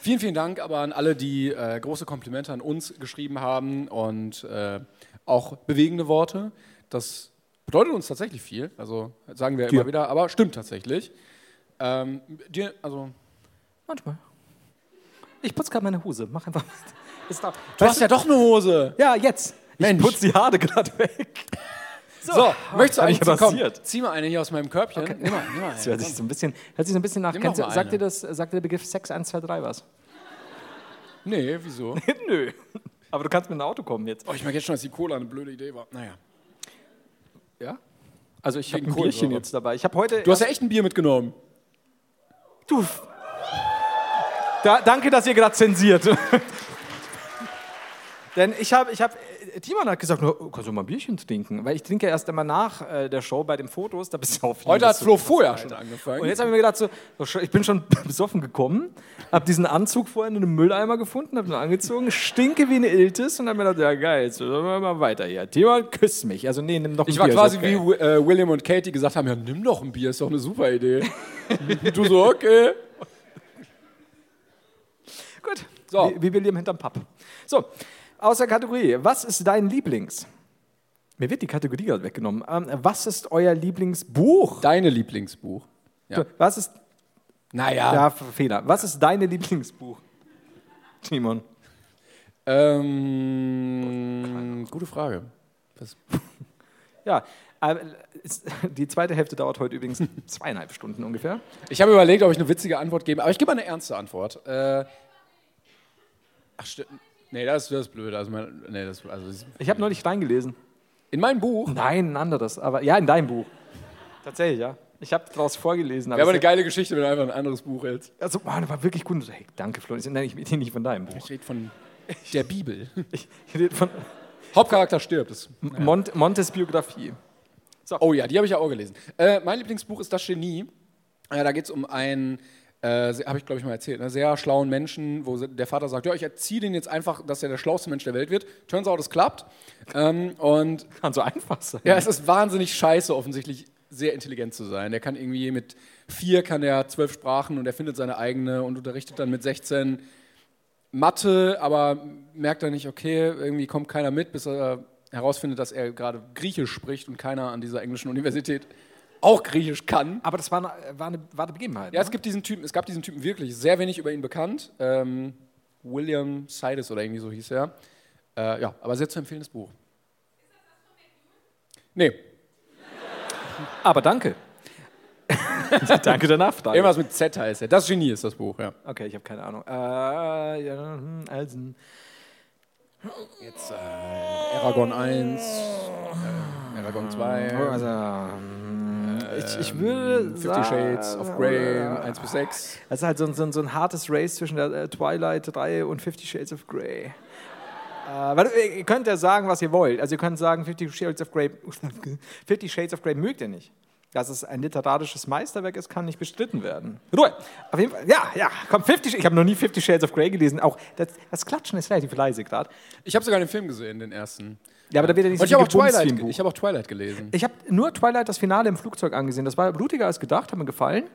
[SPEAKER 3] Vielen, vielen Dank aber an alle, die äh, große Komplimente an uns geschrieben haben und äh, auch bewegende Worte. Das bedeutet uns tatsächlich viel. Also sagen wir immer wieder, aber stimmt tatsächlich. Ähm, dir, also,
[SPEAKER 4] Manchmal. Ich putze gerade meine Hose. Mach einfach. (laughs) Ist da.
[SPEAKER 3] du hast ja doch eine Hose.
[SPEAKER 4] Ja, jetzt.
[SPEAKER 3] Mensch.
[SPEAKER 4] Ich putze die Haare gerade
[SPEAKER 3] (laughs)
[SPEAKER 4] weg.
[SPEAKER 3] So, möchtest du
[SPEAKER 4] hab
[SPEAKER 3] eigentlich
[SPEAKER 4] ich
[SPEAKER 3] kommen?
[SPEAKER 4] rasiert.
[SPEAKER 3] Zieh mal eine hier aus meinem Körbchen. Nimm mal, nimm mal
[SPEAKER 4] Das
[SPEAKER 3] eine.
[SPEAKER 4] hört sich so ein bisschen, hört sich so ein bisschen nach.
[SPEAKER 3] Nimm
[SPEAKER 4] Kennst,
[SPEAKER 3] doch
[SPEAKER 4] du-
[SPEAKER 3] mal
[SPEAKER 4] sagt, dir
[SPEAKER 3] eine.
[SPEAKER 4] das, sagt dir der Begriff Sex 123 was? (laughs)
[SPEAKER 3] Nee, wieso?
[SPEAKER 4] Nö. Aber du kannst mit einem Auto kommen jetzt.
[SPEAKER 3] Oh, ich merke jetzt schon, dass die Cola eine blöde Idee war. Naja. Ja?
[SPEAKER 4] Also ich habe
[SPEAKER 3] Wegen
[SPEAKER 4] ein Bierchen
[SPEAKER 3] Kohlensäure.
[SPEAKER 4] jetzt dabei. Ich habe heute.
[SPEAKER 3] Du hast ja echt ein Bier mitgenommen.
[SPEAKER 4] Du. Da, danke, dass ihr gerade zensiert. (laughs) Denn ich habe, ich habe, Timon hat gesagt, "Na, kannst du mal ein Bierchen trinken? Weil ich trinke erst einmal nach äh, der Show bei den Fotos, da bist du auf
[SPEAKER 3] Heute hat
[SPEAKER 4] hat's
[SPEAKER 3] Flo vorher schon angefangen.
[SPEAKER 4] Und jetzt habe ich mir gedacht, so, so sch- ich bin schon (laughs) besoffen gekommen, habe diesen Anzug vorhin in einem Mülleimer gefunden, habe ihn angezogen, stinke wie eine Iltis und habe mir gedacht, ja geil, jetzt machen wir mal weiter hier. Timon, küsst mich. Also nee, nimm doch ein
[SPEAKER 3] ich war
[SPEAKER 4] Bier, ist
[SPEAKER 3] quasi
[SPEAKER 4] okay.
[SPEAKER 3] wie äh, William und Katie die gesagt haben: Ja, nimm doch ein Bier, ist doch eine super (laughs) Idee. Und du so, okay.
[SPEAKER 4] Gut.
[SPEAKER 3] So.
[SPEAKER 4] Wie, wie William hinterm Papp. So, aus der Kategorie. Was ist dein Lieblings? Mir wird die Kategorie gerade weggenommen. Ähm, was ist euer Lieblingsbuch?
[SPEAKER 3] Deine Lieblingsbuch. ja.
[SPEAKER 4] Was ist.
[SPEAKER 3] Naja.
[SPEAKER 4] Ja, Fehler. Was ist deine Lieblingsbuch? Timon.
[SPEAKER 3] Ähm, gute Frage. Was?
[SPEAKER 4] Ja. äh, es- (laughs) Die zweite Hälfte dauert heute (laughs) übrigens zweieinhalb Stunden ungefähr.
[SPEAKER 3] Ich habe überlegt, ob ich eine witzige Antwort gebe, aber ich gebe eine ernste Antwort. Äh, ach, stimmt. Nee, das, das ist blöd. Also, mein, nee, das, also,
[SPEAKER 4] Ich habe neulich reingelesen.
[SPEAKER 3] in meinem Buch
[SPEAKER 4] Nein, ein anderes. Aber ja, in deinem Buch. Tatsächlich, ja. Ich habe daraus vorgelesen.
[SPEAKER 3] Wäre aber
[SPEAKER 4] aber
[SPEAKER 3] eine
[SPEAKER 4] es-
[SPEAKER 3] geile Geschichte, wenn du einfach ein anderes Buch hältst.
[SPEAKER 4] also, man, war wirklich gut. Hey, danke, Florian. Ich- Nein, ich rede nicht von deinem Buch.
[SPEAKER 3] rede von der Bibel. (laughs)
[SPEAKER 4] Ich, ich rede von
[SPEAKER 3] Hauptcharakter stirbt. Das,
[SPEAKER 4] Mont, Montes Biografie.
[SPEAKER 3] oh ja, die habe ich ja auch gelesen. Äh, mein Lieblingsbuch ist Das Genie. Äh, da geht es um einen, äh, habe ich glaube ich mal erzählt, einen sehr schlauen Menschen, wo se- der Vater sagt, ja, ich erziehe den jetzt einfach, dass er der schlauste Mensch der Welt wird. Turns out, es klappt. Ähm, und
[SPEAKER 4] Kann so einfach sein.
[SPEAKER 3] Ja, es ist wahnsinnig scheiße, offensichtlich sehr intelligent zu sein. Der kann irgendwie mit vier kann er zwölf Sprachen und er findet seine eigene und unterrichtet dann mit 16 Mathe, aber merkt dann nicht, okay, irgendwie kommt keiner mit, bis er herausfindet, dass er gerade Griechisch spricht und keiner an dieser englischen Universität auch Griechisch kann.
[SPEAKER 4] Aber das war eine, war eine, war eine Begebenheit. ne?
[SPEAKER 3] Ja,
[SPEAKER 4] Ja,
[SPEAKER 3] es gibt diesen Typen, es gab diesen Typen wirklich, sehr wenig über ihn bekannt. Ähm, William Sidis oder irgendwie so hieß er. Äh, ja, aber sehr zu empfehlendes Buch. Nee,
[SPEAKER 4] aber danke. (laughs) danke der Nachfrage.
[SPEAKER 3] Irgendwas mit Z heißt er. Das Genie ist das Buch, ja.
[SPEAKER 4] Okay, ich habe keine Ahnung. Äh, ja, hm, also,
[SPEAKER 3] Jetzt Aragon 1, Aragon 2,
[SPEAKER 4] also, hm, ich, ich würde
[SPEAKER 3] 50 Shades
[SPEAKER 4] sagen-
[SPEAKER 3] of Grey, 1 bis 6.
[SPEAKER 4] Das ist halt so ein, so, ein, so ein hartes Race zwischen der äh, Twilight-Reihe und Fifty Shades of Grey. Äh, weil, äh, ihr könnt ja sagen, was ihr wollt. Also ihr könnt sagen, Fifty Shades of Grey, (laughs) Fifty Shades of Grey mögt ihr nicht. Dass es ein literarisches Meisterwerk ist, kann nicht bestritten werden. Ruhe. Auf jeden Fall. Ja, ja. Komm, 50, Sh- ich habe noch nie Fifty Shades of Grey gelesen. Auch das, das Klatschen ist relativ leise gerade.
[SPEAKER 3] Ich habe sogar den Film gesehen, den ersten.
[SPEAKER 4] Ja, aber da wird ja nicht
[SPEAKER 3] Und ich habe auch,
[SPEAKER 4] viel gebumst wie
[SPEAKER 3] Twilight
[SPEAKER 4] im
[SPEAKER 3] ge-
[SPEAKER 4] Buch.
[SPEAKER 3] ich hab auch Twilight gelesen.
[SPEAKER 4] Ich habe nur Twilight das Finale im Flugzeug angesehen. Das war blutiger als gedacht, hat mir gefallen.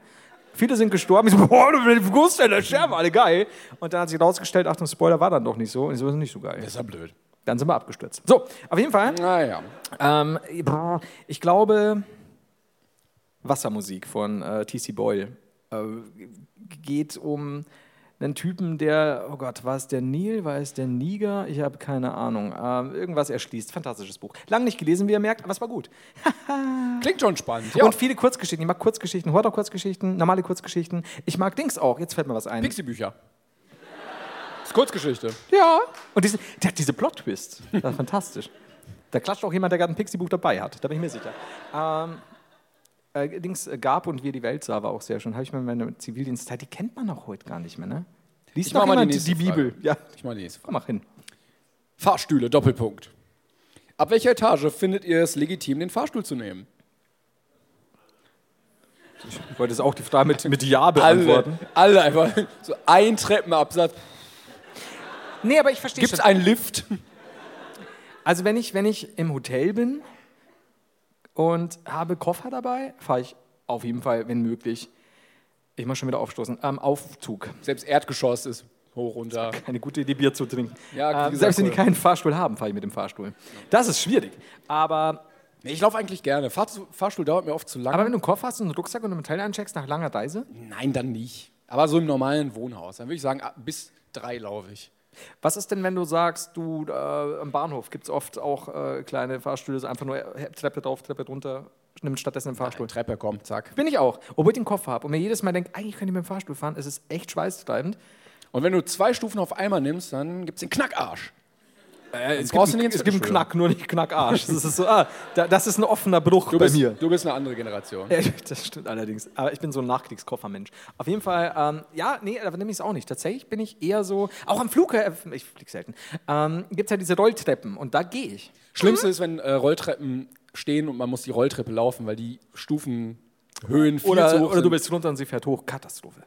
[SPEAKER 4] Viele sind gestorben. Ich so, (laughs) boah, du bist Gustav, sterben alle geil. Und dann hat sich rausgestellt, Achtung, Spoiler war dann doch nicht so. Und so ist nicht so geil.
[SPEAKER 3] (laughs) ist ja blöd.
[SPEAKER 4] Dann sind wir abgestürzt. So, auf jeden Fall.
[SPEAKER 3] Naja.
[SPEAKER 4] Ähm, brr, ich glaube, Wassermusik von äh, T.C. Boyle äh, g- geht um einen Typen, der, oh Gott, war es der Nil, war es der Niger? Ich habe keine Ahnung. Ähm, irgendwas erschließt. Fantastisches Buch. Lang nicht gelesen, wie ihr merkt, aber es war gut.
[SPEAKER 3] Klingt schon spannend. Ja.
[SPEAKER 4] Und viele Kurzgeschichten. Ich mag Kurzgeschichten, Horror-Kurzgeschichten, normale Kurzgeschichten. Ich mag Dings auch. Jetzt fällt mir was ein.
[SPEAKER 3] Pixie-Bücher. Ist Kurzgeschichte.
[SPEAKER 4] Ja. Und diese, der hat diese Plot-Twists. Das ist fantastisch. Da klatscht auch jemand, der gerade ein Pixie-Buch dabei hat. Da bin ich mir sicher. Ähm, äh, Dings äh, Gab und Wir die Welt sah war auch sehr schön. Habe ich mir in meiner Zivildienstzeit. Die kennt man auch heute gar nicht mehr, ne? Liest
[SPEAKER 3] Ich
[SPEAKER 4] noch
[SPEAKER 3] mach mal die
[SPEAKER 4] jemand
[SPEAKER 3] nächste
[SPEAKER 4] die Bibel.
[SPEAKER 3] Frage.
[SPEAKER 4] Ja,
[SPEAKER 3] Ich meine die nächste Frage.
[SPEAKER 4] mach hin.
[SPEAKER 3] Fahrstühle, Doppelpunkt. Ab welcher Etage findet ihr es legitim, den Fahrstuhl zu nehmen?
[SPEAKER 4] Ich wollte jetzt auch die Frage mit, mit Ja
[SPEAKER 3] Alle, alle einfach. So ein Treppenabsatz.
[SPEAKER 4] Nee, aber ich verstehe
[SPEAKER 3] Gibt
[SPEAKER 4] schon.
[SPEAKER 3] es einen Lift? (laughs)
[SPEAKER 4] Also wenn ich, wenn ich im Hotel bin und habe Koffer dabei, fahre ich auf jeden Fall, wenn möglich, ich muss schon wieder aufstoßen, am Aufzug.
[SPEAKER 3] Selbst Erdgeschoss ist hoch runter.
[SPEAKER 4] Eine gute Idee, Bier zu trinken.
[SPEAKER 3] Ja, wie
[SPEAKER 4] Ähm,
[SPEAKER 3] gesagt,
[SPEAKER 4] selbst wenn die
[SPEAKER 3] Bruder.
[SPEAKER 4] keinen Fahrstuhl haben, fahre ich mit dem Fahrstuhl. Das ist schwierig. Aber,
[SPEAKER 3] Nee, ich laufe eigentlich gerne. Fahrstuhl, Fahrstuhl dauert mir oft zu lange.
[SPEAKER 4] aber wenn du einen Koffer hast und einen Rucksack und im Hotel eincheckst nach langer Reise,
[SPEAKER 3] Nein, dann nicht. Aber so im normalen Wohnhaus. Dann würde ich sagen, ab- bis drei laufe ich.
[SPEAKER 4] was ist denn, wenn du sagst, du äh, am Bahnhof gibt es oft auch äh, kleine Fahrstühle, so einfach nur äh, Treppe drauf, Treppe runter, nimm stattdessen den Fahrstuhl.
[SPEAKER 3] Treppe kommt, zack.
[SPEAKER 4] Bin ich auch, obwohl ich den Koffer habe und mir jedes Mal denke, eigentlich könnte ich mit dem Fahrstuhl fahren, es ist echt schweißtreibend.
[SPEAKER 3] Und wenn du zwei Stufen auf einmal nimmst, dann gibt's den Knackarsch.
[SPEAKER 4] Äh,
[SPEAKER 3] brauchst
[SPEAKER 4] Es gibt,
[SPEAKER 3] du
[SPEAKER 4] einen,
[SPEAKER 3] nicht ins
[SPEAKER 4] es gibt einen
[SPEAKER 3] Fitnessstudio.
[SPEAKER 4] Knack, nur nicht Knackarsch. Das ist so, ah, da, das ist ein offener Bruch
[SPEAKER 3] Du
[SPEAKER 4] bei
[SPEAKER 3] bist,
[SPEAKER 4] mir. Äh,
[SPEAKER 3] du bist eine andere Generation.
[SPEAKER 4] Ja, das stimmt allerdings. Aber ich bin so ein Nachkriegskoffermensch. Auf jeden Fall, ähm, ja, nee, aber nehme ich es auch nicht. Tatsächlich bin ich eher so, auch am Flughafen, ich fliege selten, ähm, gibt es ja diese Rolltreppen und da gehe ich. hm?
[SPEAKER 3] Schlimmste ist, wenn äh, Rolltreppen stehen und man muss die Rolltreppe laufen, weil die Stufenhöhen viel zu hoch sind.
[SPEAKER 4] bist runter und sie fährt hoch. Katastrophe.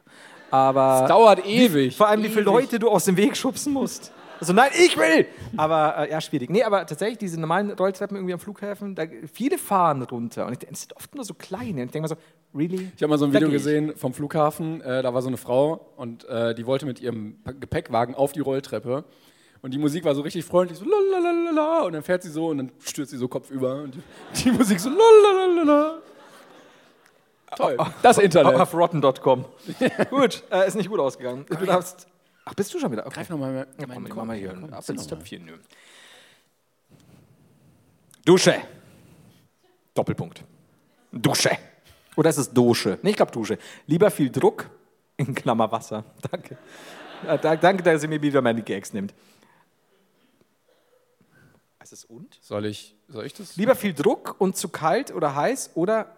[SPEAKER 4] Aber
[SPEAKER 3] Dauert ewig.
[SPEAKER 4] vor allem, wie viele
[SPEAKER 3] Ewig.
[SPEAKER 4] Leute du aus dem Weg schubsen musst. Also nein, ich will! Aber äh, ja, schwierig. Nee, aber tatsächlich, diese normalen Rolltreppen irgendwie am Flughafen, da, viele fahren runter. Und ich, denk, es sind oft nur so kleine. Und ich denke mal so, really?
[SPEAKER 3] Ich habe mal so ein
[SPEAKER 4] Da
[SPEAKER 3] Video
[SPEAKER 4] geh ich.
[SPEAKER 3] gesehen vom Flughafen, äh, da war so eine Frau und äh, die wollte mit ihrem P- Gepäckwagen auf die Rolltreppe und die Musik war so richtig freundlich, so lalalala und dann fährt sie so und dann stürzt sie so kopfüber und die, (laughs) die Musik so lalalala. Toll, das Internet. (laughs)
[SPEAKER 4] Auf rotten.com. gut, äh, ist nicht gut ausgegangen. Du darfst. Ach, bist du schon wieder? Okay. Greif
[SPEAKER 3] nochmal
[SPEAKER 4] komm, ich mach mal hier ein Apfelstöpfchen. nö. Dusche. Doppelpunkt. Dusche. Oder ist es Dusche? Nee, ich glaube Dusche. Lieber viel Druck in Klammer Wasser. (laughs) Danke. Äh, da, danke, dass ihr mir wieder meine Gags nimmt. Ist es und?
[SPEAKER 3] Soll ich, soll ich das?
[SPEAKER 4] Lieber viel Druck und zu kalt oder heiß oder.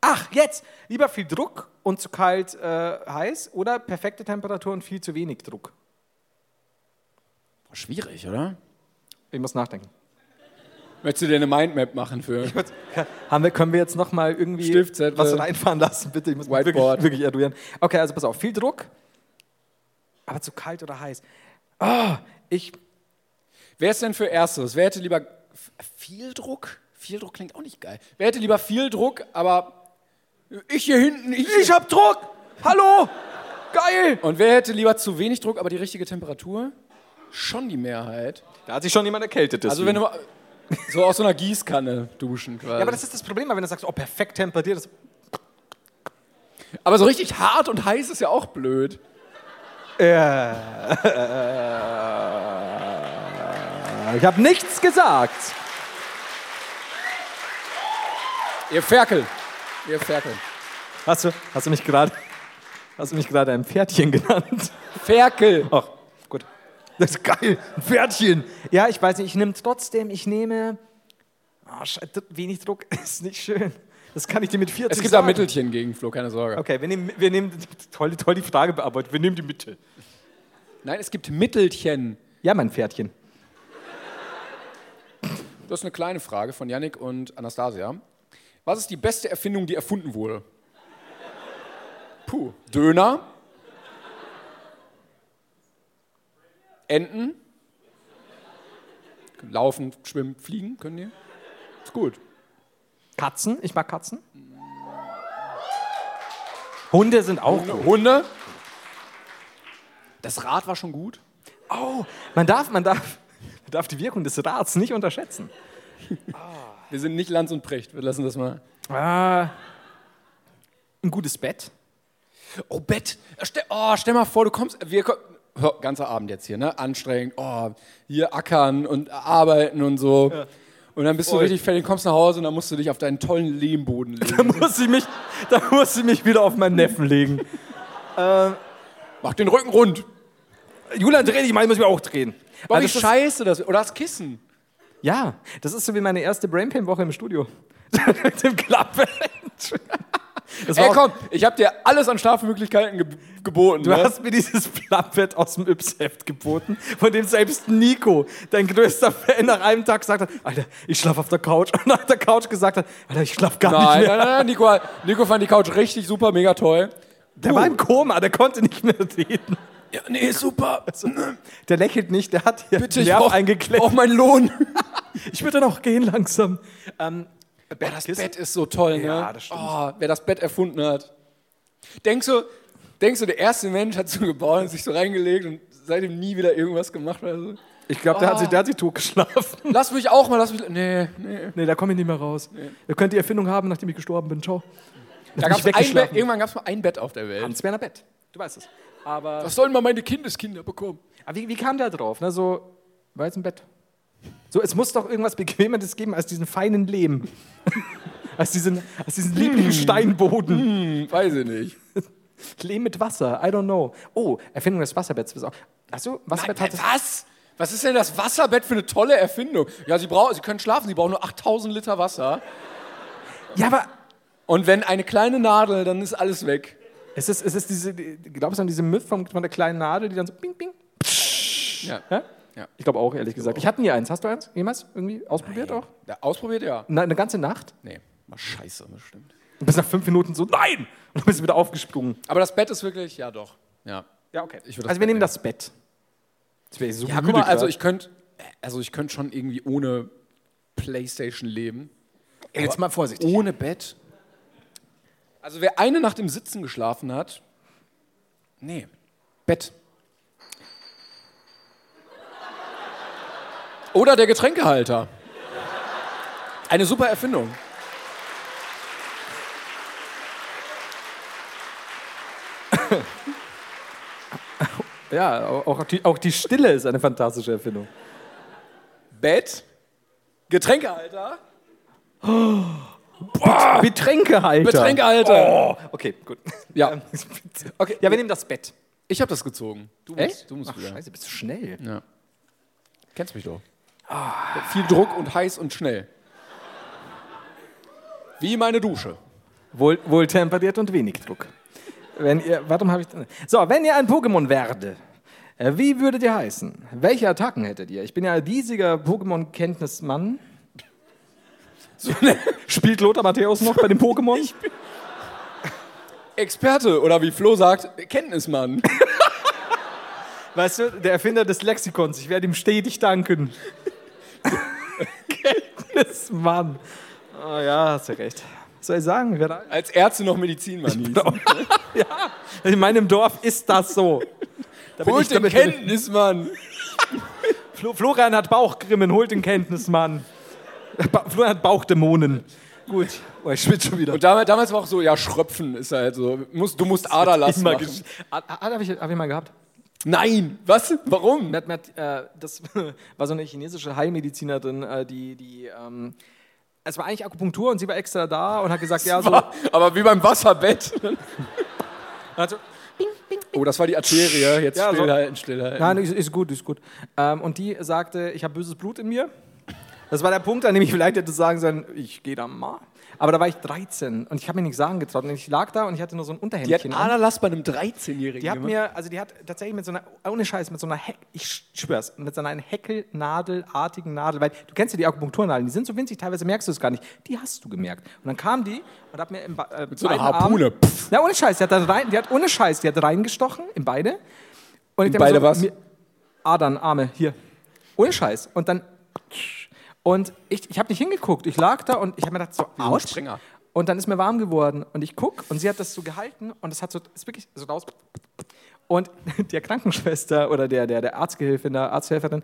[SPEAKER 4] Ach, jetzt! Lieber viel Druck und zu kalt äh, heiß oder perfekte Temperatur und viel zu wenig Druck.
[SPEAKER 3] Schwierig, oder?
[SPEAKER 4] Ich muss nachdenken.
[SPEAKER 3] Möchtest du dir eine Mindmap machen für
[SPEAKER 4] Haben wir, können wir jetzt nochmal irgendwie
[SPEAKER 3] Stiftzettel.
[SPEAKER 4] was reinfahren lassen, bitte? Ich muss mich
[SPEAKER 3] Whiteboard.
[SPEAKER 4] wirklich, wirklich erduieren. Okay, also pass auf, viel Druck, aber zu kalt oder heiß. Ah, ich.
[SPEAKER 3] Wer ist denn für erstes? Wer hätte lieber f- viel Druck? Viel Druck klingt auch nicht geil. Wer hätte lieber viel Druck, aber ich hier hinten, ich, ich hab Druck! Hallo! Geil! Und wer hätte lieber zu wenig Druck, aber die richtige Temperatur? Schon die Mehrheit.
[SPEAKER 4] Da hat sich schon jemand erkältet.
[SPEAKER 3] Also wenn du mal- so aus so einer Gießkanne duschen quasi.
[SPEAKER 4] ja, aber das ist das Problem, weil wenn du sagst, oh, perfekt temperiert, das
[SPEAKER 3] aber so richtig hart und heiß ist ja auch blöd.
[SPEAKER 4] Ich habe nichts gesagt.
[SPEAKER 3] Ihr Ferkel. Ihr Ferkel.
[SPEAKER 4] Hast du, hast du mich gerade hast du mich gerade ein Pferdchen genannt?
[SPEAKER 3] Ferkel.
[SPEAKER 4] Ach, gut. Das ist geil, ein Pferdchen. Ja, ich weiß nicht, ich nehme trotzdem, ich nehme Ah, Schei- d- wenig Druck (laughs) ist nicht schön. Das kann ich dir mit 40
[SPEAKER 3] Es gibt da
[SPEAKER 4] sagen.
[SPEAKER 3] Mittelchen gegen Flo, keine Sorge.
[SPEAKER 4] Okay, wir nehmen, wir nehmen toll, toll die Frage bearbeitet. Wir nehmen die Mitte.
[SPEAKER 3] Nein, es gibt Mittelchen.
[SPEAKER 4] Ja, mein Pferdchen.
[SPEAKER 3] Das ist eine kleine Frage von Yannick und Anastasia. Was ist die beste Erfindung, die erfunden wurde? Puh. Döner. Enten. Können Laufen, schwimmen, fliegen können die. Ist gut.
[SPEAKER 4] Katzen, ich mag Katzen. Hunde sind auch gut.
[SPEAKER 3] Hunde. Das Rad war schon gut.
[SPEAKER 4] Oh, man darf, man darf, man darf die Wirkung des Rats nicht unterschätzen.
[SPEAKER 3] Wir sind nicht Lanz und Precht. Wir lassen das mal.
[SPEAKER 4] Ah, ein gutes Bett.
[SPEAKER 3] Oh, Bett. Stell, oh, stell mal vor, du kommst. Wir ko Hör, ganzer Abend jetzt hier, ne? Anstrengend. Oh, hier ackern und arbeiten und so. Und dann bist du richtig fertig, kommst nach Hause und dann musst du dich auf deinen tollen Lehmboden (laughs) legen.
[SPEAKER 4] muss ich mich, da muss ich mich wieder auf meinen Neffen legen.
[SPEAKER 3] Mach den Rücken rund.
[SPEAKER 4] Julian, dreh dich mal, ich muss mich auch drehen.
[SPEAKER 3] Boah,
[SPEAKER 4] Also
[SPEAKER 3] wie
[SPEAKER 4] das ist-
[SPEAKER 3] scheiße das. Oder das Kissen.
[SPEAKER 4] ja, das ist so wie meine erste Brain Pain Woche im Studio. (laughs) Mit dem Klappe. Das war
[SPEAKER 3] Ey,
[SPEAKER 4] auch-
[SPEAKER 3] komm, ich hab dir alles an Schlafmöglichkeiten ge geboten.
[SPEAKER 4] Du
[SPEAKER 3] ne?
[SPEAKER 4] hast mir dieses Plappett aus dem Yps-Heft geboten, von dem selbst Nico, dein größter Fan, nach einem Tag gesagt hat, Alter, ich schlaf auf der Couch. Und nach der Couch gesagt hat, Alter, ich schlaf gar nicht
[SPEAKER 3] nein,
[SPEAKER 4] mehr.
[SPEAKER 3] nein, nein, nein. Nico, hat- Nico fand die Couch richtig super, mega toll.
[SPEAKER 4] Der war im Koma, der konnte nicht mehr reden.
[SPEAKER 3] Ja, nee, super.
[SPEAKER 4] Der lächelt nicht, der hat hier
[SPEAKER 3] (laughs) Bitte, ich
[SPEAKER 4] Nerv
[SPEAKER 3] brauch,
[SPEAKER 4] eingeklemmt.
[SPEAKER 3] brauch meinen Lohn.
[SPEAKER 4] Ich würde dann auch gehen langsam. Ähm,
[SPEAKER 3] Boah, das Bett ist so toll, ne?
[SPEAKER 4] Ja, das stimmt.
[SPEAKER 3] Oh, wer das Bett erfunden hat. Denkst du, denkst du, der erste Mensch hat so gebaut und sich so reingelegt und seitdem nie wieder irgendwas gemacht oder so?
[SPEAKER 4] Ich glaube,
[SPEAKER 3] Oh.
[SPEAKER 4] der, hat sich- der hat sich tot geschlafen.
[SPEAKER 3] Lass mich auch mal, lass mich. Nee, nee.
[SPEAKER 4] Nee, da komme ich nicht mehr raus. Ihr könnt die Erfindung haben, nachdem ich gestorben bin. Ciao.
[SPEAKER 3] Da
[SPEAKER 4] bin
[SPEAKER 3] gab's
[SPEAKER 4] ich
[SPEAKER 3] ein Bett,
[SPEAKER 4] weggeschlafen.
[SPEAKER 3] irgendwann gab es mal ein Bett auf der Welt.
[SPEAKER 4] Hans Werner Bett. Du weißt es. Aber,
[SPEAKER 3] Was sollen mal meine Kindeskinder bekommen?
[SPEAKER 4] aber wie, wie kam der drauf? Ne? So, war jetzt im Bett. So, es muss doch irgendwas Bequemeres geben als diesen feinen Lehm. (laughs) als diesen, als
[SPEAKER 3] Mm.
[SPEAKER 4] diesen lieblichen Steinboden.
[SPEAKER 3] Hm, Weiß ich nicht. Mm.
[SPEAKER 4] Lehm mit Wasser. I don't know. Oh, Erfindung des Wasserbetts. ist auch- Hast du Wasserbett hat
[SPEAKER 3] was? Was ist denn das Wasserbett für eine tolle Erfindung? Ja, sie, brauchen, sie können schlafen, sie brauchen nur 8000 Liter Wasser.
[SPEAKER 4] Ja, aber
[SPEAKER 3] Und wenn eine kleine Nadel, dann ist alles weg.
[SPEAKER 4] es ist, es ist diese, die- glaubst du an diese Myth von, von der kleinen Nadel, die dann so ping, ping.
[SPEAKER 3] Ja.
[SPEAKER 4] Ja?
[SPEAKER 3] Ja.
[SPEAKER 4] Ich glaube auch, ehrlich gesagt. Ich hatte nie eins. Hast du eins? Jemals? Irgendwie ausprobiert auch?
[SPEAKER 3] Ja, ausprobiert, ja.
[SPEAKER 4] Na, eine ganze Nacht?
[SPEAKER 3] Nee, war scheiße, bestimmt.
[SPEAKER 4] Du bist nach fünf Minuten so, nein! Und dann bist du wieder aufgesprungen.
[SPEAKER 3] Aber das Bett ist wirklich, ja doch. Ja.
[SPEAKER 4] Ja, okay.
[SPEAKER 3] Ich würd das Bett
[SPEAKER 4] also wir nehmen
[SPEAKER 3] nehmen.
[SPEAKER 4] das Bett. Jetzt wäre ich so
[SPEAKER 3] Ja, guck
[SPEAKER 4] müde
[SPEAKER 3] mal, also
[SPEAKER 4] grad.
[SPEAKER 3] ich könnte also ich könnte schon irgendwie ohne Playstation leben.
[SPEAKER 4] Ey, jetzt mal vorsichtig.
[SPEAKER 3] Ohne Bett. Also wer eine Nacht im Sitzen geschlafen hat, nee, Bett. Oder der Getränkehalter. Eine super Erfindung.
[SPEAKER 4] Ja, au- auch die, auch die Stille ist eine fantastische Erfindung.
[SPEAKER 3] Bett, Getränkehalter,
[SPEAKER 4] Betränkehalter.
[SPEAKER 3] Getränkehalter.
[SPEAKER 4] Oh, okay, gut.
[SPEAKER 3] Ja,
[SPEAKER 4] (laughs) Okay, ja, wir nehmen das Bett.
[SPEAKER 3] ich habe das gezogen. Du musst,
[SPEAKER 4] Echt?
[SPEAKER 3] Du musst
[SPEAKER 4] Ach,
[SPEAKER 3] wieder.
[SPEAKER 4] scheiße, bist du schnell.
[SPEAKER 3] Kennst mich doch.
[SPEAKER 4] Ah.
[SPEAKER 3] Viel Druck und heiß und schnell. Wie meine Dusche.
[SPEAKER 4] Wohl, wohltemperiert und wenig Druck. Wenn ihr, warum habe ich So, wenn ihr ein Pokémon werde, äh, wie würdet ihr heißen? Welche Attacken hättet ihr? Ich bin ja ein riesiger Pokémon-Kenntnismann. Spielt Lothar Matthäus noch bei dem Pokémon?
[SPEAKER 3] Experte oder wie Flo sagt, Kenntnismann.
[SPEAKER 4] Weißt du, der Erfinder des Lexikons, ich werde ihm stetig danken. Kenntnismann. Oh ja, hast du recht. Was soll ich sagen? Wer da-
[SPEAKER 3] Als Ärzte noch Medizinmann. hieß.
[SPEAKER 4] In meinem Dorf ist das so. Da bin ich
[SPEAKER 3] Holt den
[SPEAKER 4] damit-
[SPEAKER 3] Kenntnismann.
[SPEAKER 4] Flo- Florian hat Bauchgrimmen, holt den Kenntnismann. Ba Florian hat Bauchdämonen. Gut. Oh, ich schwitze schon wieder.
[SPEAKER 3] Und damals, damals war auch so, ja, Schröpfen ist halt so. Muss, du musst Aderlass
[SPEAKER 4] Immer
[SPEAKER 3] machen.
[SPEAKER 4] gesch- Ah, ah, hab ich, hab ich mal gehabt.
[SPEAKER 3] Nein, was? Warum? (laughs)
[SPEAKER 4] Mir hat- mir hat, äh, das (laughs) war so eine chinesische Heilmedizinerin, äh, die, die ähm, es war eigentlich Akupunktur und sie war extra da und hat (laughs) gesagt, ja, so,
[SPEAKER 3] Aber wie beim Wasserbett.
[SPEAKER 4] hat so
[SPEAKER 3] Oh, das war die Arterie. Jetzt
[SPEAKER 4] Ja, so.
[SPEAKER 3] stillhalten, stillhalten.
[SPEAKER 4] Nein, ist, ist gut, ist gut. Ähm, und die sagte, ich habe böses Blut in mir. Das war der Punkt, an dem ich vielleicht hätte sagen sollen, ich gehe da mal. Aber da war ich 13 und ich habe mir nichts sagen getraut. Und ich lag da und ich hatte nur so ein
[SPEAKER 3] Die hat
[SPEAKER 4] Unterhemdchen. an.
[SPEAKER 3] Aderlass bei einem 13-Jährigen
[SPEAKER 4] ne? Die hat
[SPEAKER 3] gemacht.
[SPEAKER 4] mir, also die hat tatsächlich mit so einer, ohne Scheiß, mit so einer, Heck, ich schwör's, mit so einer Häckelnadelartigen Nadel, weil du kennst ja die Akupunkturnadeln, die sind so winzig, teilweise merkst du es gar nicht. Die hast du gemerkt. Und dann kam die und hat mir im Ba- äh, mit
[SPEAKER 3] so einer Harpune, pff.
[SPEAKER 4] Na, ohne Scheiß, die hat, dann rein, die hat ohne Scheiß, die hat reingestochen in beide. Und ich denk mir
[SPEAKER 3] beide was?
[SPEAKER 4] mir- Adern, Arme, hier. Ohne Scheiß. Und dann. Und ich, ich habe nicht hingeguckt. Ich lag da und ich habe mir gedacht, so,
[SPEAKER 3] so ein
[SPEAKER 4] ouch.
[SPEAKER 3] Springer.
[SPEAKER 4] Und dann ist mir warm geworden. Und ich guck und sie hat das so gehalten und es hat so, ist wirklich so raus. Und (laughs) der Krankenschwester oder der, der, der Arztgehilfin, der Arzthelferin,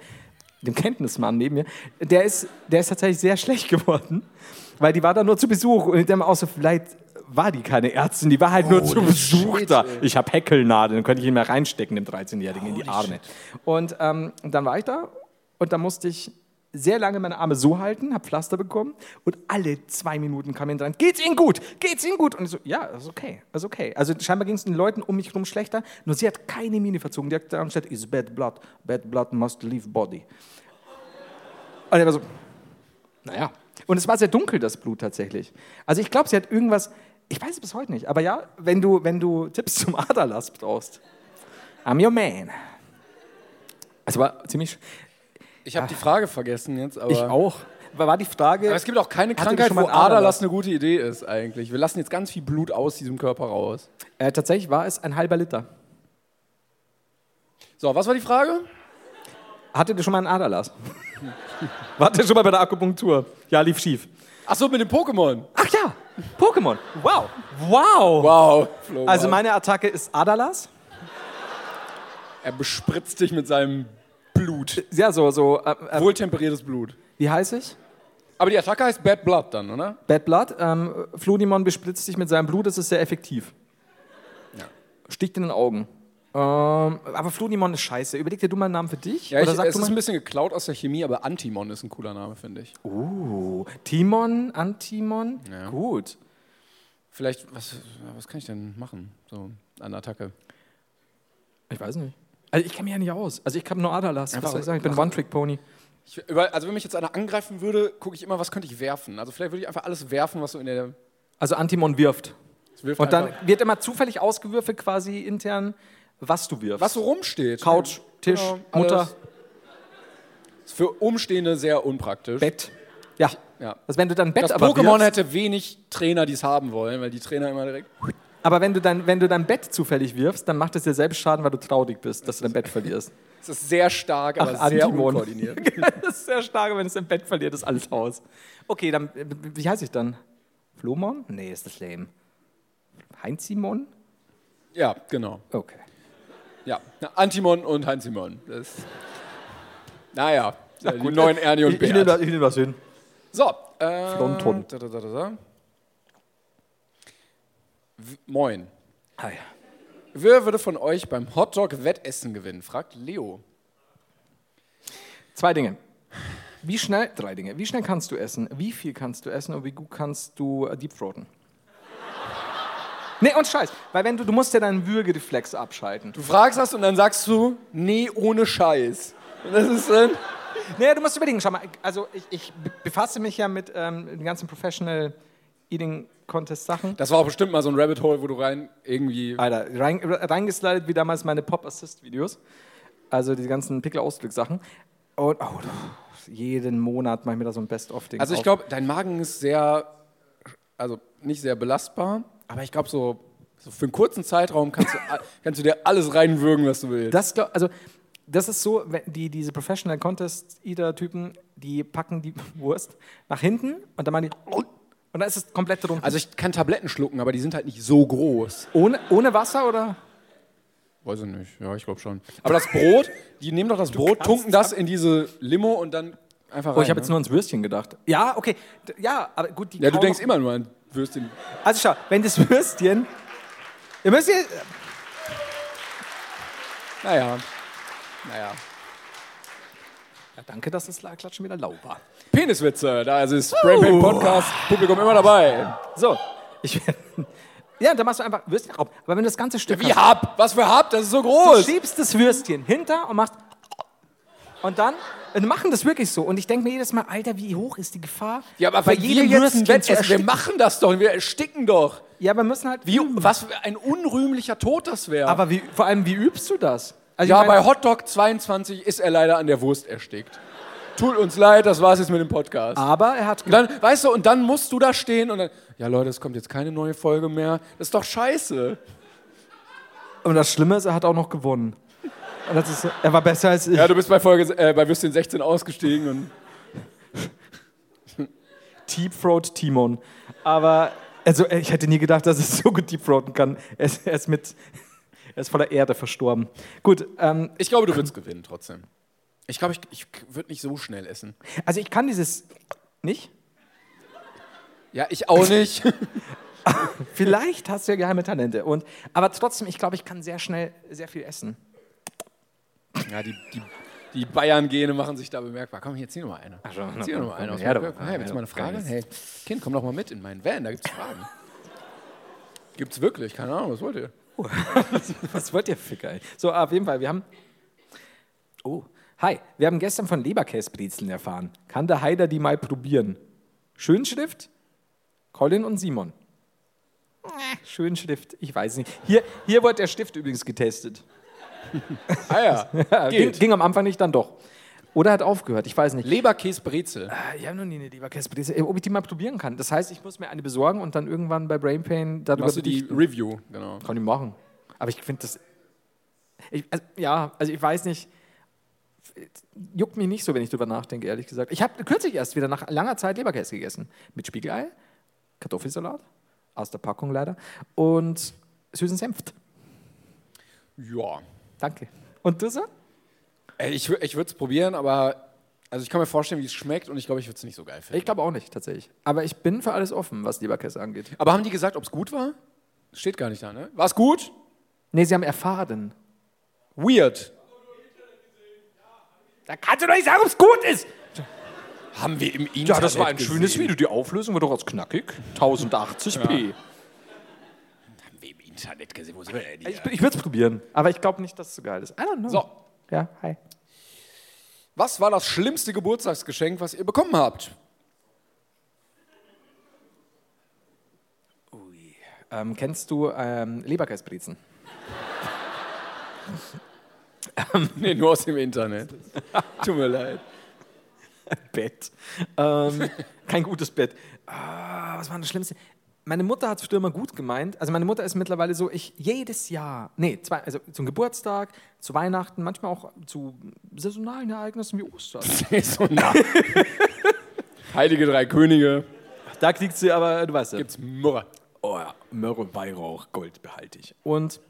[SPEAKER 4] dem Kenntnismann neben mir, der ist, der ist tatsächlich sehr schlecht geworden, weil die war da nur zu Besuch. Und ich denke mir auch so, vielleicht war die keine Ärztin, die war halt nur zu Besuch da. Ich habe Häckelnadeln, könnte ich ihn mal reinstecken, dem 13-Jährigen, in die Arme. Und ähm, dann war ich da und dann musste ich sehr lange meine Arme so halten, habe Pflaster bekommen und alle zwei Minuten kam jemand dran, geht's Ihnen gut, geht's Ihnen gut? Und ich so, ja, ist okay, ist okay. Also scheinbar ging es den Leuten um mich herum schlechter, nur sie hat keine Miene verzogen. Die hat dann gesagt, is bad blood, bad blood must leave body. Und er war so, naja. Und es war sehr dunkel, das Blut tatsächlich. Also ich glaube, sie hat irgendwas, ich weiß es bis heute nicht, aber ja, wenn du, wenn du Tipps zum Aderlass brauchst, I'm your man. Also war ziemlich...
[SPEAKER 3] Ich habe die Frage vergessen jetzt, aber.
[SPEAKER 4] auch. War die Frage...
[SPEAKER 3] Aber es gibt auch keine
[SPEAKER 4] Hatte
[SPEAKER 3] Krankheit,
[SPEAKER 4] schon mal
[SPEAKER 3] wo
[SPEAKER 4] einen Aderlass?
[SPEAKER 3] Aderlass eine gute Idee ist eigentlich. Wir lassen jetzt ganz viel Blut aus diesem Körper raus.
[SPEAKER 4] Äh, tatsächlich war es ein halber Liter.
[SPEAKER 3] So, was war die Frage?
[SPEAKER 4] Hattet ihr schon mal einen Aderlass? (laughs) Wart ihr schon mal bei der Akupunktur? Ja, lief schief.
[SPEAKER 3] Ach so, mit dem Pokémon.
[SPEAKER 4] Ach ja, Pokémon. Wow. Wow.
[SPEAKER 3] Wow. Flo,
[SPEAKER 4] Also
[SPEAKER 3] wow.
[SPEAKER 4] meine Attacke ist Adalas.
[SPEAKER 3] er bespritzt dich mit seinem Blut.
[SPEAKER 4] Ja, so, so. Äh, äh,
[SPEAKER 3] Wohltemperiertes Blut.
[SPEAKER 4] wie heiße ich?
[SPEAKER 3] Aber die Attacke heißt Bad Blood dann, oder?
[SPEAKER 4] Bad Blood. Ähm, Flodimon bespritzt dich mit seinem Blut, das ist sehr effektiv. Sticht in den Augen. Ähm, aber Flodimon ist scheiße. Überleg dir du mal einen Namen für dich.
[SPEAKER 3] Ja, ich,
[SPEAKER 4] Oder sag
[SPEAKER 3] es
[SPEAKER 4] du
[SPEAKER 3] ist
[SPEAKER 4] mal.
[SPEAKER 3] ein bisschen geklaut aus der Chemie, aber Antimon ist ein cooler Name, finde ich.
[SPEAKER 4] Oh, Timon, Antimon. Gut.
[SPEAKER 3] Vielleicht, was, was kann ich denn machen? So, an Attacke.
[SPEAKER 4] Ich weiß nicht. Also ich kenne mich ja nicht aus. Also ich kann nur Adalas.
[SPEAKER 3] Ja,
[SPEAKER 4] was soll
[SPEAKER 3] warum-
[SPEAKER 4] ich sagen? Ich bin One-Trick-Pony.
[SPEAKER 3] Ich, über, also, wenn mich jetzt einer angreifen würde, gucke ich immer, was könnte ich werfen. Also, vielleicht würde ich einfach alles werfen, was so in der.
[SPEAKER 4] Also Antimon wirft.
[SPEAKER 3] es wirft halt
[SPEAKER 4] Und dann
[SPEAKER 3] einfach-
[SPEAKER 4] wird immer zufällig ausgewürfelt quasi intern, was du wirfst.
[SPEAKER 3] Was so rumsteht.
[SPEAKER 4] Couch, Tisch,
[SPEAKER 3] Genau, alles.
[SPEAKER 4] Mutter,
[SPEAKER 3] Ist für Umstehende sehr unpraktisch.
[SPEAKER 4] Bett. Ja.
[SPEAKER 3] Ja.
[SPEAKER 4] Also wenn du dann Bett
[SPEAKER 3] Das
[SPEAKER 4] aber
[SPEAKER 3] Pokémon
[SPEAKER 4] wirfst,
[SPEAKER 3] hätte wenig Trainer, die es haben wollen, weil die Trainer immer direkt.
[SPEAKER 4] aber wenn du dann wenn du dein Bett zufällig wirfst, dann macht es dir selbst Schaden, weil du traurig bist, dass du dein Bett verlierst.
[SPEAKER 3] Es ist sehr stark, (laughs) aber
[SPEAKER 4] Ach,
[SPEAKER 3] sehr
[SPEAKER 4] Antimon.
[SPEAKER 3] unkoordiniert.
[SPEAKER 4] (laughs) das ist sehr stark, wenn es dein Bett verliert, ist alles aus. Okay, dann äh, wie heiße ich dann? Flomon? Nee, ist das lame. Heinzimon?
[SPEAKER 3] Ja, genau.
[SPEAKER 4] Okay.
[SPEAKER 3] Ja. Na, Antimon und Hansimon. Das, naja, die
[SPEAKER 4] gut.
[SPEAKER 3] neuen Ernie und Bert.
[SPEAKER 4] nehm das hin.
[SPEAKER 3] So. Äh,
[SPEAKER 4] Fronton.
[SPEAKER 3] Da, da, da, da, da. W- Moin.
[SPEAKER 4] Ah, ja.
[SPEAKER 3] Wer würde von euch beim Hotdog-Wettessen gewinnen? Fragt Leo.
[SPEAKER 4] Zwei Dinge. Wie schnell, drei Dinge. Wie schnell kannst du essen? Wie viel kannst du essen und wie gut kannst du äh, deepfroten? Nee, und Scheiß. Weil wenn du, du musst ja deinen Würgereflex abschalten.
[SPEAKER 3] Du fragst das und dann sagst du, nee, ohne Scheiß. Und das ist dann.
[SPEAKER 4] Nee, du musst überlegen, schau mal. Also ich, ich be- befasse mich ja mit ähm, den ganzen Professional Eating Contest Sachen.
[SPEAKER 3] Das war auch bestimmt mal so ein Rabbit Hole, wo du rein irgendwie.
[SPEAKER 4] Alter, rein, reingeslidet wie damals meine Pop-Assist-Videos. Also die ganzen Pickel-Ausdruck-Sachen. Und oh, jeden Monat mache ich mir da so ein Best-of-Ding
[SPEAKER 3] Also ich
[SPEAKER 4] auf.
[SPEAKER 3] glaube, dein Magen ist sehr, also nicht sehr belastbar, aber ich glaube so, so für einen kurzen Zeitraum kannst du, a- (laughs) kannst du dir alles reinwürgen, was du willst.
[SPEAKER 4] Das, glaub- also, das ist so, wenn die, diese Professional Contest Eater-Typen, die packen die (laughs) Wurst nach hinten und dann machen die. (laughs) Und dann ist es komplett rund.
[SPEAKER 3] Also ich kann Tabletten schlucken, aber die sind halt nicht so groß.
[SPEAKER 4] ohne, ohne Wasser oder?
[SPEAKER 3] Weiß ich nicht, ja, ich glaube schon. Aber das Brot, die nehmen doch das Brot, tunken das in diese Limo und dann einfach rein.
[SPEAKER 4] Oh, ich habe jetzt
[SPEAKER 3] ne?
[SPEAKER 4] nur ans Würstchen gedacht. Ja, okay. D- Ja, aber gut. Die
[SPEAKER 3] ja, du
[SPEAKER 4] kauen-
[SPEAKER 3] denkst immer nur an Würstchen.
[SPEAKER 4] Also schau, wenn das (laughs) Würstchen. Ihr müsst hier,
[SPEAKER 3] Naja, naja.
[SPEAKER 4] ja, danke, dass das Klatschen wieder lau war.
[SPEAKER 3] Peniswitze, da ist es Brain Pain Podcast, Publikum immer dabei.
[SPEAKER 4] So, ich (laughs) Ja, dann machst du einfach Würstchen rauf. Aber wenn du das ganze Stück.
[SPEAKER 3] Wie Hab? Was für Hab? Das ist so
[SPEAKER 4] Du
[SPEAKER 3] groß.
[SPEAKER 4] schiebst das Würstchen hinter und machst. Und dann und machen das wirklich so. Und ich denke mir jedes Mal, Alter, wie hoch ist die Gefahr?
[SPEAKER 3] Ja, aber
[SPEAKER 4] bei
[SPEAKER 3] wenn wir
[SPEAKER 4] jedem
[SPEAKER 3] jetzt ein
[SPEAKER 4] Würstchen
[SPEAKER 3] Bett
[SPEAKER 4] zu
[SPEAKER 3] essen, also wir
[SPEAKER 4] ersticken.
[SPEAKER 3] machen das doch, wir ersticken doch.
[SPEAKER 4] Ja, wir müssen halt.
[SPEAKER 3] Wie, was für ein unrühmlicher Tod das wäre.
[SPEAKER 4] Aber wie, vor allem, wie übst du das? Also
[SPEAKER 3] ja,
[SPEAKER 4] ich mein,
[SPEAKER 3] bei Hotdog 22 ist er leider an der Wurst erstickt. Tut uns leid, das war's jetzt mit dem Podcast.
[SPEAKER 4] aber er hat.
[SPEAKER 3] Und dann, weißt du, und dann musst du da stehen und dann, ja Leute, es kommt jetzt keine neue Folge mehr. Das ist doch scheiße.
[SPEAKER 4] Und das Schlimme ist, er hat auch noch gewonnen. Und das ist, er war besser als ich.
[SPEAKER 3] Ja, du bist bei Folge, äh, bei Würstchen 16 ausgestiegen und
[SPEAKER 4] Deepthroat Timon. Aber also, ich hätte nie gedacht, dass es so gut deepthroaten kann. Er ist, er ist mit. Er ist voller Erde verstorben. Gut, ähm,
[SPEAKER 3] ich glaube, du würdest gewinnen trotzdem. Ich glaube, ich, ich würde nicht so schnell essen.
[SPEAKER 4] also ich kann dieses. Nicht?
[SPEAKER 3] Ja, ich auch nicht.
[SPEAKER 4] Vielleicht hast du ja geheime Talente. Und, aber trotzdem, ich glaube, ich kann sehr schnell sehr viel essen.
[SPEAKER 3] Ja, die, die, die Bayern-Gene machen sich da bemerkbar. Komm, hier zieh noch mal eine.
[SPEAKER 4] Ach so,
[SPEAKER 3] zieh
[SPEAKER 4] na,
[SPEAKER 3] noch mal eine.
[SPEAKER 4] komm,
[SPEAKER 3] Aus meinem
[SPEAKER 4] her, du-
[SPEAKER 3] Körper. hey, willst du mal eine Frage?
[SPEAKER 4] Geil.
[SPEAKER 3] Hey, Kind, komm doch mal mit in meinen Van, da gibt's Fragen. gibt's wirklich? Keine Ahnung, was wollt ihr?
[SPEAKER 4] Was wollt ihr, Ficker? Ey? So, auf jeden Fall, wir haben. Oh, hi. Wir haben gestern von Leberkäsbrezeln erfahren. Kann der Haider die mal probieren? Schönschrift, Colin und Simon. Äh, Schönschrift, ich weiß nicht. Hier, hier wurde der Stift übrigens getestet.
[SPEAKER 3] Ah ja,
[SPEAKER 4] Ging,
[SPEAKER 3] geht.
[SPEAKER 4] ging am Anfang nicht, dann doch. Oder hat aufgehört, ich weiß nicht.
[SPEAKER 3] Leberkäsbrezel.
[SPEAKER 4] Ich habe noch nie eine Leberkäsbrezel, ob ich die mal probieren kann. Das heißt, ich muss mir eine besorgen und dann irgendwann bei Brain Pain darüber
[SPEAKER 3] Machst du die
[SPEAKER 4] berichten.
[SPEAKER 3] Review, genau.
[SPEAKER 4] Kann ich machen. Aber ich finde das. Ich, also, ja, also ich weiß nicht. juckt mich nicht so, wenn ich drüber nachdenke, ehrlich gesagt. Ich habe kürzlich erst wieder nach langer Zeit Leberkäse gegessen. Mit Spiegelei, Kartoffelsalat, aus der Packung leider, und süßen Senft.
[SPEAKER 3] Ja.
[SPEAKER 4] Danke. Und du so?
[SPEAKER 3] Ey, Ich, wür- ich würde es probieren, aber also ich kann mir vorstellen, wie es schmeckt und ich glaube, ich würde es nicht so geil finden.
[SPEAKER 4] Ich glaube auch nicht, tatsächlich. Aber ich bin für alles offen, was Leberkäse angeht.
[SPEAKER 3] Aber haben die gesagt, ob es gut war? Steht gar nicht da, ne? War es gut?
[SPEAKER 4] Nee, sie haben erfahren.
[SPEAKER 3] Weird.
[SPEAKER 4] Da kannst du doch nicht sagen, ob es gut ist.
[SPEAKER 3] Haben wir im Internet Ja,
[SPEAKER 4] Video. Die Auflösung war doch als knackig. 1080p.
[SPEAKER 3] Haben wir im Internet gesehen. Wo sind wir denn
[SPEAKER 4] Ich, ich würde es probieren, aber ich glaube nicht, dass es so geil ist. I don't know.
[SPEAKER 3] So,
[SPEAKER 4] Ja, hi.
[SPEAKER 3] was war das schlimmste Geburtstagsgeschenk, was ihr bekommen habt?
[SPEAKER 4] Ähm, kennst du ähm, Leberkäsbrezen?
[SPEAKER 3] Nee, nur aus dem Internet. (laughs) Tut mir leid.
[SPEAKER 4] Bett. Ähm, (laughs) kein gutes Bett. Ah, was war das Schlimmste? Meine Mutter hat es früher immer gut gemeint. Also meine Mutter ist mittlerweile so, ich jedes Jahr, nee, zwei, also zum Geburtstag, zu Weihnachten, manchmal auch zu saisonalen Ereignissen wie Ostern.
[SPEAKER 3] so nah. Heilige drei Könige.
[SPEAKER 4] da kriegt sie aber, du weißt ja.
[SPEAKER 3] Gibt's Murrer.
[SPEAKER 4] Oh ja, Möhre, Weihrauch, Gold behalte ich. Und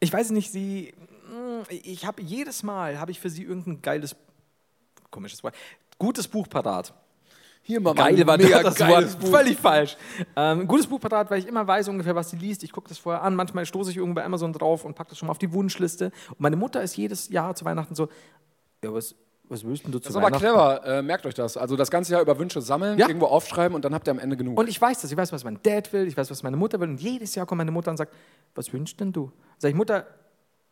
[SPEAKER 4] ich weiß nicht, sie. mm, Ich habe jedes Mal habe ich für sie irgendein geiles, komisches Wort, gutes Buch parat.
[SPEAKER 3] Hier mal
[SPEAKER 4] Geil war
[SPEAKER 3] mega
[SPEAKER 4] das
[SPEAKER 3] geiles
[SPEAKER 4] Wort.
[SPEAKER 3] Buch.
[SPEAKER 4] Völlig falsch. Ähm, gutes Buch parat, weil ich immer weiß ungefähr, was sie liest. Ich gucke das vorher an. Manchmal stoße ich irgendwo bei Amazon drauf und packe das schon mal auf die Wunschliste. Und meine Mutter ist jedes Jahr zu Weihnachten so: Ja, was, was willst denn du zu
[SPEAKER 3] Das ist aber
[SPEAKER 4] Weihnachten?"
[SPEAKER 3] clever, äh, merkt euch das. Also das ganze Jahr über Wünsche sammeln,
[SPEAKER 4] Ja.
[SPEAKER 3] irgendwo aufschreiben und dann habt ihr am Ende genug.
[SPEAKER 4] Und ich weiß das. Ich weiß, was mein Dad will. Ich weiß, was meine Mutter will. Und jedes Jahr kommt meine Mutter und sagt: Was wünschst denn du? Sag ich, Mutter,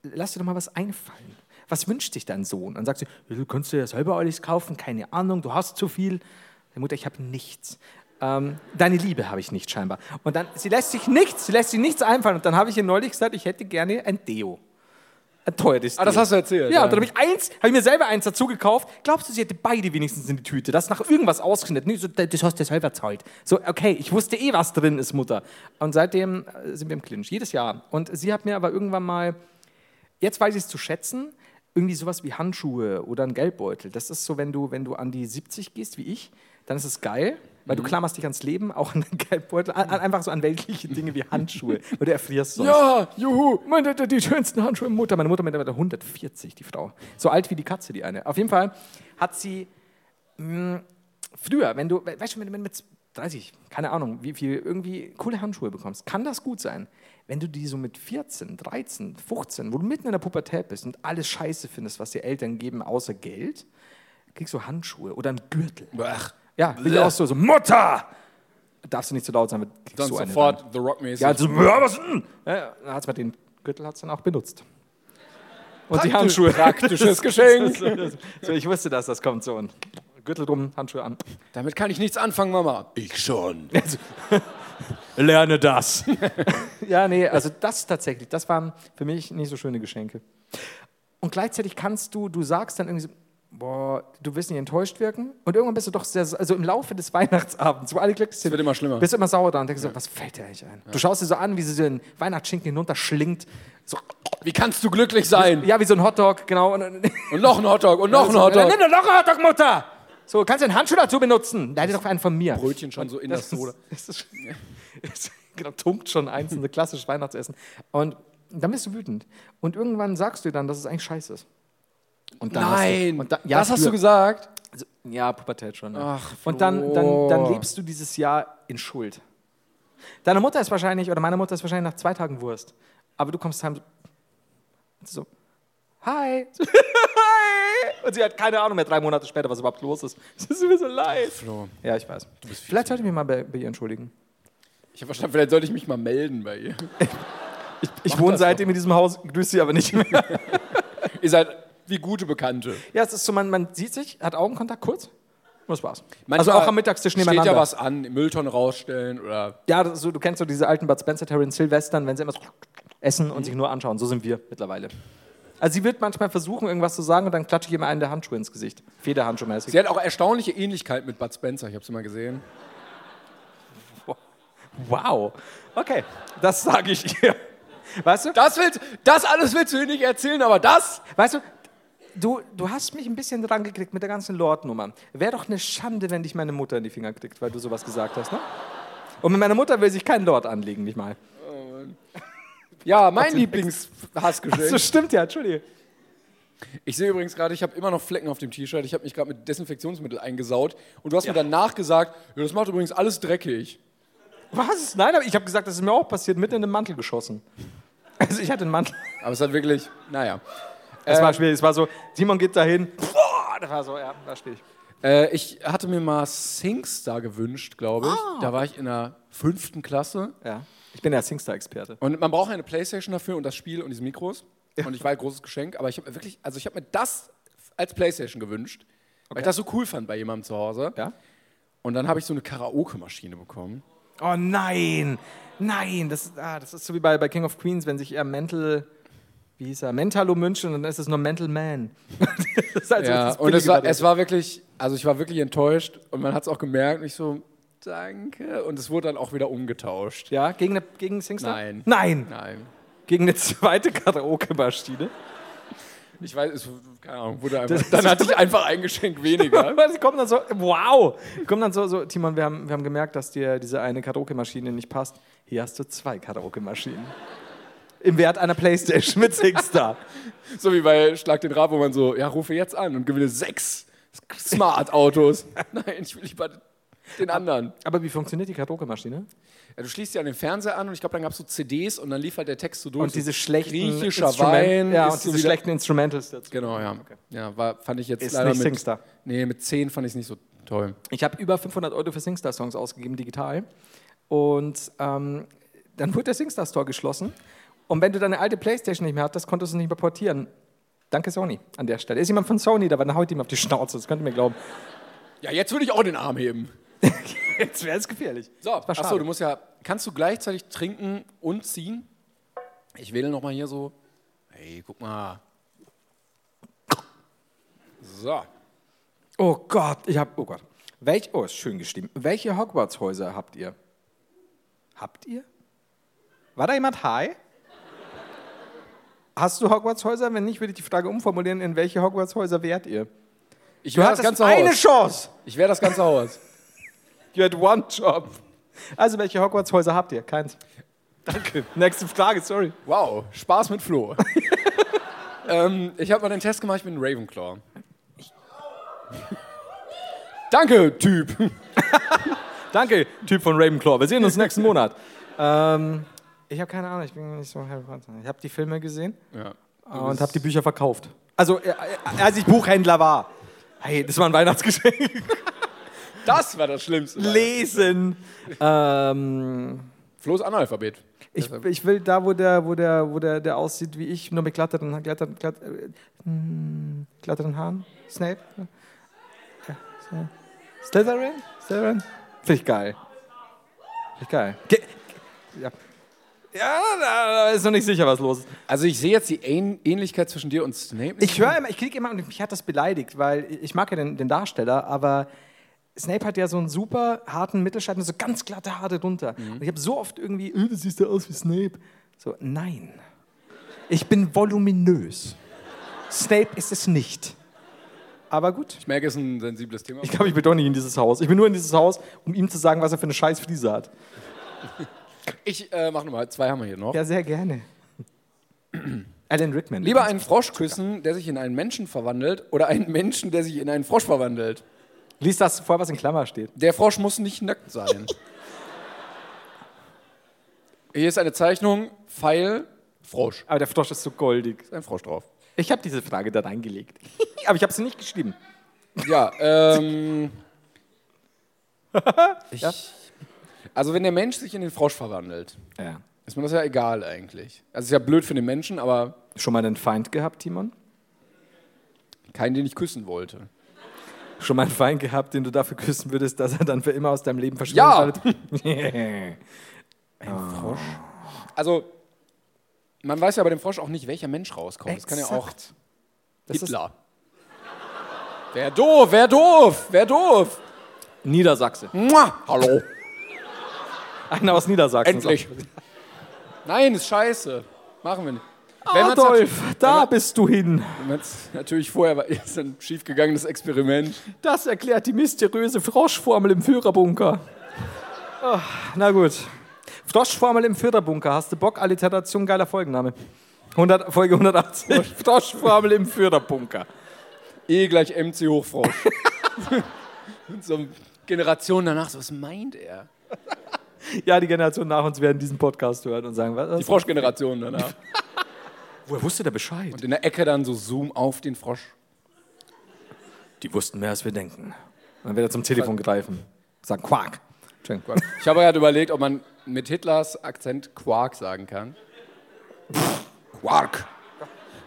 [SPEAKER 4] lass dir doch mal was einfallen. Was wünscht sich dein Sohn? Dann sagt sie: ja, Du kannst dir ja selber alles kaufen. Keine Ahnung, du hast zu viel. Sag ich, Mutter, ich habe nichts. Ähm, deine Liebe habe ich nicht scheinbar. Und dann, sie lässt sich nichts, sie lässt sich nichts einfallen. Und dann habe ich ihr neulich gesagt, ich hätte gerne ein Deo. Ein teures
[SPEAKER 3] Ah, das hast du erzählt,
[SPEAKER 4] Ja,
[SPEAKER 3] ja.
[SPEAKER 4] und dann habe ich eins, habe ich mir selber eins dazu gekauft. Glaubst du, sie hätte beide wenigstens in die Tüte? Das nach irgendwas ausgeschnitten. Nee, so, das hast du selber zahlt. So, okay, ich wusste eh, was drin ist, Mutter. Und seitdem äh, sind wir im Clinch, jedes Jahr. Und sie hat mir aber irgendwann mal, jetzt weiß ich es zu schätzen, irgendwie sowas wie Handschuhe oder ein Geldbeutel. Das ist so, wenn du, wenn du an die 70 gehst, wie ich, dann ist es geil, weil du klammerst dich ans Leben, auch an den Geldbeutel, an, an, einfach so an weltliche Dinge wie Handschuhe, weil du erfrierst sonst.
[SPEAKER 3] ja, juhu.
[SPEAKER 4] Meine, die, die schönsten Handschuhe Mutter. Meine Mutter mittlerweile 140, die Frau. So alt wie die Katze, die eine. Auf jeden Fall hat sie mh, früher, wenn du, we- weißt du, wenn du mit 30, keine Ahnung, wie viel, irgendwie coole Handschuhe bekommst, kann das gut sein. Wenn du die so mit 14, 13, 15, wo du mitten in der Pubertät bist und alles Scheiße findest, was dir Eltern geben, außer Geld, kriegst du Handschuhe oder einen Gürtel.
[SPEAKER 3] Ach,
[SPEAKER 4] Ja, bin ich auch so, so, Mutter! Darfst du nicht zu laut sein, weil du kriegst
[SPEAKER 3] dann
[SPEAKER 4] so eine
[SPEAKER 3] sofort The Rock-mäßig.
[SPEAKER 4] ja, also, ja, was denn? Ja, dann hat's mal den Gürtel hat's dann auch benutzt. Und die Handschuhe. (laughs)
[SPEAKER 3] Praktisches Geschenk.
[SPEAKER 4] So, ich wusste, dass das kommt so. Und Gürtel drum, Handschuhe an.
[SPEAKER 3] Damit kann ich nichts anfangen, Mama. Ich schon.
[SPEAKER 1] Lerne das.
[SPEAKER 4] Ja, nee, also das tatsächlich, das waren für mich nicht so schöne Geschenke. Und gleichzeitig kannst du, du sagst dann irgendwie so, boah, du wirst nicht enttäuscht wirken. Und irgendwann bist du doch sehr, also im Laufe des (laughs) Weihnachtsabends, wo alle glücklich sind,
[SPEAKER 3] wird immer schlimmer.
[SPEAKER 4] bist du immer sauer da und denkst so, was fällt dir eigentlich ein? Du schaust dir so an, wie sie so den Weihnachtsschinken hinunterschlingt. So,
[SPEAKER 3] Wie kannst du glücklich sein?
[SPEAKER 4] ja, wie so ein Hotdog, genau. Und, und,
[SPEAKER 3] Und noch ein Hotdog und noch ein
[SPEAKER 4] Dann
[SPEAKER 3] Hotdog.
[SPEAKER 4] nimm doch noch einen Hotdog, Mutter! So, kannst du den Handschuh dazu benutzen? Leider doch einen von mir.
[SPEAKER 3] Brötchen schon so in das Sohle.
[SPEAKER 4] (laughs) Das ist, ist, genau, tunkt schon (laughs) einzelne klassisches Weihnachtsessen. Und dann bist du wütend. Und irgendwann sagst du dir dann, dass es eigentlich scheiße ist. Und dann Hast du, und da, ja,
[SPEAKER 3] das hast du
[SPEAKER 4] früher.
[SPEAKER 3] gesagt.
[SPEAKER 4] Also, ja, Pubertät schon. Ja.
[SPEAKER 3] Ach,
[SPEAKER 4] und dann, dann,
[SPEAKER 3] Flo.
[SPEAKER 4] dann lebst du dieses Jahr in Schuld. Deine Mutter ist wahrscheinlich, oder meine Mutter ist wahrscheinlich nach zwei Tagen Wurst. Aber du kommst heim so, so hi. (laughs) hi. Und sie hat keine Ahnung mehr, drei Monate später, was überhaupt los ist. (laughs) Es ist mir so leid.
[SPEAKER 3] Flo.
[SPEAKER 4] Ja, ich weiß. Vielleicht sollte ich mich mal bei, bei ihr entschuldigen.
[SPEAKER 3] Ich habe verstanden, vielleicht sollte ich mich mal melden bei ihr.
[SPEAKER 4] Ich wohne seitdem in diesem Haus, grüße sie aber nicht mehr.
[SPEAKER 3] ihr seid wie gute Bekannte.
[SPEAKER 4] Ja, es ist so, man, man sieht sich, hat Augenkontakt kurz. Und das war's.
[SPEAKER 3] Manchmal
[SPEAKER 4] also auch am Mittagstisch nebeneinander.
[SPEAKER 3] Steht ja was an, Mülltonnen rausstellen oder
[SPEAKER 4] Ja, das ist so, du kennst so diese alten Bud Spencer, Terry Silvestern, wenn sie immer so essen und sich nur anschauen. So sind wir mittlerweile. Also sie wird manchmal versuchen, irgendwas zu sagen und dann klatsche ich immer einen der Handschuhe ins Gesicht. Federhandschuhmäßig.
[SPEAKER 3] Sie hat auch erstaunliche Ähnlichkeit mit Bud Spencer, ich habe sie mal gesehen.
[SPEAKER 4] Wow. Okay, das sage ich ihr. Weißt du?
[SPEAKER 3] Das, willst, das alles willst du ihr nicht erzählen, aber das,
[SPEAKER 4] Weißt du? du, du hast mich ein bisschen dran gekriegt mit der ganzen Lord-Nummer. Wäre doch eine Schande, wenn dich meine Mutter in die Finger kriegt, weil du sowas gesagt hast, ne? Und mit meiner Mutter will sich kein Lord anlegen, nicht mal.
[SPEAKER 3] Ja, mein Lieblingshassgeschenk.
[SPEAKER 4] Das stimmt ja, Entschuldige.
[SPEAKER 3] Ich sehe übrigens gerade, ich habe immer noch Flecken auf dem T-Shirt. Ich habe mich gerade mit Desinfektionsmittel eingesaut. Und du hast mir danach gesagt, ja, das macht übrigens alles dreckig.
[SPEAKER 4] Was? Nein, aber ich habe gesagt, das ist mir auch passiert, mitten in den Mantel geschossen. Also ich hatte einen Mantel.
[SPEAKER 3] Aber es hat wirklich, naja.
[SPEAKER 4] Es war schwierig, es war so, Simon geht dahin. Boah, das war so, ja, da stehe ich.
[SPEAKER 3] Äh, ich hatte mir mal Singstar gewünscht, glaube ich.
[SPEAKER 4] Ah.
[SPEAKER 3] Da war ich in der fünften Klasse.
[SPEAKER 4] Ja. Ich bin ja Singstar-Experte.
[SPEAKER 3] Und man braucht eine Playstation dafür und das Spiel und diese Mikros. Und ich war ein großes Geschenk, aber ich habe mir wirklich, also ich habe mir das als Playstation gewünscht, weil ich das so cool fand bei jemandem zu Hause.
[SPEAKER 4] Ja?
[SPEAKER 3] Und dann habe ich so eine Karaoke-Maschine bekommen.
[SPEAKER 4] Oh nein, nein, das, ist- ah, das ist so wie bei, bei King of Queens, wenn sich er Mental, wie hieß er, Mentalo München und dann ist es nur Mental Man. (laughs) das ist also
[SPEAKER 3] Ja,
[SPEAKER 4] das
[SPEAKER 3] und es
[SPEAKER 4] billige
[SPEAKER 3] war,
[SPEAKER 4] Variante.
[SPEAKER 3] es war wirklich, also ich war wirklich enttäuscht und man hat es auch gemerkt und ich so, danke. Und es wurde dann auch wieder umgetauscht.
[SPEAKER 4] ja, gegen, eine, gegen Singstar?
[SPEAKER 3] Nein.
[SPEAKER 4] Nein,
[SPEAKER 3] Nein.
[SPEAKER 4] gegen eine zweite Karaoke-Maschine.
[SPEAKER 3] Ich weiß, es, keine Ahnung, wurde einfach, dann (laughs) hatte ich einfach ein Geschenk
[SPEAKER 4] (laughs)
[SPEAKER 3] weniger.
[SPEAKER 4] Weil sie kommen dann so, wow! Kommen dann so, so Timon, wir haben, wir haben gemerkt, dass dir diese eine Karaoke-Maschine nicht passt. Hier hast du zwei Karaoke-Maschinen. Im Wert einer Playstation mit Singstar.
[SPEAKER 3] So wie bei Schlag den Rab, wo man so, ja, rufe jetzt an und gewinne sechs
[SPEAKER 4] (laughs)
[SPEAKER 3] Smart-Autos. Nein, ich will lieber den anderen.
[SPEAKER 4] Aber wie funktioniert die Karaoke-Maschine?
[SPEAKER 3] Ja, du schließt sie an den Fernseher an und ich glaube, dann gab es so CDs und dann lief halt der Text so durch.
[SPEAKER 4] Und diese schlechten
[SPEAKER 3] griechischer
[SPEAKER 4] Instrument-
[SPEAKER 3] Wein.
[SPEAKER 4] ja,
[SPEAKER 3] ist
[SPEAKER 4] und
[SPEAKER 3] so
[SPEAKER 4] diese
[SPEAKER 3] wieder-
[SPEAKER 4] schlechten Instrumentals dazu.
[SPEAKER 3] Genau, ja. Ja, war, fand ich jetzt
[SPEAKER 4] Ist
[SPEAKER 3] leider
[SPEAKER 4] nicht
[SPEAKER 3] mit,
[SPEAKER 4] Singstar.
[SPEAKER 3] Nee, mit zehn fand ich es nicht so toll.
[SPEAKER 4] Ich habe über 500 Euro für Singstar-Songs ausgegeben, digital. Und ähm, dann wurde der Singstar-Store geschlossen. Und wenn du deine alte Playstation nicht mehr hattest, konntest du nicht mehr portieren. Danke, Sony, an der Stelle. Ist jemand von Sony da, dann haut ihm auf die Schnauze, das könnt ihr mir glauben.
[SPEAKER 3] Ja, jetzt würde ich auch den Arm heben.
[SPEAKER 4] Jetzt wäre es gefährlich.
[SPEAKER 3] So,
[SPEAKER 4] war schade.
[SPEAKER 3] achso, du musst ja. Kannst du gleichzeitig trinken und ziehen? Ich wähle nochmal hier so. Hey, guck mal. So.
[SPEAKER 4] Oh Gott, ich habe, oh Gott. Welch, oh, ist schön geschrieben. Welche Hogwarts-Häuser habt ihr? Habt ihr? War da jemand high? Hast du Hogwarts-Häuser? Wenn nicht, würde ich die Frage umformulieren, in welche Hogwarts-Häuser wärt ihr?
[SPEAKER 3] Ich wäre das ganze Haus.
[SPEAKER 4] Chance.
[SPEAKER 3] Ich wäre das ganze Haus.
[SPEAKER 4] You had one job. Also, welche Hogwarts-Häuser habt ihr? Keins. Danke. Nächste Frage, sorry.
[SPEAKER 3] Wow, Spaß mit Flo.
[SPEAKER 4] (laughs)
[SPEAKER 3] ähm, ich habe mal den Test gemacht, ich bin ein Ravenclaw. (laughs) Danke, Typ.
[SPEAKER 4] Danke, Typ von Ravenclaw. Wir sehen (laughs) uns nächsten Monat. ähm, ich habe keine Ahnung, ich bin nicht so Harry Potter. Ich habe die Filme gesehen.
[SPEAKER 3] Ja.
[SPEAKER 4] Und habe die Bücher verkauft. Also, äh, äh, als ich Buchhändler war. Hey, das war ein Weihnachtsgeschenk.
[SPEAKER 3] Das war das Schlimmste.
[SPEAKER 4] (laughs) Lesen. ähm,
[SPEAKER 3] Flo's Analphabet.
[SPEAKER 4] ich, ich will da, wo der, wo der, wo der, der aussieht wie ich, nur mit kletternden, kletternden, kletternden, kletternden äh, hm, Haaren. Snape. Ja, so. Slytherin? Slytherin? Finde ich geil. Finde ich geil. Ge ja, ja da, da ist noch nicht sicher, was los ist.
[SPEAKER 3] Also ich sehe jetzt die Ähn Ähnlichkeit zwischen dir und Snape. nicht.
[SPEAKER 4] Ich höre immer, ich kriege immer, und mich hat das beleidigt, weil ich mag ja den, den Darsteller, aber Snape hat ja so einen super harten Mittelscheitel, so ganz glatte Haare drunter. Und ich habe so oft irgendwie, äh, das siehst du aus wie Snape. So, nein. Ich bin voluminös. Snape ist es nicht. Aber gut.
[SPEAKER 3] Ich merke, es ist ein sensibles Thema.
[SPEAKER 4] Ich glaube, ich bin doch nicht in dieses Haus. Ich bin nur in dieses Haus, um ihm zu sagen, was er für eine scheiß Fliese hat.
[SPEAKER 3] Ich äh, mache nochmal, zwei haben wir hier noch.
[SPEAKER 4] Ja, sehr gerne. Alan Rickman.
[SPEAKER 3] Lieber einen Frosch küssen, der sich in einen Menschen verwandelt, oder einen Menschen, der sich in einen Frosch verwandelt.
[SPEAKER 4] Lies das vor, was in Klammer steht.
[SPEAKER 3] Der Frosch muss nicht nackt sein. Hier ist eine Zeichnung, Pfeil, Frosch.
[SPEAKER 4] Aber der Frosch ist so goldig.
[SPEAKER 3] Ist ein Frosch drauf.
[SPEAKER 4] Ich habe diese Frage da reingelegt. (laughs) Aber ich habe sie nicht geschrieben.
[SPEAKER 3] Ja, ähm. ich, Also, wenn der Mensch sich in den Frosch verwandelt,
[SPEAKER 4] Ja.
[SPEAKER 3] ist mir das ja egal eigentlich. Also, ist ja blöd für den Menschen, aber
[SPEAKER 4] Schon mal einen Feind gehabt, Timon?
[SPEAKER 3] keinen, den ich küssen wollte.
[SPEAKER 4] Schon mal einen Feind gehabt, den du dafür küssen würdest, dass er dann für immer aus deinem Leben
[SPEAKER 3] Ja!
[SPEAKER 4] verschwindet? (laughs) Ja!
[SPEAKER 3] Also, man weiß ja bei dem Frosch auch nicht, welcher Mensch rauskommt. Das kann ja auch
[SPEAKER 4] Exakt.
[SPEAKER 3] Hitler. Wer doof, wer doof, wer doof.
[SPEAKER 4] Niedersachse.
[SPEAKER 3] Mua. Hallo.
[SPEAKER 4] Einer aus Niedersachsen.
[SPEAKER 3] Endlich. Nein, ist scheiße. Machen wir nicht. Wenn man's
[SPEAKER 4] Adolf, da bist du hin.
[SPEAKER 3] Wenn man's natürlich vorher war, ist ein schiefgegangenes Experiment.
[SPEAKER 4] Das erklärt die mysteriöse Froschformel im Führerbunker. Ah, na gut. Froschformel im Führerbunker. Hast du Bock? Alliteration, geiler Folgenname. 100, Folge (laughs) 180. Froschformel im Führerbunker.
[SPEAKER 3] E gleich MC Hochfrosch. (laughs) Und so Generationen danach, so was meint er?
[SPEAKER 4] Ja, die Generation nach uns werden diesen Podcast hören und sagen, was?
[SPEAKER 3] Die Froschgeneration danach.
[SPEAKER 4] Woher wusste der
[SPEAKER 3] (laughs)
[SPEAKER 4] Bescheid?
[SPEAKER 3] Und in der Ecke dann so Zoom auf den Frosch.
[SPEAKER 4] die wussten mehr, als wir denken. Dann wird er zum Telefon greifen. Sagen Quark. Entschuldigung, Quark.
[SPEAKER 3] Ich habe gerade überlegt, ob man mit Hitlers Akzent Quark sagen kann. Quark.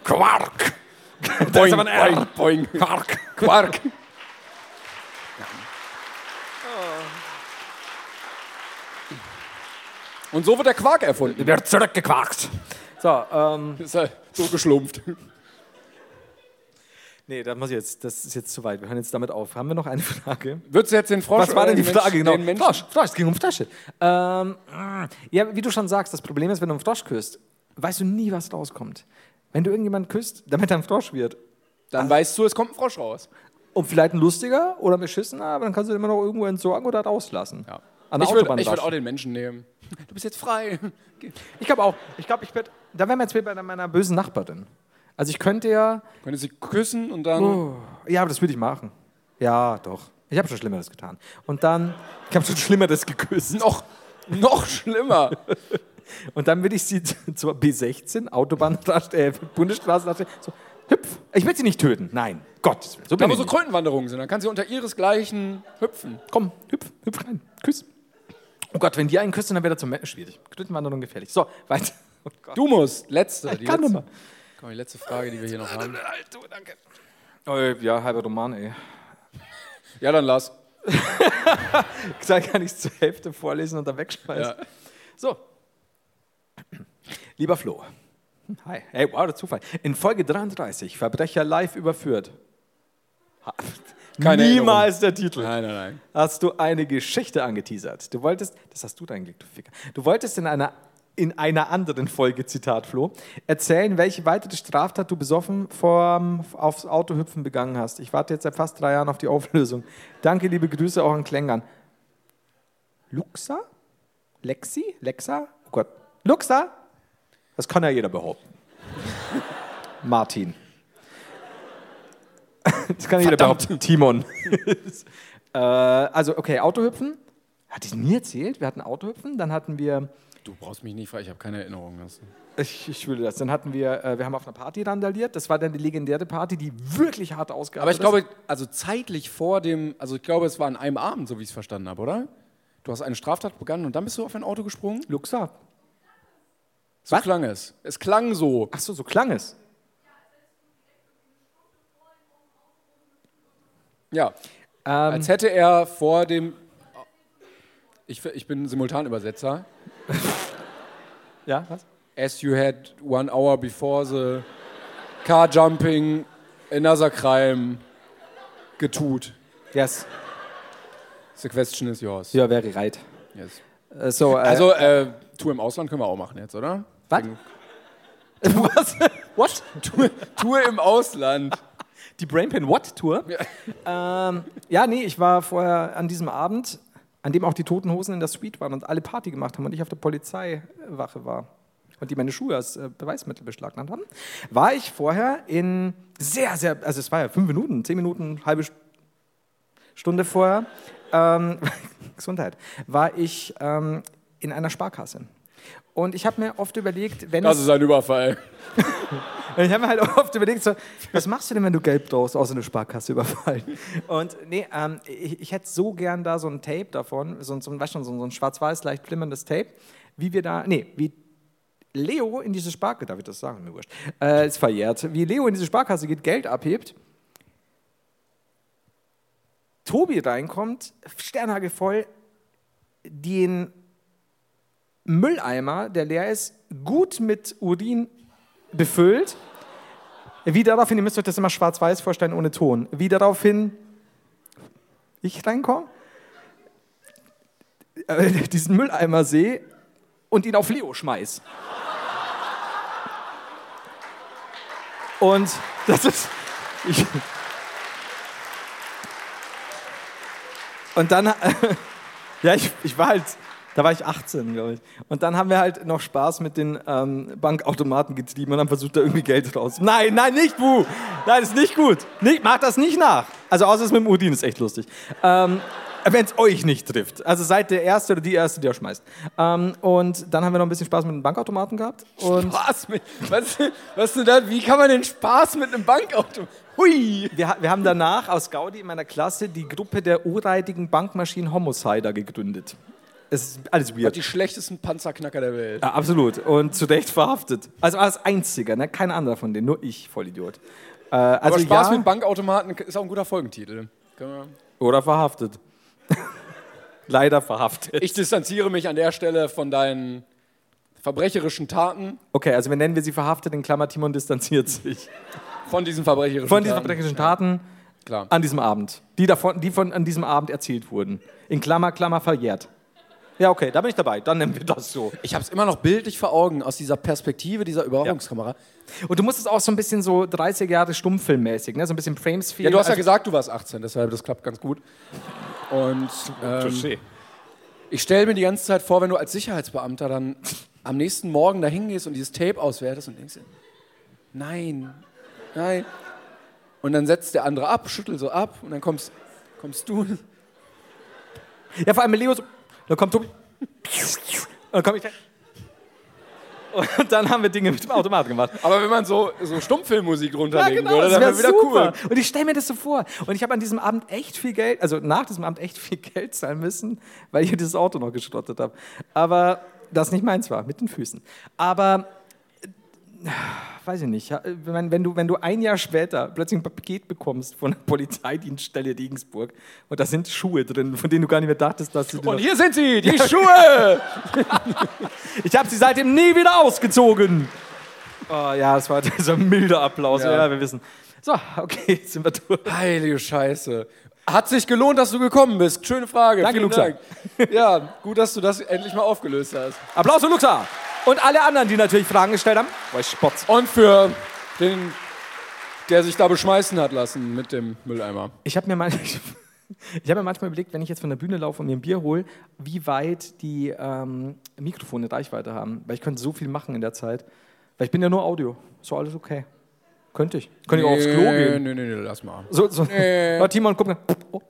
[SPEAKER 4] Quark.
[SPEAKER 3] Boing,
[SPEAKER 4] aber ein
[SPEAKER 3] boing,
[SPEAKER 4] R.
[SPEAKER 3] boing.
[SPEAKER 4] Quark.
[SPEAKER 3] Quark. Und so wird der Quark erfunden.
[SPEAKER 4] Wird zurückgequarkt. So, ähm,
[SPEAKER 3] Ist er so geschlumpft.
[SPEAKER 4] nee, das muss ich jetzt, das ist jetzt zu weit. Wir hören jetzt damit auf. Haben wir noch eine Frage?
[SPEAKER 3] Würdest du jetzt den Frosch
[SPEAKER 4] (laughs) Was war
[SPEAKER 3] oder
[SPEAKER 4] denn die
[SPEAKER 3] den Mensch-
[SPEAKER 4] Frage genau?
[SPEAKER 3] Den Menschen,
[SPEAKER 4] Frosch, Frosch, es ging um Frösche. Ähm, mm, ja, wie du schon sagst, das Problem ist, wenn du einen Frosch küsst, weißt du nie, was rauskommt. Wenn du irgendjemanden küsst, damit er ein Frosch wird,
[SPEAKER 3] dann weißt du, es kommt ein Frosch raus.
[SPEAKER 4] und vielleicht ein lustiger oder ein beschissener, aber dann kannst du den immer noch irgendwo entsorgen oder rauslassen.
[SPEAKER 3] Ja.
[SPEAKER 4] An der
[SPEAKER 3] Ich würde
[SPEAKER 4] Autobahn
[SPEAKER 3] würd
[SPEAKER 4] waschen.
[SPEAKER 3] auch den Menschen nehmen. Du bist jetzt frei.
[SPEAKER 4] Ich glaube auch. Ich glaube, ich werde. Da wären wir jetzt wieder bei meiner bösen Nachbarin. Also ich könnte ja.
[SPEAKER 3] Könntest sie küssen und dann.
[SPEAKER 4] Ja, aber das würde ich machen. Ja, doch. Ich habe schon Schlimmeres getan. Und dann. Ich habe schon Schlimmeres geküsst.
[SPEAKER 3] Noch, noch schlimmer.
[SPEAKER 4] Und dann würde ich sie (laughs) zu- zur B16 Autobahn (laughs) äh, Bundesstraße so hüpf. Ich will sie nicht töten. Nein. Gott. So
[SPEAKER 3] Da
[SPEAKER 4] bin
[SPEAKER 3] wo
[SPEAKER 4] ich
[SPEAKER 3] so
[SPEAKER 4] nicht.
[SPEAKER 3] Krötenwanderungen sind, dann kann sie unter ihresgleichen hüpfen.
[SPEAKER 4] Komm, hüpf, hüpf rein. Küss. Oh Gott, wenn die einen küsst, dann wäre das zum Menschen schwierig. Knüttenwanderung gefährlich. So, weiter. Oh Gott.
[SPEAKER 3] Du musst. Letzte.
[SPEAKER 4] Ich
[SPEAKER 3] letzte.
[SPEAKER 4] kann nur mal.
[SPEAKER 3] Komm, die letzte Frage, die wir hier noch haben.
[SPEAKER 4] Äh, ja, halber Roman, ey.
[SPEAKER 3] Ja, dann lass.
[SPEAKER 4] Da kann ich es zur Hälfte vorlesen und dann wegschmeißen.
[SPEAKER 3] Ja.
[SPEAKER 4] So. Lieber Flo. Hi. Hey, wow, der Zufall. In Folge 33, Verbrecher live überführt. Ha-
[SPEAKER 3] Keine
[SPEAKER 4] Niemals der Titel.
[SPEAKER 3] Nein, nein, nein.
[SPEAKER 4] Hast du eine Geschichte angeteasert? Du wolltest, das hast du reingelegt, du Ficker. Du wolltest in einer, in einer anderen Folge, Zitat Flo, erzählen, welche weitere Straftat du besoffen vorm aufs Auto hüpfen begangen hast. Ich warte jetzt seit fast drei Jahren auf die Auflösung. Danke, liebe Grüße auch an Klängern. Luxa? Lexi? Lexa? Oh Gott. Luxa? Das kann ja jeder behaupten. (laughs) Martin. Das kann jeder behaupten. Timon. (laughs) äh, also, okay, Autohüpfen. Hatte ich nie erzählt. Wir hatten Autohüpfen, dann hatten wir.
[SPEAKER 3] Du brauchst mich nicht frei, ich habe keine Erinnerung. Das-
[SPEAKER 4] Ich, ich würde das. Dann hatten wir, äh, wir haben auf einer Party randaliert. Das war dann die legendäre Party, die wirklich hart ausgearbeitet
[SPEAKER 3] Aber ich glaube, also zeitlich vor dem, also ich glaube, es war an einem Abend, so wie ich es verstanden habe, oder? Du hast eine Straftat begangen und dann bist du auf ein Auto gesprungen?
[SPEAKER 4] ist Luxa.
[SPEAKER 3] So klang es. Es klang so.
[SPEAKER 4] Ach so, so klang es.
[SPEAKER 3] Ja. Als hätte er vor dem. Ich, ich bin Simultanübersetzer.
[SPEAKER 4] Ja, was?
[SPEAKER 3] As you had one hour before the car jumping, another crime, getut.
[SPEAKER 4] Yes.
[SPEAKER 3] The question is yours.
[SPEAKER 4] Ja, wäre right.
[SPEAKER 3] Yes.
[SPEAKER 4] Äh, so, äh,
[SPEAKER 3] Also, äh, Tour im Ausland können wir auch machen jetzt, oder?
[SPEAKER 4] was? (laughs) was? What?
[SPEAKER 3] Tour, Tour im Ausland.
[SPEAKER 4] Die Brainpin What Tour? Ja. Ähm, ja, nee, ich war vorher an diesem Abend, an dem auch die Toten Hosen in der Suite waren und alle Party gemacht haben und ich auf der Polizeiwache war und die meine Schuhe als äh, Beweismittel beschlagnahmt haben, war ich vorher in sehr, sehr, also es war ja fünf Minuten, zehn Minuten, halbe St- Stunde vorher, ähm, (laughs) Gesundheit, war ich ähm, in einer Sparkasse. Und ich habe mir oft überlegt, wenn
[SPEAKER 3] Das
[SPEAKER 4] es-
[SPEAKER 3] ist ein Überfall.
[SPEAKER 4] ich habe mir halt (laughs) oft überlegt, so, was machst du denn, wenn du Geld brauchst, außer eine Sparkasse überfallen? Und nee, ähm, ich, ich hätte so gern da so ein Tape davon, so, ein- so, ein- weißt schon, so, ein- so ein schwarz-weiß, leicht flimmerndes Tape, wie wir da, nee, wie Leo in diese Sparkasse, darf ich das sagen? Mir wurscht. Äh, ist verjährt. Wie Leo in diese Sparkasse geht, Geld abhebt, Tobi reinkommt, sternhagelvoll, den Mülleimer, der leer ist, gut mit Urin befüllt. Wie daraufhin, ihr müsst euch das immer schwarz-weiß vorstellen, ohne Ton. Wie daraufhin ich reinkomme, äh, (laughs) diesen Mülleimer sehe und ihn auf Leo schmeiß. Und das ist. Ich, und dann. (laughs) Ja, ich, ich war halt. Da war ich 18, glaube ich. Und dann haben wir halt noch Spaß mit den ähm, Bankautomaten getrieben und haben versucht, da irgendwie Geld raus. Nein, nein, nicht, Bu! Nein, ist nicht gut. Nicht, macht das nicht nach. Also, außer es mit dem Udin ist echt lustig. Ähm, wenn es euch nicht trifft. Also seid der Erste oder die Erste, die euch schmeißt. Ähm, und dann haben wir noch ein bisschen Spaß mit den Bankautomaten gehabt. Und
[SPEAKER 3] Spaß mit. Was, was denn da? Wie kann man den Spaß mit einem Bankauto? Hui!
[SPEAKER 4] wir, ha- wir haben danach aus Gaudi in meiner Klasse die Gruppe der ureidigen Bankmaschinen Homicider gegründet. Es ist alles weird.
[SPEAKER 3] Die schlechtesten Panzerknacker der Welt.
[SPEAKER 4] Ja, absolut. Und zu Recht verhaftet. Also als einziger, ne? kein anderer von denen, nur ich, Vollidiot. Äh, also
[SPEAKER 3] Aber Spaß
[SPEAKER 4] ja,
[SPEAKER 3] mit Bankautomaten ist auch ein guter Folgentitel. Können wir-
[SPEAKER 4] oder verhaftet. (laughs) Leider verhaftet.
[SPEAKER 3] Ich distanziere mich an der Stelle von deinen verbrecherischen Taten,
[SPEAKER 4] Okay, also wir nennen wir sie verhaftet, in Klammer Timon distanziert sich.
[SPEAKER 3] von diesen verbrecherischen
[SPEAKER 4] (laughs) Von diesen
[SPEAKER 3] Taten.
[SPEAKER 4] verbrecherischen Taten
[SPEAKER 3] Klar.
[SPEAKER 4] an diesem Abend. Die, davon, die von an diesem Abend erzählt wurden. In Klammer, Klammer verjährt. Ja, okay, da bin ich dabei. Dann nennen wir das so.
[SPEAKER 3] Ich habe es immer noch bildlich vor Augen aus dieser Perspektive dieser Überwachungskamera.
[SPEAKER 4] Und du musst es auch so ein bisschen so 30 Jahre stummfilmmäßig, ne? so ein bisschen Also, Frames
[SPEAKER 3] Ja, du hast ja gesagt, du warst 18, deshalb das klappt ganz gut. Und (laughs) ähm, ich stelle mir die ganze Zeit vor, wenn du als Sicherheitsbeamter dann am nächsten Morgen da hingehst und dieses Tape auswertest und denkst, dir, nein, nein. Und dann setzt der andere ab, schüttelt so ab und dann kommst, kommst du.
[SPEAKER 4] Ja, vor allem mit Leo so, da kommt Tobi. Und dann komm ich. Und dann haben wir Dinge mit dem Automat gemacht.
[SPEAKER 3] Aber wenn man so, so Stummfilmmusik runterlegen würde,
[SPEAKER 4] genau, das
[SPEAKER 3] dann
[SPEAKER 4] wäre
[SPEAKER 3] wäre wieder
[SPEAKER 4] super.
[SPEAKER 3] cool.
[SPEAKER 4] Und ich stelle mir das so vor. Und ich habe an diesem Abend echt viel Geld, also nach diesem Abend echt viel (laughs) Geld zahlen müssen, weil ich dieses Auto noch geschrottet habe. Aber das nicht meins war, mit den Füßen. Aber äh, weiß ich nicht, ja, wenn, wenn, du, wenn du ein Jahr später plötzlich ein Paket bekommst von der Polizeidienststelle Regensburg und da sind Schuhe drin, von denen du gar nicht mehr dachtest, dass sie dir
[SPEAKER 3] Und hier sind sie,
[SPEAKER 4] (laughs)
[SPEAKER 3] die Schuhe!
[SPEAKER 4] Ich habe sie seitdem nie wieder ausgezogen. Oh, ja, das war (laughs) dieser milde Applaus. Ja.
[SPEAKER 3] Ja.
[SPEAKER 4] wir wissen. So, okay, jetzt sind wir durch.
[SPEAKER 3] Heilige Scheiße. Hat sich gelohnt, dass du gekommen bist. Schöne Frage.
[SPEAKER 4] Danke,
[SPEAKER 3] Vielen
[SPEAKER 4] Luxa.
[SPEAKER 3] Dank. Ja, gut, dass du das endlich mal aufgelöst hast.
[SPEAKER 4] Applaus für Luxa. Und alle anderen, die natürlich Fragen gestellt haben. Weil Spott.
[SPEAKER 3] Und für den, der sich da beschmeißen hat lassen mit dem Mülleimer.
[SPEAKER 4] Ich habe mir, mal, (laughs) ich hab mir manchmal überlegt, wenn ich jetzt von der Bühne laufe und mir ein Bier hole, wie weit die ähm, Mikrofone Reichweite haben. Weil ich könnte so viel machen in der Zeit. Weil ich bin ja nur Audio. Ist doch alles okay. Könnte ich. Könnte ich auch aufs Klo gehen.
[SPEAKER 3] Nee, nee, nee, lass mal.
[SPEAKER 4] So, so. (laughs) Äh. Timon guckt. nach- Oh.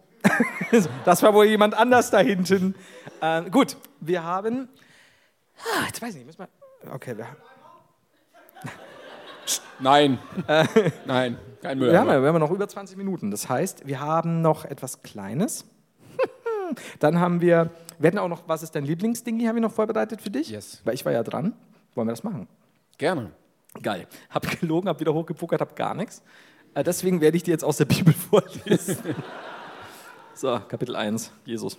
[SPEAKER 4] Das war wohl jemand anders da hinten. Ähm, gut, wir haben. Ah, jetzt weiß ich nicht, müssen wir. Okay, wir,
[SPEAKER 3] Nein. Nein, kein
[SPEAKER 4] wir, haben,
[SPEAKER 3] Mülleimer.
[SPEAKER 4] Äh. ja- wir haben ja noch über 20 Minuten. Das heißt, wir haben noch etwas Kleines. (laughs) Dann haben wir. Wir hatten auch noch, was ist dein Lieblingsding? Die haben wir noch vorbereitet für dich.
[SPEAKER 3] Yes.
[SPEAKER 4] Weil ich war ja dran. Wollen wir das machen?
[SPEAKER 3] Gerne.
[SPEAKER 4] Geil. Hab gelogen, hab wieder hochgepokert, hab gar nichts. Äh, Deswegen werde ich dir jetzt aus der Bibel (laughs) vorlesen. so, Kapitel 1, Jesus.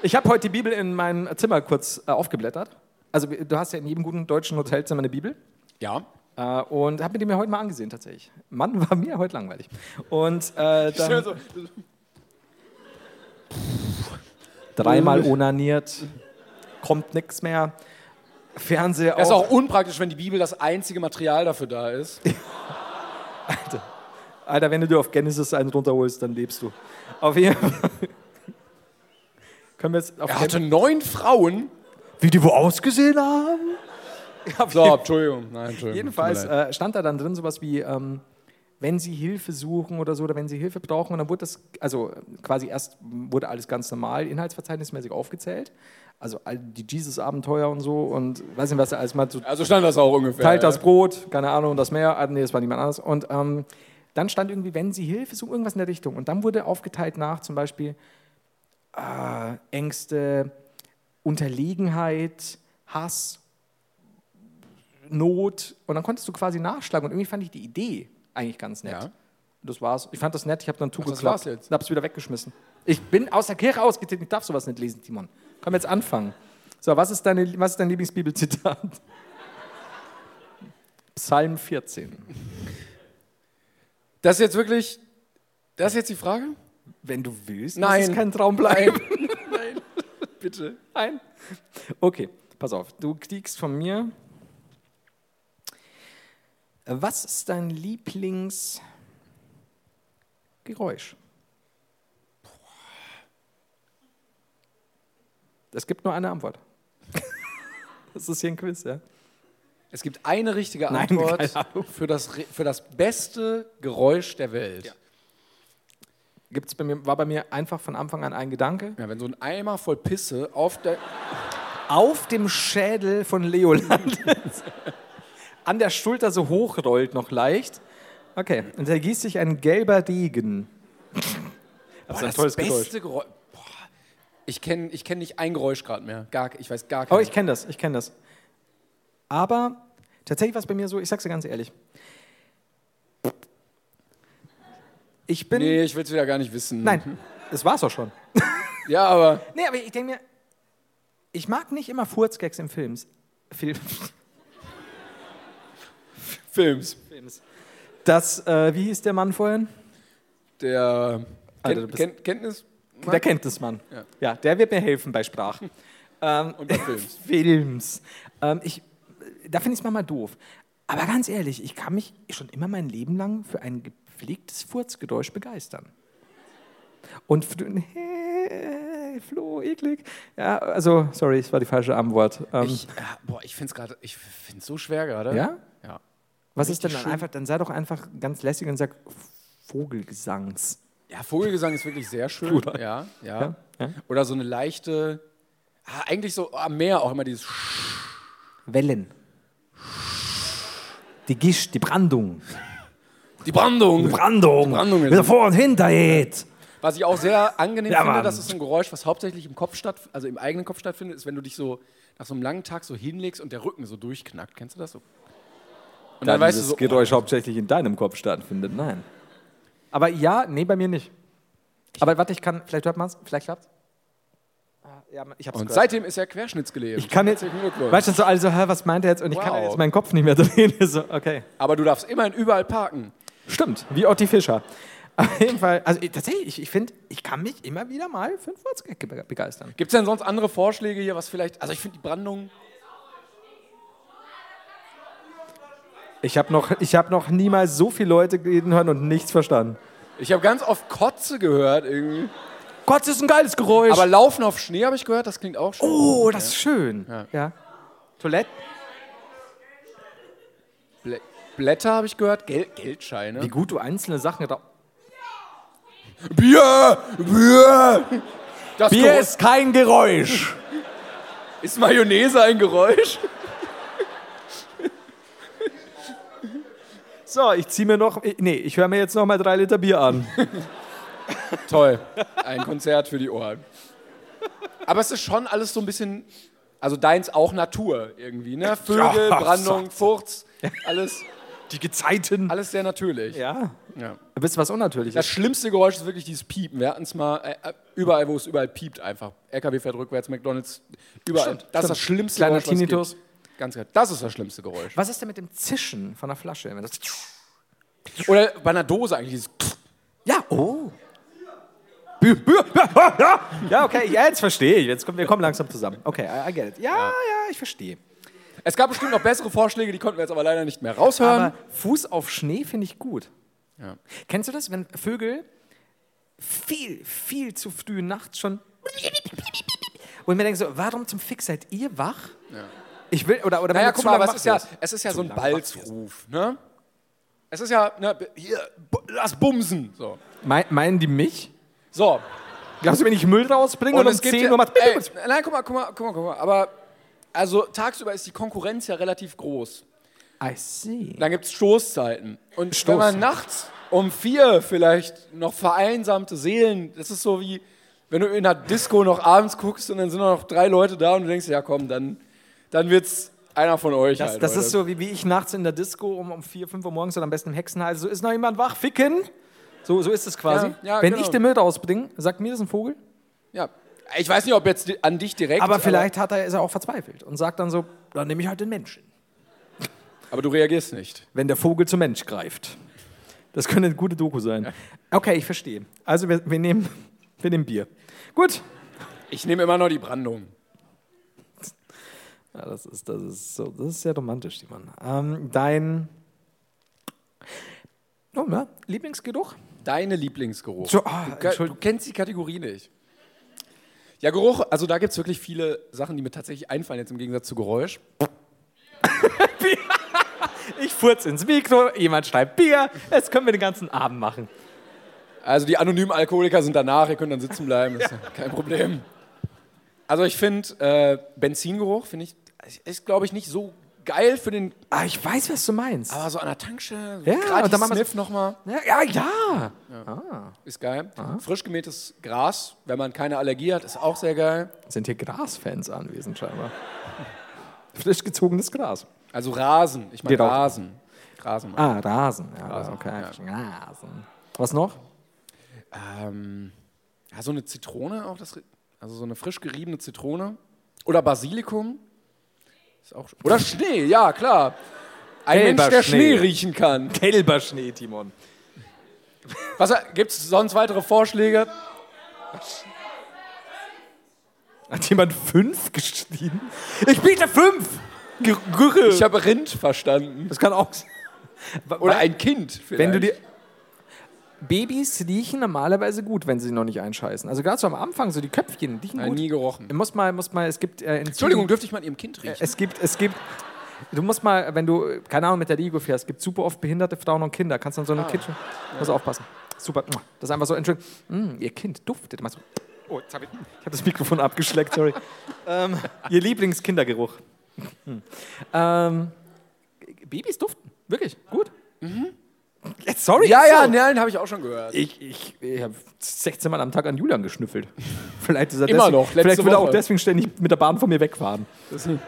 [SPEAKER 4] Ich habe heute die Bibel in meinem Zimmer kurz äh, aufgeblättert. Also du hast ja in jedem guten deutschen Hotelzimmer eine Bibel.
[SPEAKER 3] Ja.
[SPEAKER 4] Äh, und habe mir die mir heute mal angesehen tatsächlich. Mann, war mir heute langweilig. Und äh, dann dreimal onaniert, kommt nichts mehr. Fernseher
[SPEAKER 3] Das ist auch unpraktisch, wenn die Bibel das einzige Material dafür da ist.
[SPEAKER 4] Alter, wenn du dir auf Genesis einen runterholst, dann lebst du. Auf jeden Fall. Können wir jetzt auf
[SPEAKER 3] Er hatte neun Frauen.
[SPEAKER 4] Wie die wo ausgesehen haben?
[SPEAKER 3] So, Entschuldigung. Nein, Entschuldigung.
[SPEAKER 4] Jedenfalls
[SPEAKER 3] Tut mir leid.
[SPEAKER 4] äh, stand da dann drin sowas wie, ähm, wenn sie Hilfe suchen oder so, oder wenn sie Hilfe brauchen. Und dann wurde das, also äh, quasi erst wurde alles ganz normal inhaltsverzeichnismäßig aufgezählt. Also all die Jesus-Abenteuer und so und weiß nicht, was er alles mal so
[SPEAKER 3] Also stand das auch ungefähr.
[SPEAKER 4] Teilt
[SPEAKER 3] ja.
[SPEAKER 4] das Brot, keine Ahnung, das Meer. Ah, nee, das war niemand anders. Und ähm, dann stand irgendwie, wenn sie Hilfe suchen, irgendwas in der Richtung. Und dann wurde aufgeteilt nach zum Beispiel äh, Ängste, Unterlegenheit, Hass, Not. Und dann konntest du quasi nachschlagen. Und irgendwie fand ich die Idee eigentlich ganz nett.
[SPEAKER 3] Ja.
[SPEAKER 4] Das war's. Ich fand das nett, ich habe dann
[SPEAKER 3] das
[SPEAKER 4] zugeklappt
[SPEAKER 3] war's jetzt?
[SPEAKER 4] und hab's wieder weggeschmissen. Ich bin aus der Kirche ausgetreten, ich darf sowas nicht lesen, Timon. Können wir jetzt anfangen. So, was ist, deine, was ist dein Lieblingsbibelzitat? (laughs) Psalm 14.
[SPEAKER 3] Das ist jetzt wirklich. Das ist jetzt die Frage?
[SPEAKER 4] Wenn du willst,
[SPEAKER 3] Nein.
[SPEAKER 4] muss es kein Traum bleiben. (laughs)
[SPEAKER 3] Bitte.
[SPEAKER 4] Nein. Okay, pass auf. Du kriegst von mir. Was ist dein Lieblingsgeräusch? Es gibt nur eine Antwort. (laughs) Das ist hier ein Quiz, ja?
[SPEAKER 3] Es gibt eine richtige
[SPEAKER 4] Nein,
[SPEAKER 3] Antwort
[SPEAKER 4] keine Ahnung.
[SPEAKER 3] für, das, re- für das beste Geräusch der Welt. Ja.
[SPEAKER 4] Gibt's bei mir, war bei mir einfach von Anfang an ein Gedanke.
[SPEAKER 3] wenn so ein Eimer voll Pisse auf der.
[SPEAKER 4] Auf dem Schädel von Leoland. (laughs) An der Schulter so hochrollt noch leicht. Okay, und da gießt sich ein gelber Regen. (laughs) Das ist ein tolles Geräusch.
[SPEAKER 3] beste Geräusch. Boah. Ich kenne ich kenn nicht ein Geräusch gerade mehr. Gar, ich weiß gar kein.
[SPEAKER 4] Oh, ich kenne das, ich kenne das. Aber tatsächlich war es bei mir so, ich sag's dir ganz ehrlich. Ich bin.
[SPEAKER 3] nee, ich will es wieder gar nicht wissen.
[SPEAKER 4] Nein, das war's auch schon.
[SPEAKER 3] Ja, aber.
[SPEAKER 4] Nee, aber ich denke mir, ich mag nicht immer Furzgags im Films. Fil-
[SPEAKER 3] Films.
[SPEAKER 4] (laughs) Das, äh, wie hieß der Mann vorhin?
[SPEAKER 3] Der.
[SPEAKER 4] Alter, du
[SPEAKER 3] Ken,
[SPEAKER 4] bist-
[SPEAKER 3] Ken, Kenntnis?
[SPEAKER 4] Der kennt das Mann. Ja.
[SPEAKER 3] Ja.
[SPEAKER 4] der wird mir helfen bei Sprachen. ähm,
[SPEAKER 3] Und bei Films.
[SPEAKER 4] (laughs) Films. Ähm, ich, da finde ich es manchmal doof. Aber ganz ehrlich, ich kann mich schon immer mein Leben lang für ein gepflegtes Furzgeräusch begeistern. Und für, hey, Flo, eklig. Ja, also, sorry, es war die falsche Antwort. Ähm,
[SPEAKER 3] Ich, äh, ja, boah, ich finde es gerade. Ich finde so schwer gerade.
[SPEAKER 4] Ja?
[SPEAKER 3] Ja.
[SPEAKER 4] was ist denn dann
[SPEAKER 3] schön.
[SPEAKER 4] einfach? Dann sei doch einfach ganz lässig und sag Vogelgesangs.
[SPEAKER 3] Ja, Vogelgesang ist wirklich sehr schön.
[SPEAKER 4] Bruder.
[SPEAKER 3] Ja, ja.
[SPEAKER 4] Ja, ja.
[SPEAKER 3] Oder so eine leichte. Ah, eigentlich so am Meer auch immer dieses. Sch-
[SPEAKER 4] Wellen. Die Gischt, die Brandung.
[SPEAKER 3] Die Brandung!
[SPEAKER 4] Brandung.
[SPEAKER 3] Brandung ist-
[SPEAKER 4] Wieder vor und hinter geht.
[SPEAKER 3] Was ich auch sehr angenehm
[SPEAKER 4] Ja,
[SPEAKER 3] finde,
[SPEAKER 4] Mann.
[SPEAKER 3] das ist ein Geräusch, was hauptsächlich im Kopf statt, also im eigenen Kopf stattfindet, ist, wenn du dich so nach so einem langen Tag so hinlegst und der Rücken so durchknackt. Kennst du das so? Und dann, weißt du so, oh,
[SPEAKER 4] Geräusch hauptsächlich in deinem Kopf stattfindet. Nein. oh. Aber ja, nee, bei mir nicht. Aber warte, ich kann, vielleicht hört man es, vielleicht klappt ja, ich hab's
[SPEAKER 3] und
[SPEAKER 4] gehört.
[SPEAKER 3] seitdem ist er querschnittsgelähmt.
[SPEAKER 4] Ich kann jetzt,
[SPEAKER 3] Herzlichen Glückwunsch.
[SPEAKER 4] weißt du, so, also, hä, was meint er jetzt? Und ich kann
[SPEAKER 3] Wow.
[SPEAKER 4] jetzt meinen Kopf nicht mehr (laughs) drehen. so, okay.
[SPEAKER 3] Aber du darfst immerhin überall parken.
[SPEAKER 4] Stimmt, wie Otti Fischer. (laughs) Auf jeden Fall, also ich, tatsächlich, ich, ich finde, ich kann mich immer wieder mal für einen Furzgag be- begeistern.
[SPEAKER 3] Gibt es denn sonst andere Vorschläge hier, was vielleicht, also ich finde die Brandung,
[SPEAKER 4] Ich habe noch, ich hab noch niemals so viele Leute reden hören und nichts verstanden.
[SPEAKER 3] ich habe ganz oft Kotze gehört irgendwie.
[SPEAKER 4] Gott, das ist ein geiles Geräusch.
[SPEAKER 3] Aber Laufen auf Schnee habe ich gehört, das klingt auch schön.
[SPEAKER 4] oh, das ist schön. Ja.
[SPEAKER 3] Ja.
[SPEAKER 4] Toilette.
[SPEAKER 3] Blä Blätter habe ich gehört, Gel Geldscheine.
[SPEAKER 4] Wie gut du einzelne Sachen. ra-
[SPEAKER 3] Bier! Bier! Das Geräusch- (laughs)
[SPEAKER 4] kein Geräusch.
[SPEAKER 3] Ist Mayonnaise ein Geräusch?
[SPEAKER 4] So, ich ziehe mir noch. ich- Nee, ich höre mir jetzt noch mal drei Liter Bier an.
[SPEAKER 3] Toll. Ein Konzert für die Ohren. Aber es ist schon alles so ein bisschen, also deins auch Natur irgendwie, (laughs) ne? Vögel,
[SPEAKER 4] Ja,
[SPEAKER 3] (laughs) Brandung, Furz, alles,
[SPEAKER 4] (laughs) Die Gezeiten.
[SPEAKER 3] alles sehr natürlich.
[SPEAKER 4] Ja.
[SPEAKER 3] Ja.
[SPEAKER 4] Wisst ihr, was unnatürlich
[SPEAKER 3] Das
[SPEAKER 4] ist?
[SPEAKER 3] schlimmste Geräusch ist wirklich dieses Piepen. Wir hatten es mal äh, äh, überall, wo es überall piept einfach. LKW fährt rückwärts, McDonalds, überall.
[SPEAKER 4] Stimmt,
[SPEAKER 3] das
[SPEAKER 4] stimmt.
[SPEAKER 3] ist das schlimmste
[SPEAKER 4] Kleiner
[SPEAKER 3] Geräusch. was es gibt.
[SPEAKER 4] Tinnitus.
[SPEAKER 3] Ganz klar. Das ist das schlimmste Geräusch.
[SPEAKER 4] Was ist denn mit dem Zischen von der Flasche? Wenn das
[SPEAKER 3] Oder bei einer Dose eigentlich dieses
[SPEAKER 4] ja, oh. Bier, Bier. Ja, okay, ja, jetzt verstehe ich. Jetzt kommen, wir kommen langsam zusammen. Okay, I, I get it. Ja, ja, ich verstehe.
[SPEAKER 3] Es gab bestimmt noch bessere Vorschläge, die konnten wir jetzt aber leider nicht mehr raushören.
[SPEAKER 4] Aber Fuß auf Schnee finde ich gut. Kennst du das, wenn Vögel viel, viel zu früh nachts schon. Und mir denke so, warum zum Fick seid ihr wach? Ich will, oder, oder
[SPEAKER 3] Naja,
[SPEAKER 4] wenn du
[SPEAKER 3] guck
[SPEAKER 4] zu
[SPEAKER 3] mal,
[SPEAKER 4] lange
[SPEAKER 3] aber es
[SPEAKER 4] wach
[SPEAKER 3] ist ja,
[SPEAKER 4] wirst.
[SPEAKER 3] es ist ja so ein
[SPEAKER 4] lange wach
[SPEAKER 3] Balzruf, ne? Es ist ja, ne, b- hier, b- lass bumsen. So.
[SPEAKER 4] Mei- meinen die mich?
[SPEAKER 3] so.
[SPEAKER 4] Glaubst du, wenn ich Müll rausbringe und, um 10 Uhr macht.
[SPEAKER 3] ey, Nein, guck mal, guck mal, guck mal, guck mal. Aber also tagsüber ist die Konkurrenz ja relativ groß.
[SPEAKER 4] I see.
[SPEAKER 3] Dann gibt es Stoßzeiten. Und wenn
[SPEAKER 4] Stoßzeiten.
[SPEAKER 3] man nachts um vier vielleicht noch vereinsamte Seelen, das ist so wie, wenn du in einer Disco noch abends guckst und dann sind noch drei Leute da und du denkst, ja komm, dann, dann wird's einer von euch
[SPEAKER 4] Das,
[SPEAKER 3] halt
[SPEAKER 4] das
[SPEAKER 3] heute.
[SPEAKER 4] ist so wie, wie ich nachts in der Disco um, um 4, 5 Uhr morgens oder am besten im Hexenhals. So ist noch jemand wach, ficken. So, so ist es quasi.
[SPEAKER 3] Ja, ja,
[SPEAKER 4] wenn
[SPEAKER 3] genau.
[SPEAKER 4] ich den Müll rausbringe, sagt mir das ein Vogel.
[SPEAKER 3] Ja. Ich weiß nicht, ob jetzt di- an dich direkt.
[SPEAKER 4] Aber vielleicht hat er, ist er auch verzweifelt und sagt dann so: Dann nehme ich halt den Menschen.
[SPEAKER 3] Aber, aber du reagierst nicht.
[SPEAKER 4] Wenn der Vogel zum Mensch greift. Das könnte eine gute Doku sein. Okay, ich verstehe. Also wir, wir, nehmen, (laughs) wir nehmen Bier. Gut.
[SPEAKER 3] Ich nehme immer noch die Brandung.
[SPEAKER 4] Ja, das, ist, das, ist so, das ist sehr romantisch, Simon. Ähm, dein Oh, ja. Lieblingsgeruch?
[SPEAKER 3] Deine Lieblingsgeruch.
[SPEAKER 4] So, ah,
[SPEAKER 3] du, ke- du
[SPEAKER 4] Entschuldigung.
[SPEAKER 3] kennst die Kategorie nicht. Ja, Geruch, also da gibt es wirklich viele Sachen, die mir tatsächlich einfallen, jetzt im Gegensatz zu Geräusch.
[SPEAKER 4] Ich furz ins Mikro, jemand schreibt Bier, jetzt können wir den ganzen Abend machen.
[SPEAKER 3] Also die anonymen Alkoholiker sind danach, ihr könnt dann sitzen bleiben, ist kein Problem. Also ich finde, äh, Benzingeruch finde ich, ist glaube ich nicht so geil für den,
[SPEAKER 4] Ah, ich weiß, was du meinst.
[SPEAKER 3] aber so an der Tankstelle, so
[SPEAKER 4] Ja,
[SPEAKER 3] gratis
[SPEAKER 4] und dann machen wir
[SPEAKER 3] Sniff nochmal,
[SPEAKER 4] Ja, ja, ja.
[SPEAKER 3] ist geil. Frisch gemähtes Gras, wenn man keine Allergie hat, ist auch sehr geil.
[SPEAKER 4] Sind hier Grasfans anwesend scheinbar. Frisch gezogenes Gras.
[SPEAKER 3] Also Rasen, ich meine
[SPEAKER 4] Geht auch.
[SPEAKER 3] Rasen. Rasen.
[SPEAKER 4] Ah, Rasen. Ja,
[SPEAKER 3] Rasen,
[SPEAKER 4] okay.
[SPEAKER 3] ja.
[SPEAKER 4] Rasen. Was noch?
[SPEAKER 3] Ähm, ja, so eine Zitrone auch, das, also so eine frisch geriebene Zitrone. Oder Basilikum. Ist auch,
[SPEAKER 4] (laughs)
[SPEAKER 3] oder Schnee, ja, klar. Ein
[SPEAKER 4] Gelber
[SPEAKER 3] Mensch, der Schnee.
[SPEAKER 4] Schnee.
[SPEAKER 3] riechen kann.
[SPEAKER 4] Gelber Schnee, Timon.
[SPEAKER 3] Was gibt es sonst weitere Vorschläge?
[SPEAKER 4] Hat jemand fünf geschrieben? Ich biete fünf! Gerüche.
[SPEAKER 3] Ich habe Rind verstanden.
[SPEAKER 4] das kann auch sein.
[SPEAKER 3] Oder ein Kind. Vielleicht.
[SPEAKER 4] Wenn du dir. Babys riechen normalerweise gut, wenn sie noch nicht einscheißen. Also gerade so am Anfang, so die Köpfchen riechen
[SPEAKER 3] Nein,
[SPEAKER 4] gut.
[SPEAKER 3] nie gerochen.
[SPEAKER 4] Muss mal, muss mal, es gibt. Äh, in
[SPEAKER 3] Entschuldigung, dürfte ich mal an ihrem Kind riechen?
[SPEAKER 4] Es gibt, es gibt. Du musst mal, wenn du, keine Ahnung, mit der Lego fährst, gibt super oft behinderte Frauen und Kinder. Kannst dann so eine
[SPEAKER 3] Ah.
[SPEAKER 4] Kitchen. Musst du aufpassen. Super. Das ist einfach so, Entschuldigung. Mm, ihr Kind duftet. Machst du- Oh, jetzt hab ich, ich habe das Mikrofon
[SPEAKER 3] (laughs)
[SPEAKER 4] abgeschleckt, sorry. ähm, ihr Lieblingskindergeruch. Hm. ähm, Babys duften. Wirklich. Gut. Jetzt, sorry.
[SPEAKER 3] Mhm. Äh, ja,
[SPEAKER 4] ist
[SPEAKER 3] ja,
[SPEAKER 4] so.
[SPEAKER 3] nein, habe ich auch schon gehört.
[SPEAKER 4] Ich, ich, ich habe 16 Mal am Tag an Julian geschnüffelt. Vielleicht ist er
[SPEAKER 3] Immer
[SPEAKER 4] deswegen,
[SPEAKER 3] noch, letzte
[SPEAKER 4] Vielleicht will er auch
[SPEAKER 3] Woche.
[SPEAKER 4] deswegen ständig mit der Bahn von mir wegfahren.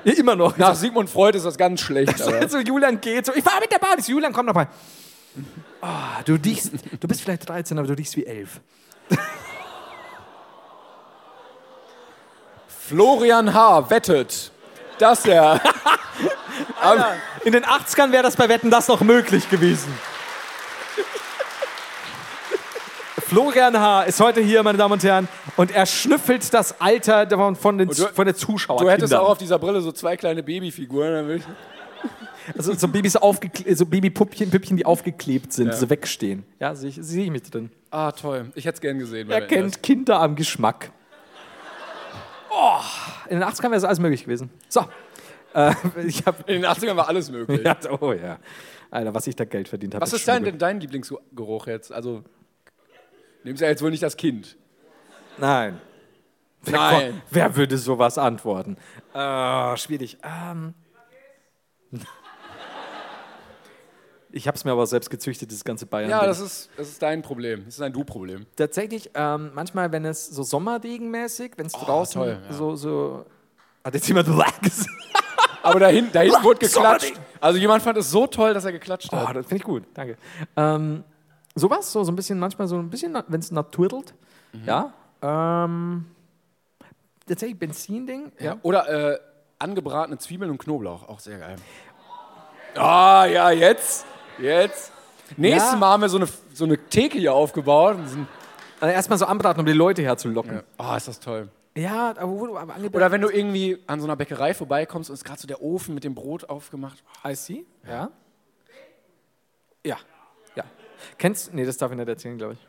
[SPEAKER 4] Immer noch.
[SPEAKER 3] Nach Sigmund Freud ist das ganz schlecht.
[SPEAKER 4] So,
[SPEAKER 3] aber.
[SPEAKER 4] (laughs) so Julian geht so, ich fahr mit der Bahn, Ich so, Julian, komm doch mal. Ah, du riechst, du bist vielleicht 13, aber du riechst wie 11.
[SPEAKER 3] Florian H. wettet, dass er. Am-
[SPEAKER 4] In den 80ern wäre das bei Wetten das noch möglich gewesen. (laughs) Florian H. ist heute hier, meine Damen und Herren, und er schnüffelt das Alter davon- von, den,
[SPEAKER 3] du-
[SPEAKER 4] von der Zuschauer.
[SPEAKER 3] du hättest auch auf dieser Brille so zwei kleine Babyfiguren. Dann würde ich
[SPEAKER 4] also so Babys aufgekle- so Babypuppchen, Püppchen, die aufgeklebt sind, so wegstehen. Ja, sehe ich, sehe ich mich drin.
[SPEAKER 3] Ah, toll. Ich hätte es gern gesehen.
[SPEAKER 4] Er kennt Kinder am Geschmack. Oh, in den 80ern wäre das alles möglich gewesen. So. Äh, (laughs) ich hab,
[SPEAKER 3] In den 80ern war alles möglich.
[SPEAKER 4] ja, oh ja. Alter, was ich da Geld verdient habe.
[SPEAKER 3] Was ist dein, denn dein Lieblingsgeruch jetzt? Also, nimmst ja jetzt wohl nicht das Kind.
[SPEAKER 4] Nein.
[SPEAKER 3] Nein.
[SPEAKER 4] Wer würde sowas antworten? Äh, schwierig. Ähm. (laughs) Ich habe es mir aber selbst gezüchtet, dieses ganze Bayern.
[SPEAKER 3] Ja, das ist, das ist dein Problem. Das ist ein Du-Problem.
[SPEAKER 4] tatsächlich ähm, manchmal, wenn es so sommerregenmäßig, wenn es draußen
[SPEAKER 3] Oh, toll, ja.
[SPEAKER 4] so, so. Hat jetzt jemand (laughs) gesagt?
[SPEAKER 3] Aber da hinten, da hinten wurde geklatscht.
[SPEAKER 4] (laughs) Sorry.
[SPEAKER 3] Also, jemand fand es so toll, dass er geklatscht hat.
[SPEAKER 4] Oh, das finde ich gut, danke. Ähm, sowas, so, so ein bisschen, manchmal so ein bisschen, wenn es naturtelt. Ja. Ähm, tatsächlich Benzinding.
[SPEAKER 3] Ja. Oder äh, angebratene Zwiebeln und Knoblauch. Auch sehr geil. Ah, ja, jetzt. Jetzt. Nächstes
[SPEAKER 4] Ja.
[SPEAKER 3] Mal haben wir so eine, so eine Theke hier aufgebaut. und sind-
[SPEAKER 4] Also erstmal so anbraten, um die Leute herzulocken.
[SPEAKER 3] Ah, ist das toll.
[SPEAKER 4] Ja, aber wo du aber
[SPEAKER 3] Oder wenn du irgendwie an so einer Bäckerei vorbeikommst und ist gerade so der Ofen mit dem Brot aufgemacht.
[SPEAKER 4] I see. Ja. Ja. Ja. Kennst Nee, das darf ich nicht erzählen, glaube ich.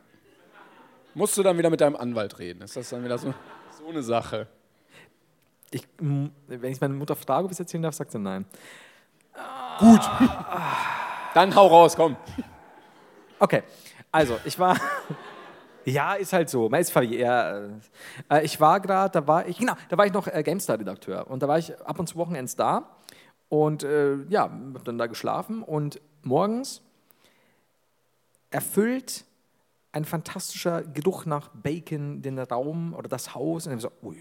[SPEAKER 3] Musst du dann wieder mit deinem Anwalt reden? Ist das dann wieder so, so eine Sache?
[SPEAKER 4] ich m- wenn ich meine Mutter frage, ob ich es erzählen darf, sagt sie nein.
[SPEAKER 3] Dann hau raus, komm.
[SPEAKER 4] Okay, also ich war. (laughs) ja, ist halt so. Man ist verjährt. Äh, ich war gerade, da war ich, genau, da war ich noch äh, GameStar-Redakteur und da war ich ab und zu Wochenends da und äh, ja, hab dann da geschlafen und morgens erfüllt ein fantastischer Geruch nach Bacon den Raum oder das Haus und dann so, ui.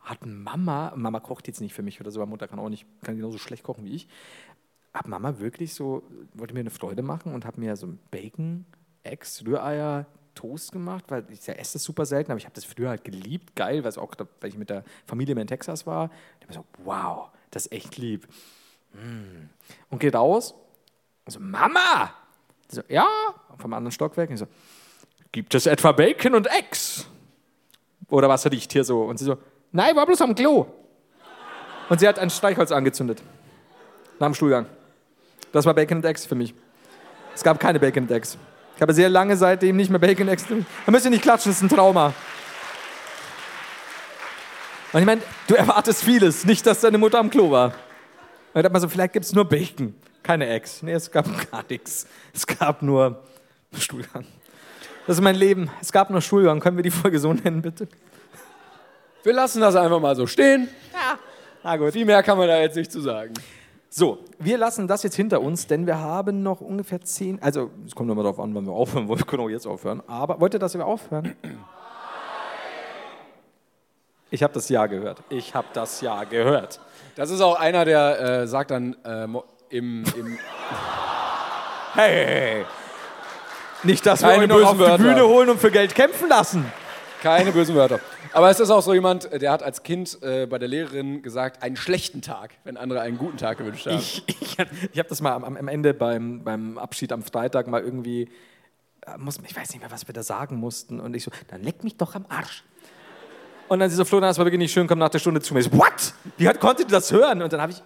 [SPEAKER 4] Hat Mama, Mama kocht jetzt nicht für mich oder so, meine Mutter kann auch nicht, kann genauso schlecht kochen wie ich hat Mama wirklich so, wollte mir eine Freude machen und hat mir so ein Bacon, Eggs, Rühreier, Toast gemacht, weil ich ja esse das super selten, aber ich habe das früher halt geliebt, geil, weil es auch, weil ich mit der Familie mehr in Texas war. Ich habe so, wow, das ist echt lieb. Mm. Und geht raus und so, Mama! Die So, ja, vom anderen Stockwerk. Und ich so, gibt es etwa Bacon und Eggs? Oder was riecht hier so? Und sie so, nein, war bloß am Klo. Und sie hat ein Streichholz angezündet. Nach dem Stuhlgang. Das war Bacon and Eggs für mich. Es gab keine Bacon and Eggs. Ich habe sehr lange seitdem nicht mehr Bacon and Eggs. Da müsst ihr nicht klatschen, das ist ein Trauma. Und ich meine, du erwartest vieles, nicht, dass deine Mutter am Klo war. Und ich dachte mal so, vielleicht gibt es nur Bacon, keine Eggs. Nee, es gab (laughs) gar nichts. Es gab nur Stuhlgang. Das ist mein Leben. Es gab nur Stuhlgang. Können wir die Folge so nennen, bitte?
[SPEAKER 3] Wir lassen das einfach mal so stehen.
[SPEAKER 4] Na gut.
[SPEAKER 3] Viel mehr kann man da jetzt nicht zu sagen.
[SPEAKER 4] So, wir lassen das jetzt hinter uns, denn wir haben noch ungefähr zehn. Also, es kommt immer darauf an, wann wir aufhören (laughs) wollen. Wir können auch jetzt aufhören. Aber wollt ihr, dass wir aufhören? Ich habe das Ja gehört. Ich habe das Ja gehört.
[SPEAKER 3] Das ist auch einer, der äh, sagt dann äh, mo- im, im
[SPEAKER 4] Hey, hey, hey. Nicht, dass wir
[SPEAKER 3] Keine
[SPEAKER 4] euch noch
[SPEAKER 3] bösen
[SPEAKER 4] auf
[SPEAKER 3] Wörter.
[SPEAKER 4] die Bühne holen und für Geld kämpfen lassen.
[SPEAKER 3] keine bösen Wörter. Aber es ist auch so jemand, der hat als Kind äh, bei der Lehrerin gesagt, einen schlechten Tag, wenn andere einen guten Tag gewünscht haben.
[SPEAKER 4] Ich, ich, ich habe das mal am, am Ende beim, beim Abschied am Freitag mal irgendwie, äh, muss, ich weiß nicht mehr, was wir da sagen mussten. Und ich so, dann leck mich doch am Arsch. Und dann sie so, Florian, das war wirklich nicht schön, komm nach der Stunde zu mir. Ich so, what? Wie hat, konntet ihr das hören? Und dann habe ich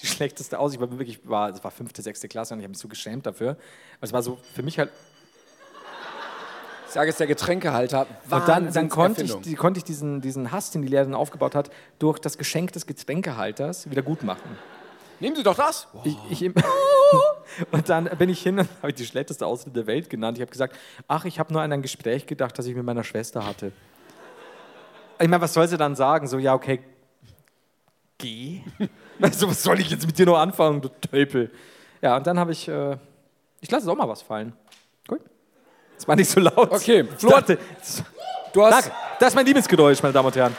[SPEAKER 4] die schlechteste aus. Ich war wirklich, war, es war fünfte, sechste Klasse und ich habe mich so geschämt dafür. Aber es war so für mich halt
[SPEAKER 3] Ich sage es der Getränkehalter.
[SPEAKER 4] Und dann, dann konnte, ich,
[SPEAKER 3] Wahnsinnserfindung.
[SPEAKER 4] die- konnte ich diesen, diesen Hass, den die Lehrerin aufgebaut hat, durch das Geschenk des Getränkehalters wieder gut machen.
[SPEAKER 3] Nehmen Sie doch das.
[SPEAKER 4] Ich, ich
[SPEAKER 3] (laughs)
[SPEAKER 4] im- und dann bin ich hin und habe ich die schlechteste Ausrede der Welt genannt. Ich habe gesagt, ach, ich habe nur an ein Gespräch gedacht, das ich mit meiner Schwester hatte. Ich meine, was soll sie dann sagen? So, ja, okay, geh. (laughs) Also, was soll ich jetzt mit dir noch anfangen, du Tölpel? Ja, und dann habe ich, äh, ich lasse jetzt auch mal was fallen. Gut. Das war nicht so laut.
[SPEAKER 3] Okay,
[SPEAKER 4] Ich
[SPEAKER 3] Flor-
[SPEAKER 4] dachte,
[SPEAKER 3] Du hast,
[SPEAKER 4] Danke. Das ist mein Liebesgeräusch, meine Damen und Herren.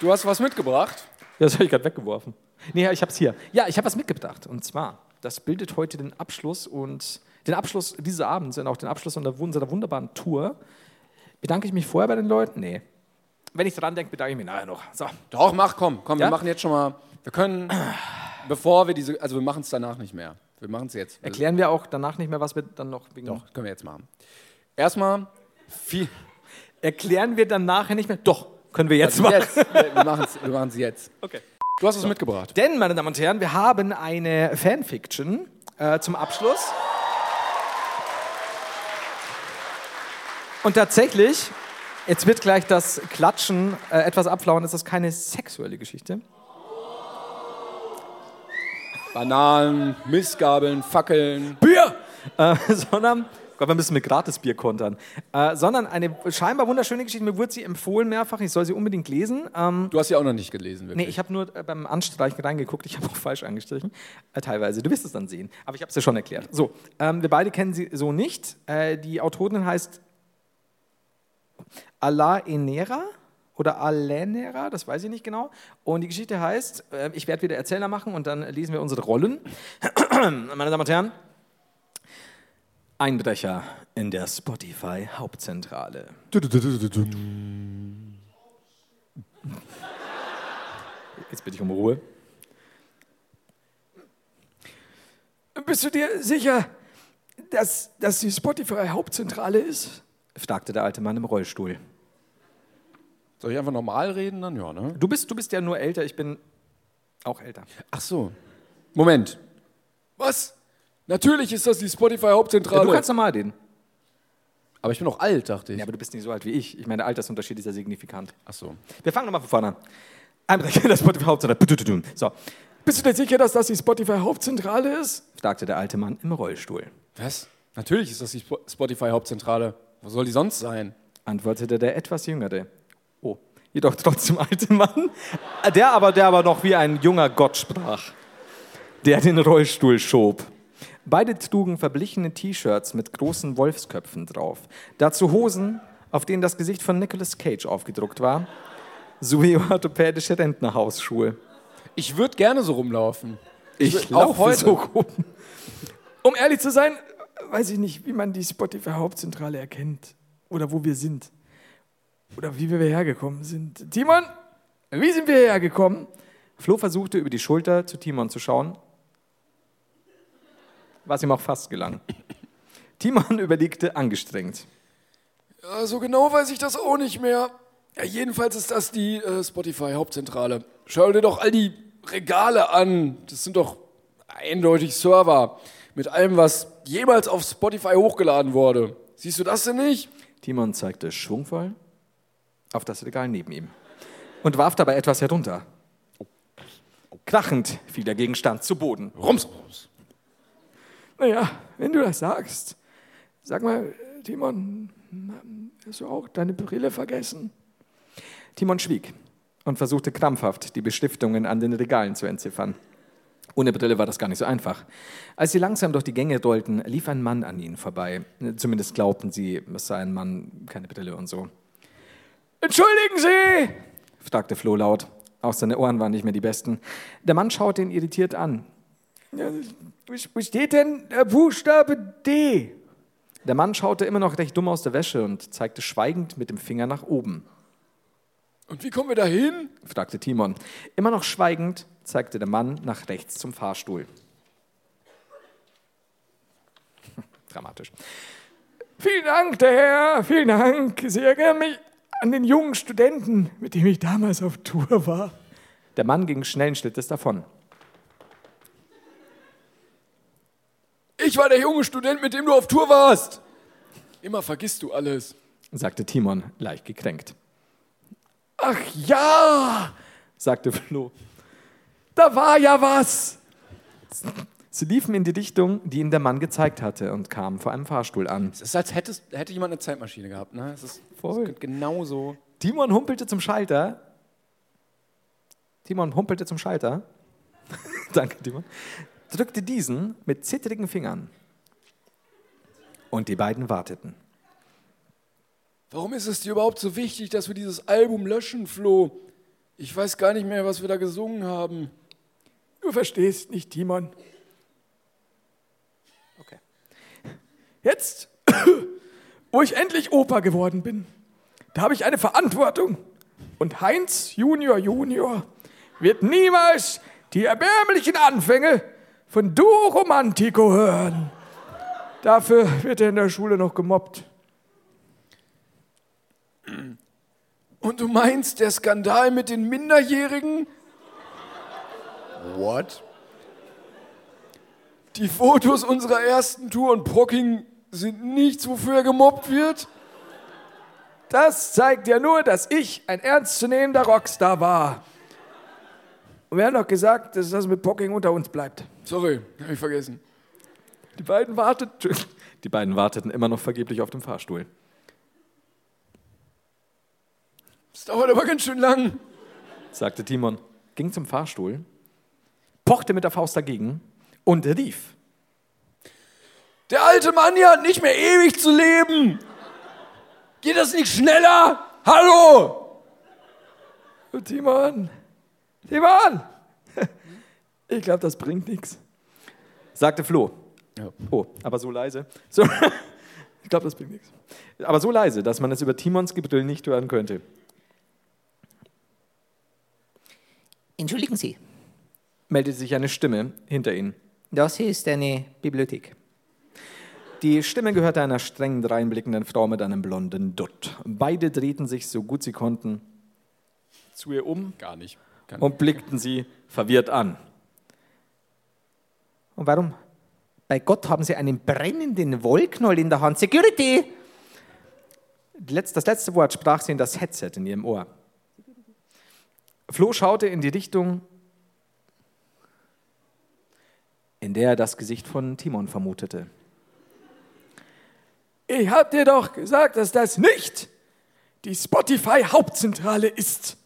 [SPEAKER 3] du hast was mitgebracht.
[SPEAKER 4] Ja, das habe ich gerade weggeworfen. Nee, ich habe es hier. Ja, ich habe was mitgebracht. Und zwar, das bildet heute den Abschluss und den Abschluss dieses Abends und auch den Abschluss unserer, unserer wunderbaren Tour. Bedanke ich mich vorher bei den Leuten? Nee. Wenn ich dran denke, bedanke ich mich nachher noch. So.
[SPEAKER 3] Doch, mach, komm, komm,
[SPEAKER 4] Ja?
[SPEAKER 3] wir machen jetzt schon mal. Wir können, bevor wir diese, also wir machen es danach nicht mehr. Wir machen es jetzt. Also,
[SPEAKER 4] Erklären wir auch danach nicht mehr, was wir dann noch wegen.
[SPEAKER 3] Doch, können wir jetzt machen. Erstmal viel.
[SPEAKER 4] Erklären wir dann nachher nicht mehr. Doch, können wir jetzt machen.
[SPEAKER 3] Jetzt, wir machen es wir machen's jetzt.
[SPEAKER 4] Okay.
[SPEAKER 3] Du hast was mitgebracht.
[SPEAKER 4] Denn, meine Damen und Herren, wir haben eine Fanfiction äh, zum Abschluss. Und tatsächlich, jetzt wird gleich das Klatschen äh, etwas abflauen, es ist keine sexuelle Geschichte.
[SPEAKER 3] Bananen, Mistgabeln, Fackeln.
[SPEAKER 4] Bier! Äh, (laughs) sondern, Gott, wir müssen mit Gratisbier kontern. Äh, sondern eine scheinbar wunderschöne Geschichte, mir wurde sie empfohlen mehrfach, ich soll sie unbedingt lesen. Ähm,
[SPEAKER 3] Du hast sie auch noch nicht gelesen,
[SPEAKER 4] Nee,
[SPEAKER 3] wirklich.
[SPEAKER 4] ich habe nur äh, beim Anstreichen reingeguckt. Ich habe auch falsch angestrichen. Äh, teilweise. Du wirst es dann sehen. Aber ich habe es dir schon erklärt. So, ähm, wir beide kennen sie so nicht. Äh, die Autorin heißt Ala Enera oder Alenera, das weiß ich nicht genau. Und die Geschichte heißt, äh, ich werde wieder Erzähler machen und dann lesen wir unsere Rollen. (clears throat) Meine Damen und Herren, Einbrecher in der Spotify-Hauptzentrale. Jetzt bitte ich um Ruhe. Bist du dir sicher, dass das die Spotify-Hauptzentrale ist? fragte der alte Mann im Rollstuhl.
[SPEAKER 3] Soll ich einfach normal reden dann? Ja, ne?
[SPEAKER 4] Du bist, du bist ja nur älter, ich bin auch älter.
[SPEAKER 3] Ach so. Moment. Was? Natürlich ist das die Spotify-Hauptzentrale.
[SPEAKER 4] du kannst normal reden.
[SPEAKER 3] aber ich bin noch alt, dachte ich.
[SPEAKER 4] Ja, aber du bist nicht so alt wie ich. Ich meine, der Altersunterschied ist ja signifikant.
[SPEAKER 3] Ach so.
[SPEAKER 4] Wir fangen nochmal von vorne an. Einbrecher das Spotify-Hauptzentrale. So. Bist du dir sicher, dass das die Spotify-Hauptzentrale ist? fragte der alte Mann im Rollstuhl.
[SPEAKER 3] Was? Natürlich ist das die Spo- Spotify-Hauptzentrale. Wo soll die sonst sein?
[SPEAKER 4] antwortete der etwas jüngere. Oh, jedoch trotzdem alte Mann, der aber, der aber noch wie ein junger Gott sprach, der den Rollstuhl schob. Beide trugen verblichene T-Shirts mit großen Wolfsköpfen drauf, dazu Hosen, auf denen das Gesicht von Nicolas Cage aufgedruckt war, sowie (laughs) orthopädische Rentnerhausschuhe.
[SPEAKER 3] Ich würde gerne so rumlaufen.
[SPEAKER 4] Ich
[SPEAKER 3] Auch
[SPEAKER 4] laufe
[SPEAKER 3] heute.
[SPEAKER 4] so rum. Also, Um ehrlich zu sein, weiß ich nicht, wie man die Spotify-Hauptzentrale erkennt. Oder wo wir sind. Oder wie wir hergekommen sind. Timon, wie sind wir hergekommen? Flo versuchte, über die Schulter zu Timon zu schauen. Was ihm auch fast gelang. Timon (laughs) überlegte angestrengt.
[SPEAKER 3] Also genau weiß ich das auch nicht mehr. Ja, jedenfalls ist das die äh, Spotify-Hauptzentrale. Schau dir doch all die Regale an. Das sind doch Eindeutig Server. Mit allem, was jemals auf Spotify hochgeladen wurde. Siehst du das denn nicht?
[SPEAKER 4] Timon zeigte schwungvoll auf das Regal neben ihm und warf dabei etwas herunter. Krachend fiel der Gegenstand zu Boden.
[SPEAKER 3] Rums, rums.
[SPEAKER 4] Naja, wenn du das sagst. Sag mal, Timon, hast du auch deine Brille vergessen? Timon schwieg und versuchte krampfhaft, die Bestiftungen an den Regalen zu entziffern. Ohne Brille war das gar nicht so einfach. Als sie langsam durch die Gänge rollten, lief ein Mann an ihnen vorbei. Zumindest glaubten sie, es sei ein Mann, keine Brille und so. Entschuldigen Sie! fragte Flo laut. Auch seine Ohren waren nicht mehr die besten. Der Mann schaute ihn irritiert an. Wo steht denn der Buchstabe D? Der Mann schaute immer noch recht dumm aus der Wäsche und zeigte schweigend mit dem Finger nach oben
[SPEAKER 3] Und wie kommen wir da hin?
[SPEAKER 4] fragte Timon. Immer noch schweigend zeigte der Mann nach rechts zum Fahrstuhl. (laughs) Dramatisch. Vielen Dank, der Herr, vielen Dank. Sie erinnern mich an den jungen Studenten, mit dem ich damals auf Tour war. Der Mann ging schnellen Schrittes davon.
[SPEAKER 3] Ich war der junge Student, mit dem du auf Tour warst. Immer vergisst du alles.
[SPEAKER 4] sagte Timon, leicht gekränkt.
[SPEAKER 3] Ach ja,
[SPEAKER 4] Sagte Flo.
[SPEAKER 3] da war ja was.
[SPEAKER 4] Sie liefen in die Richtung, die ihm der Mann gezeigt hatte, und kamen vor einem Fahrstuhl an.
[SPEAKER 3] Es ist, als hättest, hätte jemand eine Zeitmaschine gehabt. Ne? Es ist
[SPEAKER 4] Voll.
[SPEAKER 3] Es ist genauso.
[SPEAKER 4] Timon humpelte zum Schalter. Timon humpelte zum Schalter. (laughs) Danke, Timon. Drückte diesen mit zittrigen Fingern. Und die beiden warteten.
[SPEAKER 3] Warum ist es dir überhaupt so wichtig, dass wir dieses Album löschen, Flo? Ich weiß gar nicht mehr, was wir da gesungen haben.
[SPEAKER 4] Du verstehst nicht, Timon. Okay. Jetzt, (coughs) wo ich endlich Opa geworden bin, da habe ich eine Verantwortung. Und Heinz Junior Junior wird niemals die erbärmlichen Anfänge von Duo Romantico hören. Dafür wird er in der Schule noch gemobbt.
[SPEAKER 3] Und du meinst, der Skandal mit den Minderjährigen?
[SPEAKER 2] What?
[SPEAKER 3] Die Fotos unserer ersten Tour in Pocking sind nichts, wofür er gemobbt wird?
[SPEAKER 4] Das zeigt ja nur, dass ich ein ernstzunehmender Rockstar war. Und wir haben doch gesagt, dass das mit Pocking unter uns bleibt.
[SPEAKER 3] Sorry, hab ich vergessen.
[SPEAKER 4] Die beiden, wartet, die beiden warteten immer noch vergeblich auf dem Fahrstuhl.
[SPEAKER 3] Es dauert aber ganz schön lang.
[SPEAKER 4] sagte Timon, ging zum Fahrstuhl, pochte mit der Faust dagegen und rief.
[SPEAKER 3] Der alte Mann hier hat nicht mehr ewig zu leben. Geht das nicht schneller? Hallo!
[SPEAKER 4] Timon, Timon, ich glaube, das bringt nichts, sagte Flo. Oh, aber so leise. So, (laughs) ich glaube, das bringt nichts. Aber so leise, dass man es über Timons Gebrüll nicht hören könnte.
[SPEAKER 6] Entschuldigen Sie,
[SPEAKER 4] Meldete sich eine Stimme hinter ihnen.
[SPEAKER 6] das hier ist eine Bibliothek.
[SPEAKER 4] Die Stimme gehörte einer streng dreinblickenden Frau mit einem blonden Dutt. Beide drehten sich so gut sie konnten zu ihr um
[SPEAKER 3] Gar nicht.
[SPEAKER 4] und blickten sie verwirrt an.
[SPEAKER 6] Und warum? Bei Gott haben Sie einen brennenden Wollknoll in der Hand. Security!
[SPEAKER 4] Letz- Das letzte Wort sprach sie in das Headset in ihrem Ohr. Flo schaute in die Richtung, in der er das Gesicht von Timon vermutete. Ich hab dir doch gesagt, dass das nicht die Spotify-Hauptzentrale ist.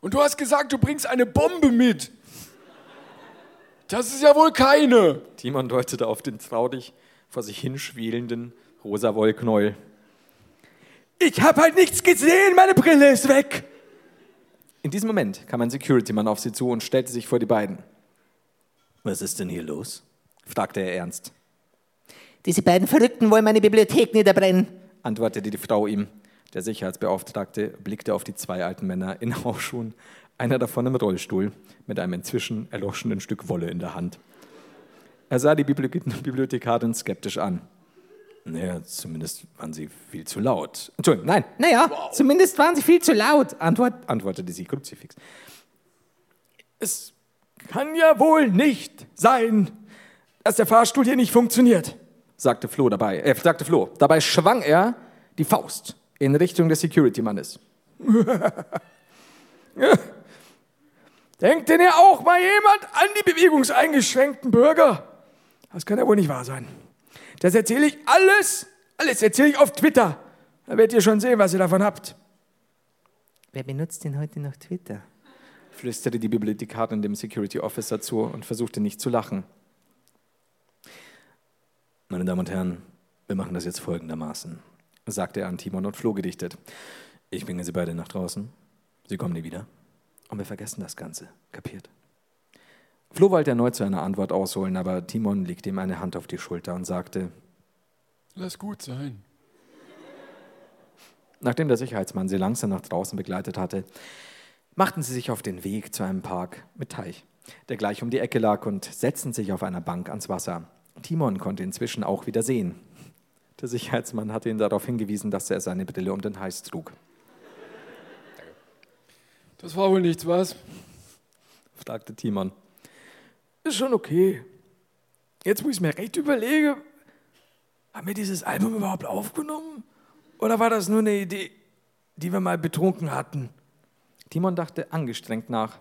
[SPEAKER 3] Und du hast gesagt, du bringst eine Bombe mit. Das ist ja wohl keine.
[SPEAKER 4] Timon deutete auf den traurig vor sich hinschwelenden rosa Wollknäuel. Ich hab halt nichts gesehen, meine Brille ist weg! In diesem Moment kam ein Security-Mann auf sie zu und stellte sich vor die beiden. Was ist denn hier los? fragte er ernst.
[SPEAKER 6] Diese beiden Verrückten wollen meine Bibliothek niederbrennen.
[SPEAKER 4] antwortete die Frau ihm. Der Sicherheitsbeauftragte blickte auf die zwei alten Männer in (laughs) Hausschuhen, einer davon im Rollstuhl, mit einem inzwischen erloschenen Stück Wolle in der Hand. Er sah die Bibliothe- Bibliothekarin skeptisch an. Naja, zumindest waren sie viel zu laut. Entschuldigung, nein,
[SPEAKER 6] Naja, zumindest waren sie viel zu laut. Antwort.
[SPEAKER 4] antwortete sie, Kruzifix. Es
[SPEAKER 1] Kann ja wohl nicht sein, dass der Fahrstuhl hier nicht funktioniert.
[SPEAKER 4] sagte Flo dabei. Äh, sagte Flo. Dabei schwang er die Faust in Richtung des Security-Mannes.
[SPEAKER 1] (laughs) Denkt denn ja auch mal jemand an die bewegungseingeschränkten Bürger? Das kann ja wohl nicht wahr sein. Das erzähle ich alles, alles erzähle ich auf Twitter. Da werdet ihr schon sehen, was ihr davon habt.
[SPEAKER 6] Wer benutzt denn heute noch Twitter?
[SPEAKER 4] flüsterte die Bibliothekarin dem Security Officer zu und versuchte nicht zu lachen. Meine Damen und Herren, wir machen das jetzt folgendermaßen, sagte er an Timon und Flo gedichtet. Ich bringe Sie beide nach draußen, Sie kommen nie wieder und wir vergessen das Ganze, kapiert? Flo wollte erneut zu einer Antwort ausholen, aber Timon legte ihm eine Hand auf die Schulter und sagte,
[SPEAKER 3] Lass gut sein.
[SPEAKER 4] Nachdem der Sicherheitsmann sie langsam nach draußen begleitet hatte, machten sie sich auf den Weg zu einem Park mit Teich, der gleich um die Ecke lag, und setzten sich auf einer Bank ans Wasser. Timon konnte inzwischen auch wieder sehen. Der Sicherheitsmann hatte ihn darauf hingewiesen, dass er seine Brille um den Hals trug.
[SPEAKER 3] Das war wohl nichts, was?
[SPEAKER 4] fragte Timon.
[SPEAKER 1] Ist schon okay. Jetzt, wo ich es mir recht überlege, haben wir dieses Album überhaupt aufgenommen? Oder war das nur eine Idee, die wir mal betrunken hatten?
[SPEAKER 4] Timon dachte angestrengt nach.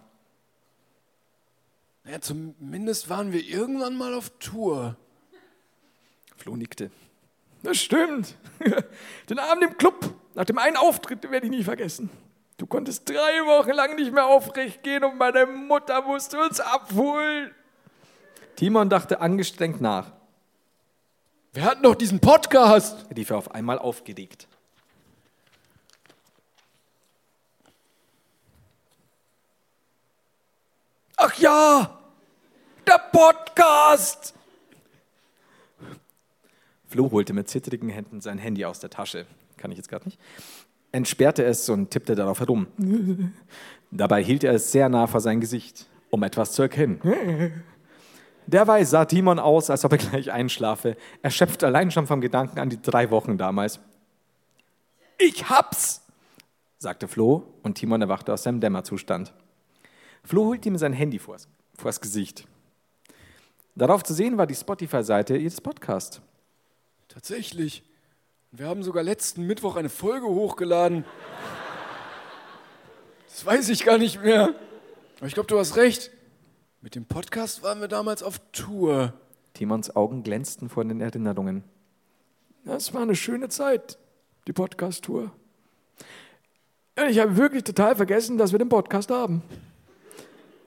[SPEAKER 3] Ja, zumindest waren wir irgendwann mal auf Tour.
[SPEAKER 4] Flo nickte.
[SPEAKER 1] Das stimmt. (laughs) Den Abend im Club, nach dem einen Auftritt, den werde ich nie vergessen. Du konntest drei Wochen lang nicht mehr aufrecht gehen und meine Mutter musste uns abholen.
[SPEAKER 4] Timon dachte angestrengt nach,
[SPEAKER 3] Wir hatten doch diesen Podcast.
[SPEAKER 4] rief er auf einmal aufgeregt.
[SPEAKER 1] Ach ja, der Podcast.
[SPEAKER 4] Flo holte mit zittrigen Händen sein Handy aus der Tasche. Kann ich jetzt gerade nicht. Entsperrte es und tippte darauf herum. Dabei hielt er es sehr nah vor sein Gesicht, um etwas zu erkennen. Derweil sah Timon aus, als ob er gleich einschlafe, erschöpft allein schon vom Gedanken an die drei Wochen damals.
[SPEAKER 1] Ich hab's.
[SPEAKER 4] Sagte Flo und Timon erwachte aus seinem Dämmerzustand. Flo holte ihm sein Handy vors, vors Gesicht. Darauf zu sehen war die Spotify-Seite ihres Podcasts.
[SPEAKER 3] Tatsächlich. Und Wir haben sogar letzten Mittwoch eine Folge hochgeladen. Das weiß ich gar nicht mehr. Aber ich glaube, du hast recht. Mit dem Podcast waren wir damals auf Tour.
[SPEAKER 4] Timons Augen glänzten vor den Erinnerungen.
[SPEAKER 1] Das war eine schöne Zeit, die Podcast-Tour. Und ich habe wirklich total vergessen, dass wir den Podcast haben.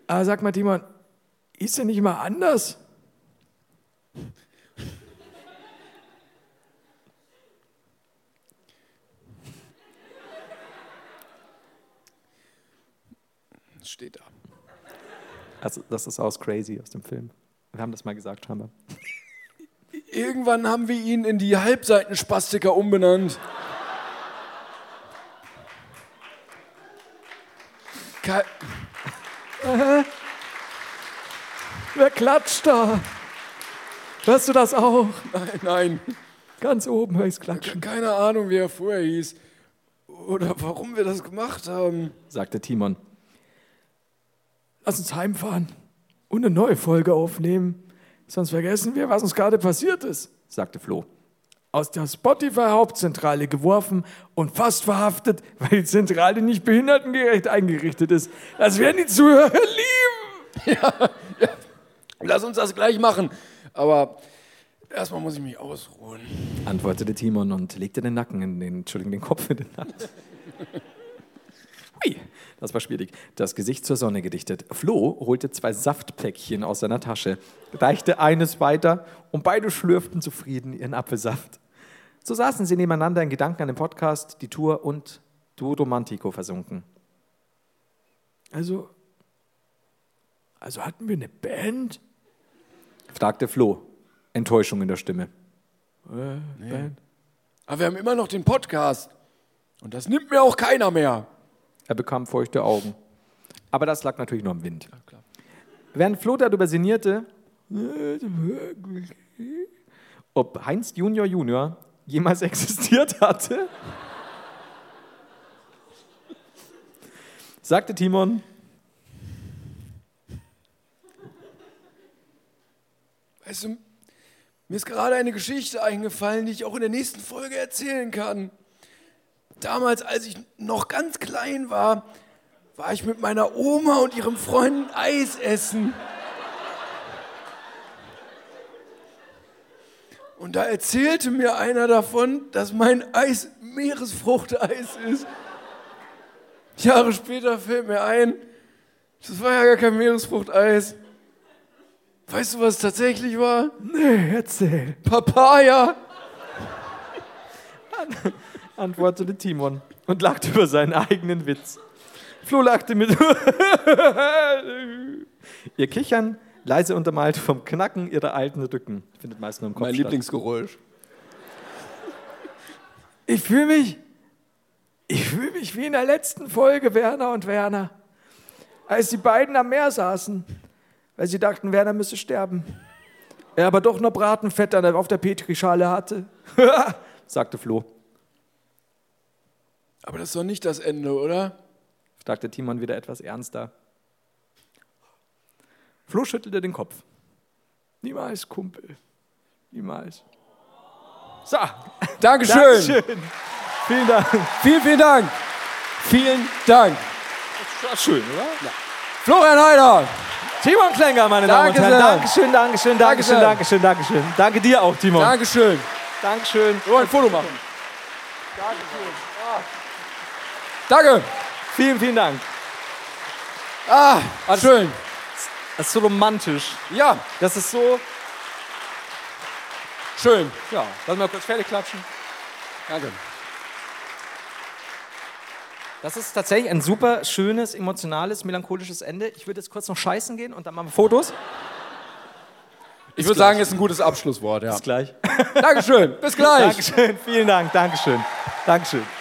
[SPEAKER 1] Aber sag mal, Timon, ist der nicht mal anders?
[SPEAKER 3] Das steht da.
[SPEAKER 4] Also, das ist aus Crazy, aus dem Film. Wir haben das mal gesagt, scheinbar.
[SPEAKER 3] Irgendwann haben wir ihn in die Halbseitenspastiker umbenannt. Ke (laughs)
[SPEAKER 1] Wer klatscht da? Hörst du das auch?
[SPEAKER 3] nein, nein.
[SPEAKER 1] Ganz oben höre ich's klatschen.
[SPEAKER 3] Keine Ahnung, wie er vorher hieß. Oder warum wir das gemacht haben.
[SPEAKER 4] sagte Timon.
[SPEAKER 1] Lass uns heimfahren und eine neue Folge aufnehmen. Sonst vergessen wir, was uns gerade passiert ist.
[SPEAKER 4] sagte Flo.
[SPEAKER 1] Aus der Spotify-Hauptzentrale geworfen und fast verhaftet, weil die Zentrale nicht behindertengerecht eingerichtet ist. Das werden die Zuhörer lieben.
[SPEAKER 3] Lass uns das gleich machen. Aber erstmal muss ich mich ausruhen.
[SPEAKER 4] Antwortete Timon und legte den Nacken in den, Entschuldigung, den Kopf in den Nacken. Hui, das war schwierig. Das Gesicht zur Sonne gedichtet. Flo holte zwei Saftpäckchen aus seiner Tasche, reichte eines weiter und beide schlürften zufrieden ihren Apfelsaft. So saßen sie nebeneinander in Gedanken an den Podcast, die Tour und Duo Mantico versunken.
[SPEAKER 1] Also, also hatten wir eine Band?
[SPEAKER 4] Fragte Flo, Enttäuschung in der Stimme.
[SPEAKER 3] Aber wir haben immer noch den Podcast. Und das nimmt mir auch keiner mehr.
[SPEAKER 4] Er bekam feuchte Augen. Aber das lag natürlich nur am Wind. Während Flo darüber sinnierte, ob Heinz Junior Junior jemals (laughs) existiert hatte, sagte Timon,
[SPEAKER 1] Weißt du, mir ist gerade eine Geschichte eingefallen, die ich auch in der nächsten Folge erzählen kann. Damals, als ich noch ganz klein war, war ich mit meiner Oma und ihrem Freund Eis essen. Und da erzählte mir einer davon, dass mein Eis Meeresfruchteis ist. Jahre später fällt mir ein, das war ja gar kein Meeresfruchteis. Weißt du, was es tatsächlich war?
[SPEAKER 4] Nee, erzähl.
[SPEAKER 1] Papaya.
[SPEAKER 4] Antwortete Timon und lachte über seinen eigenen Witz. Flo lachte mit. (laughs) Ihr Kichern, leise untermalt vom Knacken ihrer alten Rücken, findet meist nur im Kopf
[SPEAKER 1] Mein
[SPEAKER 4] statt.
[SPEAKER 1] Lieblingsgeräusch.
[SPEAKER 4] Ich fühle mich, ich fühle mich wie in der letzten Folge Werner und Werner, als die beiden am Meer saßen, weil sie dachten, Werner müsse sterben. Er aber doch noch Bratenfett an der- auf der Petrischale hatte, (laughs) sagte Flo,
[SPEAKER 1] Aber das ist doch nicht das Ende, oder?
[SPEAKER 4] sagte Timon wieder etwas ernster. Flo schüttelte den Kopf. Niemals, Kumpel. Niemals. So,
[SPEAKER 1] Dankeschön.
[SPEAKER 4] vielen Dank.
[SPEAKER 1] Vielen, vielen Dank. Vielen Dank.
[SPEAKER 4] Schön, oder?
[SPEAKER 1] Florian Heider.
[SPEAKER 4] Timon Klenger, meine
[SPEAKER 1] Danke
[SPEAKER 4] Damen und Herren.
[SPEAKER 1] sehr.
[SPEAKER 4] Dankeschön, Dankeschön, Dankeschön,
[SPEAKER 1] sehr.
[SPEAKER 4] Dankeschön, Dankeschön. Danke dir auch, Timon.
[SPEAKER 1] Dankeschön.
[SPEAKER 4] Dankeschön.
[SPEAKER 1] Wir wollen ein Foto machen. Dankeschön. Danke.
[SPEAKER 4] Vielen, vielen Dank.
[SPEAKER 1] Ah, schön.
[SPEAKER 4] Das ist so romantisch.
[SPEAKER 1] Ja,
[SPEAKER 4] Das ist so.
[SPEAKER 1] schön.
[SPEAKER 4] Ja, lass mal kurz fertig klatschen.
[SPEAKER 1] Danke.
[SPEAKER 4] Das ist tatsächlich ein super schönes, emotionales, melancholisches Ende. Ich würde jetzt kurz noch scheißen gehen und dann machen wir Fotos.
[SPEAKER 1] Ich würde sagen, ist ein gutes Abschlusswort. Ja.
[SPEAKER 4] (laughs) gleich.
[SPEAKER 1] Dankeschön. Bis gleich.
[SPEAKER 4] Dankeschön, vielen Dank, Dankeschön. Dankeschön.